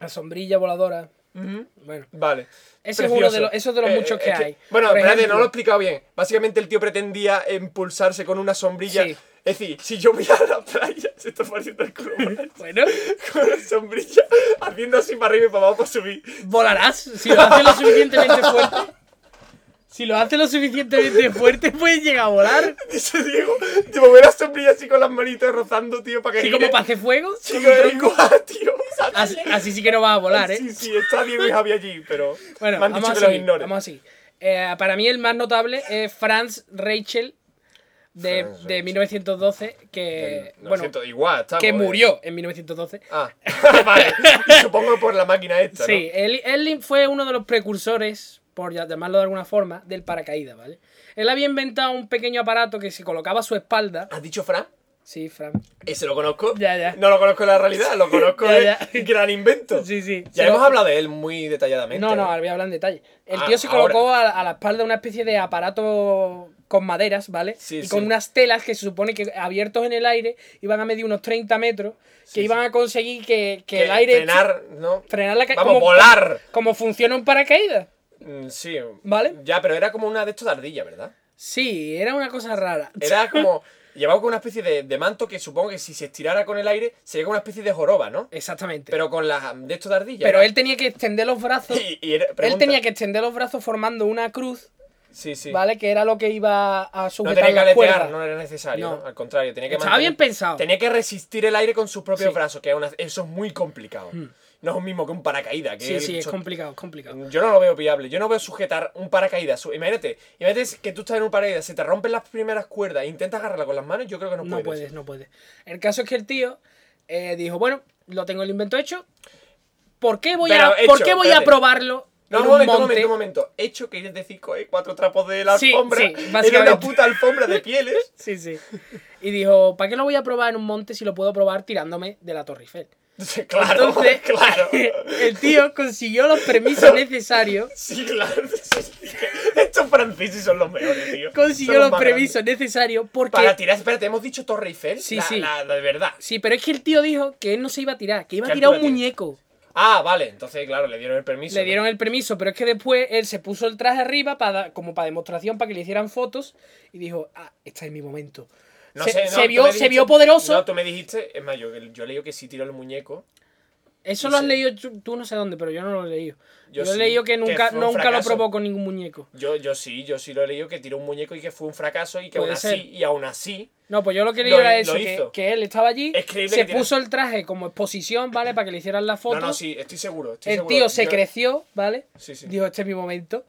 Speaker 1: La sombrilla voladora. Bueno.
Speaker 2: Vale. Eh,
Speaker 1: Ese es uno de los- eso de los muchos que hay.
Speaker 2: Bueno,
Speaker 1: Por
Speaker 2: espérate,
Speaker 1: ejemplo-
Speaker 2: no lo he explicado bien. Básicamente el tío pretendía impulsarse con una sombrilla.
Speaker 1: Sí.
Speaker 2: Es decir, si yo voy a la playa, se está pareciendo el club.
Speaker 1: Bueno,
Speaker 2: con la sombrilla, haciendo así para arriba y para abajo para subir.
Speaker 1: volarás si lo haces lo suficientemente fuerte. Si lo haces lo suficientemente fuerte, puedes llegar a volar.
Speaker 2: Dice Diego, te mover la sombrilla así con las manitas rozando, tío, para que
Speaker 1: Así
Speaker 2: gire.
Speaker 1: como para hacer fuego.
Speaker 2: Sí, como igual, tío.
Speaker 1: Así, así sí que no vas a volar, ¿eh?
Speaker 2: Sí, sí, está Diego y Javi allí, pero
Speaker 1: Bueno,
Speaker 2: me han
Speaker 1: vamos,
Speaker 2: dicho que
Speaker 1: así,
Speaker 2: los ignore.
Speaker 1: vamos así. Eh, para mí el más notable es Franz Rachel de,
Speaker 2: Franz
Speaker 1: de
Speaker 2: Rachel.
Speaker 1: 1912, que,
Speaker 2: Lo
Speaker 1: eh, bueno,
Speaker 2: siento, igual, estamos,
Speaker 1: que
Speaker 2: eh.
Speaker 1: murió en 1912.
Speaker 2: Ah, vale. Y supongo por la máquina esta, ¿no?
Speaker 1: Sí, él, él fue uno de los precursores, por ya- llamarlo de alguna forma, del paracaídas, ¿vale? Él había inventado un pequeño aparato que se colocaba a su espalda.
Speaker 2: ¿Has dicho Fran?
Speaker 1: Sí, Fran.
Speaker 2: Ese lo conozco.
Speaker 1: Ya, ya.
Speaker 2: No lo conozco en la realidad, lo conozco
Speaker 1: Ya,
Speaker 2: en
Speaker 1: ya.
Speaker 2: gran invento.
Speaker 1: Sí, sí. Se
Speaker 2: Ya hemos
Speaker 1: lo-
Speaker 2: hablado de él muy detalladamente.
Speaker 1: No, no,
Speaker 2: ¿eh?
Speaker 1: ahora voy a hablar en detalle. El
Speaker 2: Ah,
Speaker 1: tío se
Speaker 2: ahora.
Speaker 1: colocó a, a la espalda una especie de aparato con maderas, ¿vale?
Speaker 2: Sí,
Speaker 1: y
Speaker 2: sí.
Speaker 1: con unas telas que se supone que abiertos en el aire iban a medir unos 30 metros, que iban a conseguir que, que
Speaker 2: Que
Speaker 1: el aire...
Speaker 2: Frenar, ¿no?
Speaker 1: frenar la ca-
Speaker 2: Vamos, volar.
Speaker 1: Como funciona un paracaídas.
Speaker 2: Mm, Sí.
Speaker 1: ¿Vale?
Speaker 2: Ya, pero era como una de estos de ardilla, ¿verdad?
Speaker 1: Sí, era una cosa rara.
Speaker 2: Era como. Llevaba con una especie de, de manto que supongo que si se estirara con el aire sería como una especie de joroba, ¿no?
Speaker 1: Este. Exactamente. Pero,
Speaker 2: Pero con las de estos de ardilla. ¿no?
Speaker 1: él tenía que extender los brazos.
Speaker 2: Y, y era-
Speaker 1: él
Speaker 2: pregunta.
Speaker 1: tenía que extender los brazos formando una cruz,
Speaker 2: Sí, sí.
Speaker 1: ¿vale? Que era lo que iba a
Speaker 2: No
Speaker 1: sujetar
Speaker 2: tenía que
Speaker 1: las
Speaker 2: aletear,
Speaker 1: cuerdas.
Speaker 2: no era necesario.
Speaker 1: No.
Speaker 2: ¿no? Al contrario, tenía que
Speaker 1: Estaba
Speaker 2: mantener-
Speaker 1: bien pensado.
Speaker 2: Tenía que resistir el aire con sus propios
Speaker 1: Sí. Hmm.
Speaker 2: brazos, que es una- eso es muy complicado. No es lo mismo que un paracaídas. Que
Speaker 1: Sí, sí, es
Speaker 2: cho-
Speaker 1: complicado, es complicado.
Speaker 2: Yo no lo veo viable. Yo no veo sujetar un paracaídas. Su- Imagínate, imagínate que tú estás en un paracaídas, se te rompen las primeras cuerdas e intentas agarrarla con las manos. Yo creo que no,
Speaker 1: No puedes, no puedes. El caso es que el tío eh, dijo, bueno, lo tengo el invento hecho. ¿Por qué voy, a,
Speaker 2: Pero hecho,
Speaker 1: ¿por qué voy a
Speaker 2: espérate.
Speaker 1: probarlo
Speaker 2: No,
Speaker 1: en
Speaker 2: un
Speaker 1: un
Speaker 2: momento, un
Speaker 1: monte?
Speaker 2: momento, un momento. Hecho que eres de cinco, ¿eh? Cuatro trapos de la
Speaker 1: Sí,
Speaker 2: alfombra.
Speaker 1: sí,
Speaker 2: Era
Speaker 1: básicamente.
Speaker 2: una puta alfombra de pieles.
Speaker 1: Sí, sí. Y dijo, ¿para qué lo voy a probar en un monte si lo puedo probar tirándome de la Torre Eiffel?
Speaker 2: Entonces, claro,
Speaker 1: Entonces,
Speaker 2: claro.
Speaker 1: el tío consiguió los permisos necesarios.
Speaker 2: Sí, claro. Estos franceses son los mejores, tío.
Speaker 1: Consiguió
Speaker 2: Son
Speaker 1: los,
Speaker 2: más
Speaker 1: permisos
Speaker 2: grandes.
Speaker 1: necesarios porque...
Speaker 2: Para tirar, espérate, hemos dicho Torre Eiffel.
Speaker 1: Sí,
Speaker 2: la,
Speaker 1: sí.
Speaker 2: La, la de verdad.
Speaker 1: Sí, pero es que el tío dijo que él no se iba a tirar, que iba a
Speaker 2: ¿Qué
Speaker 1: tirar un
Speaker 2: altura tiene?
Speaker 1: muñeco.
Speaker 2: Ah, vale, entonces, claro, le dieron el permiso.
Speaker 1: Le
Speaker 2: ¿no?
Speaker 1: dieron el permiso, pero es que después él se puso el traje arriba para, como para demostración, para que le hicieran fotos. Y dijo, ah, este es mi momento.
Speaker 2: No
Speaker 1: se,
Speaker 2: sé, no,
Speaker 1: se
Speaker 2: tú
Speaker 1: vio,
Speaker 2: me
Speaker 1: se
Speaker 2: dijiste-
Speaker 1: vio poderoso.
Speaker 2: No, tú me dijiste, es más, yo, yo leí que sí tiró el muñeco.
Speaker 1: Eso
Speaker 2: no
Speaker 1: lo has
Speaker 2: sé.
Speaker 1: leído tú, tú no sé dónde, pero yo no lo he leído. Yo,
Speaker 2: Yo
Speaker 1: he
Speaker 2: sí,
Speaker 1: leído que
Speaker 2: que
Speaker 1: nunca,
Speaker 2: fue un
Speaker 1: nunca lo
Speaker 2: fracaso.
Speaker 1: provocó ningún muñeco.
Speaker 2: Yo, yo sí, yo sí lo he leído que tiró un muñeco y que fue un fracaso y que
Speaker 1: Puede
Speaker 2: aún
Speaker 1: ser.
Speaker 2: así, y aún así.
Speaker 1: No, pues yo lo que leí era
Speaker 2: hi-
Speaker 1: eso,
Speaker 2: lo
Speaker 1: que,
Speaker 2: hizo.
Speaker 1: que él estaba allí,
Speaker 2: Es creíble
Speaker 1: se
Speaker 2: que tiene-
Speaker 1: puso el traje como exposición, ¿vale? Para que le hicieran las
Speaker 2: No,
Speaker 1: fotos.
Speaker 2: no, sí, estoy seguro. Estoy
Speaker 1: el
Speaker 2: seguro.
Speaker 1: tío se
Speaker 2: Yo-
Speaker 1: creció, ¿vale?
Speaker 2: Sí, sí.
Speaker 1: Dijo, este es mi momento.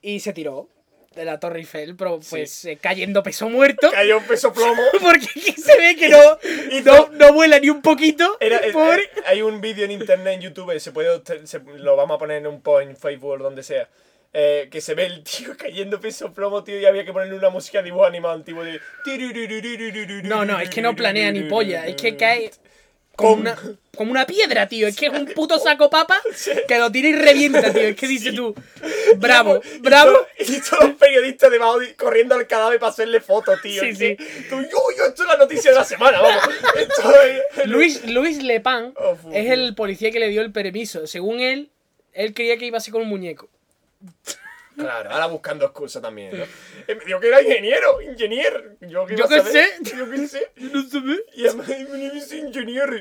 Speaker 1: Y se tiró de la Torre Eiffel, pero pues eh, cayendo peso muerto.
Speaker 2: Cayó un peso plomo.
Speaker 1: Porque aquí se ve que no, no, no vuela ni un poquito.
Speaker 2: Era- es-
Speaker 1: por-
Speaker 2: es- hay un vídeo en internet, en YouTube, se puede, obte- se- lo vamos a poner en un post, en Facebook o donde sea. eh, que se ve el tío cayendo peso plomo, tío, y había que ponerle una música de dibujo animado antiguo de.
Speaker 1: No, no, es que no planea ni polla. Es que cae como
Speaker 2: Con-
Speaker 1: una, como una piedra, tío. Es que es un puto saco papa que lo tira y revienta, tío. Es que dices tú, bravo,
Speaker 2: Y
Speaker 1: bravo.
Speaker 2: todo- Y todos los periodistas debajo de- corriendo al cadáver para hacerle fotos, tío.
Speaker 1: Sí,
Speaker 2: Es
Speaker 1: sí.
Speaker 2: que tú, yo, yo, esto es la noticia de la semana, vamos. Esto es-
Speaker 1: Luis, Luis Lepan
Speaker 2: Oh, fu-
Speaker 1: es el policía que le dio el permiso. Según él, él creía que iba a ser con un muñeco.
Speaker 2: Claro, ahora buscando excusas también. ¿no? Eh, me dijo que era ingeniero, ingeniero. Yo que,
Speaker 1: Yo qué sé.
Speaker 2: Yo qué sé.
Speaker 1: No se ve.
Speaker 2: Y además me dice ingeniero.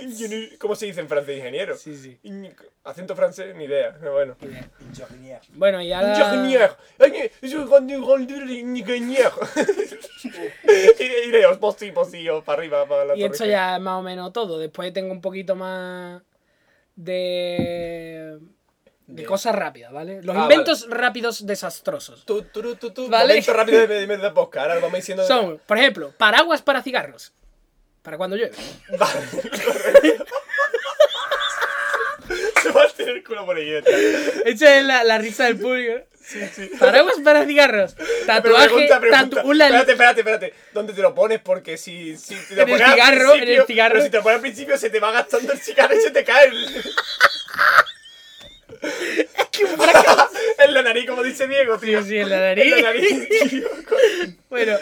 Speaker 2: Ingeniero. ¿Cómo se dice en francés ingeniero?
Speaker 1: Sí, sí.
Speaker 2: Iñ- Acento francés, ni idea. No, bueno.
Speaker 5: Ingenier.
Speaker 1: Bueno, y ahora.
Speaker 2: Ingeniero. Ay, eh, Yo cuando cuando era ingeniero. Iré, iré, os posí, posí, yo, para arriba, para la
Speaker 1: Y
Speaker 2: torre
Speaker 1: esto
Speaker 2: Eiffel.
Speaker 1: ya es más o menos todo. Después tengo un poquito más de. de cosas rápidas, ¿vale? Los
Speaker 2: Ah,
Speaker 1: inventos rápidos desastrosos.
Speaker 2: Tú, tú, tú, tú.
Speaker 1: Vale.
Speaker 2: Momento rápido de medir de posca. Ahora vamos diciendo.
Speaker 1: Son, por ejemplo, paraguas para cigarros. Para cuando llueve.
Speaker 2: Vale, correcto. Se va a tirar el culo por ahí. detrás.
Speaker 1: Esa es la, la risa del público.
Speaker 2: Sí, sí.
Speaker 1: Paraguas para cigarros.
Speaker 2: Pero
Speaker 1: Tatuaje.
Speaker 2: pregunta, pregunta.
Speaker 1: tatu- una li-
Speaker 2: Espérate, espérate, espérate. ¿Dónde te lo pones? Porque si, si te lo
Speaker 1: En el
Speaker 2: pones al
Speaker 1: cigarro, en el
Speaker 2: principio-
Speaker 1: cigarro.
Speaker 2: Pero si te lo pones al principio, se te va gastando el cigarro y se te cae el. en la nariz, como dice Diego, tío.
Speaker 1: Sí, sí, en la
Speaker 2: En la
Speaker 1: nariz.
Speaker 2: nariz, Oh. tío.
Speaker 1: Bueno,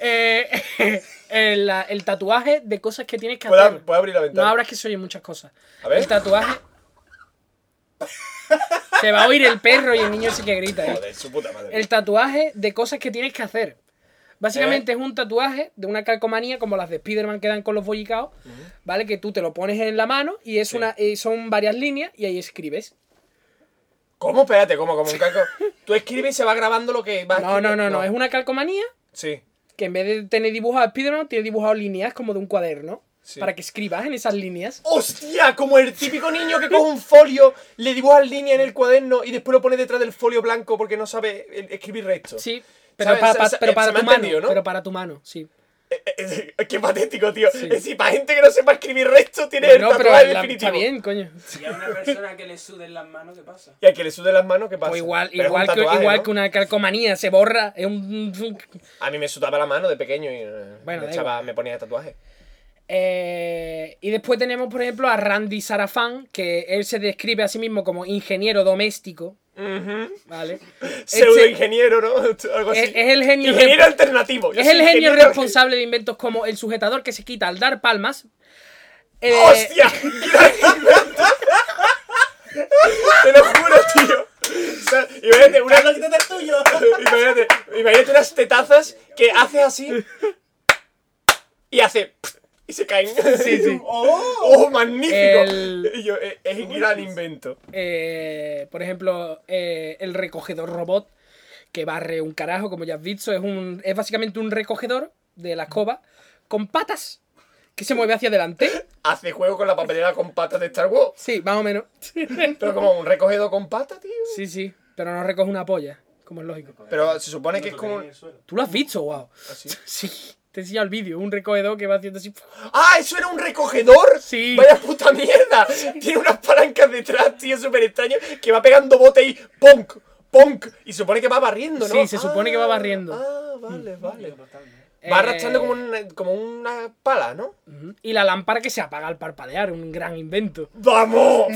Speaker 1: eh, el, la- el tatuaje de cosas que tienes que
Speaker 2: ¿Puedo,
Speaker 1: hacer.
Speaker 2: ab- puedo abrir la
Speaker 1: No
Speaker 2: ventana?
Speaker 1: habrás que se oyen muchas cosas.
Speaker 2: A ver.
Speaker 1: El tatuaje. se va a oír el perro y el niño sí que grita. ¿eh?
Speaker 2: Joder, su puta madre.
Speaker 1: El tatuaje de cosas que tienes que hacer. Básicamente
Speaker 2: Eh.
Speaker 1: es un tatuaje de una calcomanía como las de Spider-Man que dan con los bollicaos, ¿vale? Que tú te lo pones en la mano y es una, eh, son varias líneas y ahí escribes.
Speaker 2: ¿Cómo? Espérate, ¿cómo? Como un caco. Tú escribes y se va grabando lo Ah, que vas
Speaker 1: No, no, no,
Speaker 2: escribiendo.
Speaker 1: no, es una calcomanía
Speaker 2: Sí.
Speaker 1: que en vez de tener dibujado a Spider-Man, tiene dibujado líneas como de un cuaderno
Speaker 2: Sí.
Speaker 1: para que escribas en esas líneas.
Speaker 2: ¡Hostia! Como el típico niño que coge un folio, le dibuja línea en el cuaderno y después lo pone detrás del folio blanco porque no sabe eh, escribir recto.
Speaker 1: Sí, pero,
Speaker 2: ¿Sabes?
Speaker 1: pa-
Speaker 2: Se-
Speaker 1: pa-
Speaker 2: se-
Speaker 1: pero
Speaker 2: se
Speaker 1: para
Speaker 2: me ha
Speaker 1: tu mano,
Speaker 2: entendido, ¿no?
Speaker 1: pero para tu mano, sí.
Speaker 2: Eh, eh, eh, ¡Qué patético, tío!
Speaker 1: Sí.
Speaker 2: Es decir, para gente que no sepa escribir recto, tiene
Speaker 1: no,
Speaker 2: el
Speaker 1: pero
Speaker 2: tatuaje
Speaker 1: la-
Speaker 2: definitivo.
Speaker 1: está bien, coño.
Speaker 5: Si a una persona que le suden las manos, ¿qué pasa?
Speaker 2: Y al que le sude las manos, ¿qué pasa?
Speaker 1: O igual,
Speaker 2: Pero es un
Speaker 1: igual, que,
Speaker 2: tatuaje,
Speaker 1: igual
Speaker 2: ¿no?
Speaker 1: que una calcomanía, se borra. Es un, un-
Speaker 2: A mí me sudaba la mano de pequeño y eh,
Speaker 1: Bueno,
Speaker 2: me,
Speaker 1: da
Speaker 2: echaba-
Speaker 1: igual.
Speaker 2: me ponía tatuaje.
Speaker 1: Eh, y después tenemos, por ejemplo, a Randy Sarafán, que él se describe a sí mismo como ingeniero doméstico, ¿vale?
Speaker 2: Pseudo
Speaker 1: Este-
Speaker 2: ingeniero, ¿no? Algo así.
Speaker 1: Es- es el genio
Speaker 2: Ingeniero
Speaker 1: que-
Speaker 2: alternativo. Yo
Speaker 1: Es
Speaker 2: soy
Speaker 1: el genio
Speaker 2: ingeniero-
Speaker 1: responsable de inventos como el sujetador que se quita al dar palmas. eh,
Speaker 2: ¡Hostia! Gran invento. Te lo juro, tío. O sea, Imagínate, una,
Speaker 5: ¡Quítate el tuyo!
Speaker 2: imagínate, imagínate unas tetazas que hace así y hace y se caen. Sí, sí. ¡Oh, magnífico!
Speaker 1: El-
Speaker 2: Y yo, eh, es un gran invento.
Speaker 1: eh, por ejemplo, eh, el recogedor robot que barre un carajo, como ya has dicho. Es, un, es básicamente un recogedor de la escoba con patas que se mueve hacia adelante.
Speaker 2: Hace juego con la papelera con patas de Star Wars.
Speaker 1: Sí, más o menos.
Speaker 2: Pero como un recogido con patas, tío.
Speaker 1: Sí, sí, pero no recoge una polla, como es lógico.
Speaker 2: Pero se supone que es como
Speaker 5: En
Speaker 2: un...
Speaker 5: el suelo.
Speaker 1: ¿Tú lo has visto? ¡Wow!
Speaker 2: ¿Así?
Speaker 1: Sí, te he enseñado el vídeo, un recogedor que va haciendo así.
Speaker 2: ¡Ah, eso era un recogedor!
Speaker 1: Sí.
Speaker 2: ¡Vaya puta mierda! Tiene unas palancas detrás, tío, súper extraño, que va pegando bote y ¡ponk! ¡ponk! Y supone que va barriendo, ¿no?
Speaker 1: Sí, se supone que va
Speaker 2: Ah,
Speaker 1: barriendo.
Speaker 2: Ah, vale, vale.
Speaker 1: Eh,
Speaker 2: Va arrastrando como una, como una pala, ¿no?
Speaker 1: Ujú. Y la lámpara que se apaga al parpadear, un gran invento.
Speaker 2: ¡Vamos!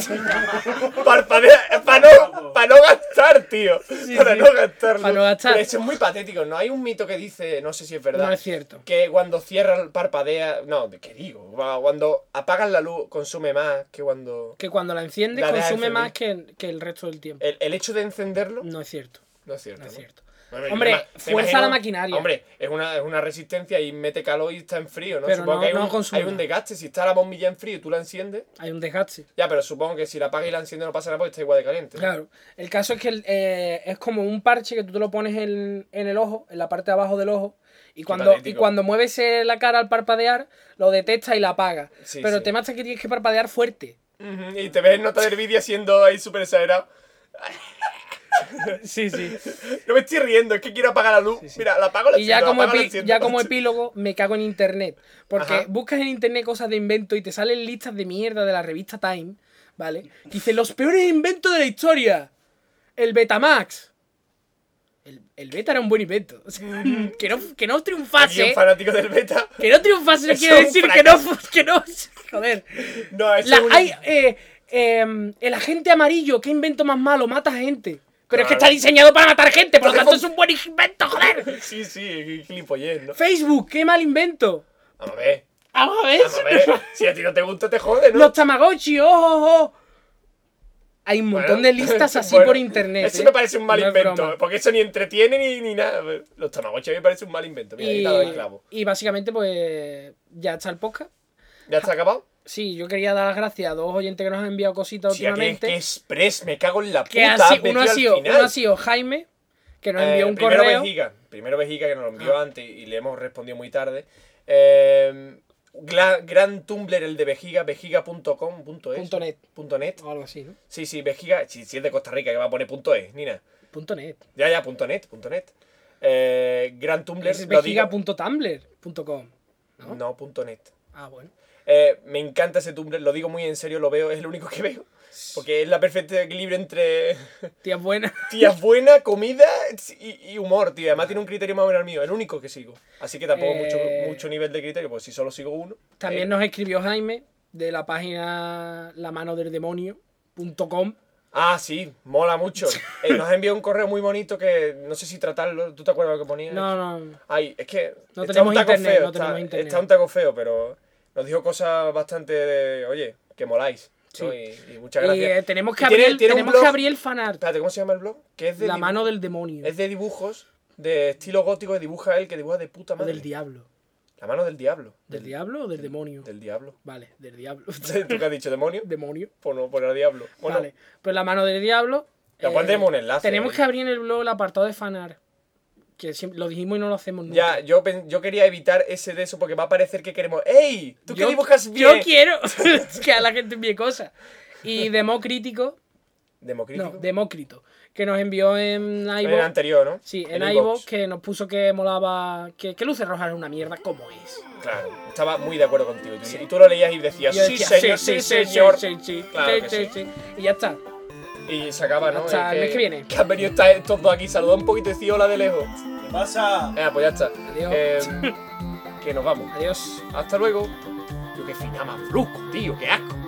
Speaker 2: Parpadea, para no, pa' no gastar, tío. para
Speaker 1: sí.
Speaker 2: no gastarlo.
Speaker 1: Pa' no gastar.
Speaker 2: Pero eso es muy patético, ¿no? Hay un mito que dice, no sé si es verdad.
Speaker 1: No es cierto.
Speaker 2: Que cuando cierras, parpadea. No, ¿qué digo? Cuando apagas la luz, consume más que cuando.
Speaker 1: Que cuando la enciendes
Speaker 2: La deja de
Speaker 1: consume
Speaker 2: encender.
Speaker 1: más que, que el resto del tiempo.
Speaker 2: El, el hecho de encenderlo
Speaker 1: No es cierto,
Speaker 2: no es cierto.
Speaker 1: no es
Speaker 2: ¿no?
Speaker 1: cierto.
Speaker 2: Bueno, yo
Speaker 1: Hombre,
Speaker 2: me ima- me
Speaker 1: fuerza
Speaker 2: imagino-
Speaker 1: la maquinaria.
Speaker 2: Hombre, es una, es una resistencia y mete calor y está en frío, ¿no?
Speaker 1: Pero
Speaker 2: supongo
Speaker 1: no-
Speaker 2: que hay,
Speaker 1: no
Speaker 2: un,
Speaker 1: consume.
Speaker 2: hay un desgaste. Si está la bombilla en frío y tú la enciendes.
Speaker 1: Hay un desgaste.
Speaker 2: Ya, pero supongo que si la apagas y la enciendes no pasa nada porque está igual de caliente.
Speaker 1: Claro. El caso es que el, eh, es como un parche que tú te lo pones en, en el ojo, en la parte de abajo del ojo. Y cuando, y
Speaker 2: patético.
Speaker 1: cuando mueves eh, la cara al parpadear, lo detecta y la apaga.
Speaker 2: Sí,
Speaker 1: Pero
Speaker 2: sí.
Speaker 1: el tema está que tienes que parpadear fuerte.
Speaker 2: Ujú, Y te ves en nota del vídeo siendo ahí súper exagerado.
Speaker 1: Sí, sí.
Speaker 2: No me estoy riendo, es que quiero apagar la luz. Mira, la apago, la
Speaker 1: Y ya
Speaker 2: enciendo, la
Speaker 1: como,
Speaker 2: apago, la
Speaker 1: epi-
Speaker 2: enciendo.
Speaker 1: ya como epílogo, me cago en internet. Porque
Speaker 2: Ajá.
Speaker 1: buscas en internet cosas de invento y te salen listas de mierda de la revista Time, ¿vale? Que dice los peores inventos de la historia. El Betamax. El, el beta era un buen invento. O sea, que, no, que no
Speaker 2: Aquí un
Speaker 1: triunfase.
Speaker 2: fanático del beta.
Speaker 1: Que no triunfase no
Speaker 2: Eso
Speaker 1: quiere
Speaker 2: es un
Speaker 1: decir que no, fu- que no. Joder.
Speaker 2: No, eso
Speaker 1: La-
Speaker 2: es un...
Speaker 1: hay, eh, em, el agente amarillo, ¿qué invento más malo? Mata gente. Pero es que
Speaker 2: Claro.
Speaker 1: está diseñado para matar gente, por lo
Speaker 2: Porque
Speaker 1: tanto es
Speaker 2: fue-
Speaker 1: un buen invento, joder.
Speaker 2: Sí, sí, gilipollez, ¿no?
Speaker 1: Facebook, qué mal invento.
Speaker 2: Vamos a ver.
Speaker 1: Vamos a
Speaker 2: Ah, Vamos a ver. Si a ti no te gusta, te jode, ¿no?
Speaker 1: Los Tamagotchi, ojo, ojo. Hay un montón
Speaker 2: Bueno,
Speaker 1: de listas así
Speaker 2: bueno,
Speaker 1: por internet.
Speaker 2: Eso
Speaker 1: ¿eh?
Speaker 2: me parece un mal
Speaker 1: No es
Speaker 2: invento. eh,
Speaker 1: broma.
Speaker 2: porque eso ni entretiene ni, ni nada. Los Tamagotchi a mí me parece un mal invento. Mira, ahí
Speaker 1: Y,
Speaker 2: le ha dado el clavo.
Speaker 1: y básicamente, pues ya está el podcast.
Speaker 2: ¿Ya está acabado?
Speaker 1: Sí, yo quería dar las gracias a dos oyentes que nos han enviado cositas
Speaker 2: Sí, aquí es
Speaker 1: últimamente.
Speaker 2: que express, me cago en la puta.
Speaker 1: que ha sido-
Speaker 2: has metido
Speaker 1: uno, ha
Speaker 2: al
Speaker 1: sido,
Speaker 2: final.
Speaker 1: uno ha sido Jaime, que nos
Speaker 2: Eh,
Speaker 1: envió un
Speaker 2: primero
Speaker 1: correo. Ah.
Speaker 2: Vejiga, primero Vejiga que nos lo envió antes y le hemos respondido muy tarde. Eh, gla- gran Tumblr el de Vejiga, vejiga.com.es.
Speaker 1: Punto net.
Speaker 2: Punto net.
Speaker 1: O algo así, ¿no?
Speaker 2: Sí, sí, Vejiga, si, si es de Costa Rica que va a poner punto .es, Nina.
Speaker 1: Punto net.
Speaker 2: Ya, ya, punto .net, punto .net. Eh, gran Tumblr,
Speaker 1: Es
Speaker 2: lo digo.
Speaker 1: vejiga.tumblr.com.
Speaker 2: ¿no? punto .net.
Speaker 1: Ah, bueno.
Speaker 2: Eh, me encanta ese Tumblr, lo digo muy en serio, lo veo, es lo único que veo. Porque es la perfecta equilibrio entre
Speaker 1: Tía es buena.
Speaker 2: tías buena, comida y, y humor, tío. Además tiene un criterio más o menos el mío, el único que sigo. Así que tampoco
Speaker 1: Eh.
Speaker 2: mucho, mucho nivel de criterio, porque si solo sigo uno.
Speaker 1: También
Speaker 2: eh.
Speaker 1: nos escribió Jaime de la página la mano del demonio.com.
Speaker 2: Ah, sí, mola mucho. Eh, nos ha enviado un correo muy bonito que no sé si tratarlo. ¿Tú te acuerdas lo que ponía?
Speaker 1: No, no.
Speaker 2: Ay, es que.
Speaker 1: No
Speaker 2: está
Speaker 1: tenemos
Speaker 2: un taco
Speaker 1: internet,
Speaker 2: feo,
Speaker 1: no tenemos
Speaker 2: está,
Speaker 1: internet.
Speaker 2: está un taco feo, pero nos dijo cosas bastante de. Oye, que moláis. ¿no?
Speaker 1: Sí.
Speaker 2: Y, y muchas
Speaker 1: Y
Speaker 2: gracias.
Speaker 1: eh, tenemos que
Speaker 2: Y tiene-
Speaker 1: abrir,
Speaker 2: tiene un
Speaker 1: tenemos
Speaker 2: blog-
Speaker 1: que abrir el fanart.
Speaker 2: Espérate, ¿cómo se llama el blog? Que es de,
Speaker 1: La
Speaker 2: dibu-
Speaker 1: mano del demonio.
Speaker 2: es de dibujos de estilo gótico que dibuja él, que dibuja de puta
Speaker 1: O
Speaker 2: madre.
Speaker 1: del diablo.
Speaker 2: La mano del diablo.
Speaker 1: ¿Del diablo o del demonio?
Speaker 2: Del diablo.
Speaker 1: Vale, del diablo.
Speaker 2: ¿Tú qué has dicho? ¿Demonio?
Speaker 1: demonio.
Speaker 2: Por no poner diablo. Bueno,
Speaker 1: Vale. Pues la mano del diablo.
Speaker 2: Ya pondremos un enlace,
Speaker 1: Tenemos
Speaker 2: ¿eh?
Speaker 1: que abrir en el blog el apartado de fanart. Que siempre, lo dijimos y no lo hacemos nunca.
Speaker 2: ya, yo, pen- yo quería evitar ese de eso porque va a parecer que queremos. ¡Ey! ¿Tú que
Speaker 1: Yo-
Speaker 2: dibujas
Speaker 1: Yo
Speaker 2: bien?
Speaker 1: quiero que a la gente envíe cosas. Y Demócritico,
Speaker 2: Democrítico.
Speaker 1: no, Demócrito, que nos envió en
Speaker 2: En el
Speaker 1: iVoox.
Speaker 2: anterior, ¿no?
Speaker 1: Sí,
Speaker 2: El
Speaker 1: en
Speaker 2: inbox.
Speaker 1: iVoox, que nos puso que molaba. Que, que Luces Rojas es una mierda, como es.
Speaker 2: Claro, estaba muy de acuerdo contigo. Y tú, y tú lo leías y decías,
Speaker 1: Y yo
Speaker 2: sí,
Speaker 1: decía,
Speaker 2: señor, sí, señor.
Speaker 1: sí, sí,
Speaker 2: Claro
Speaker 1: sí,
Speaker 2: que
Speaker 1: sí,
Speaker 2: sí.
Speaker 1: sí. Y ya está.
Speaker 2: Y se acaba, ¿no?
Speaker 1: Hasta
Speaker 2: Es
Speaker 1: el mes que viene.
Speaker 2: Que han venido esta- estos dos aquí. Saluda un poquito y decía hola de lejos.
Speaker 5: ¿Qué pasa?
Speaker 2: Eh, pues ya está.
Speaker 1: Adiós.
Speaker 2: Eh, que nos vamos.
Speaker 1: Adiós.
Speaker 2: Hasta luego. Yo qué fina más brusco, tío, qué asco.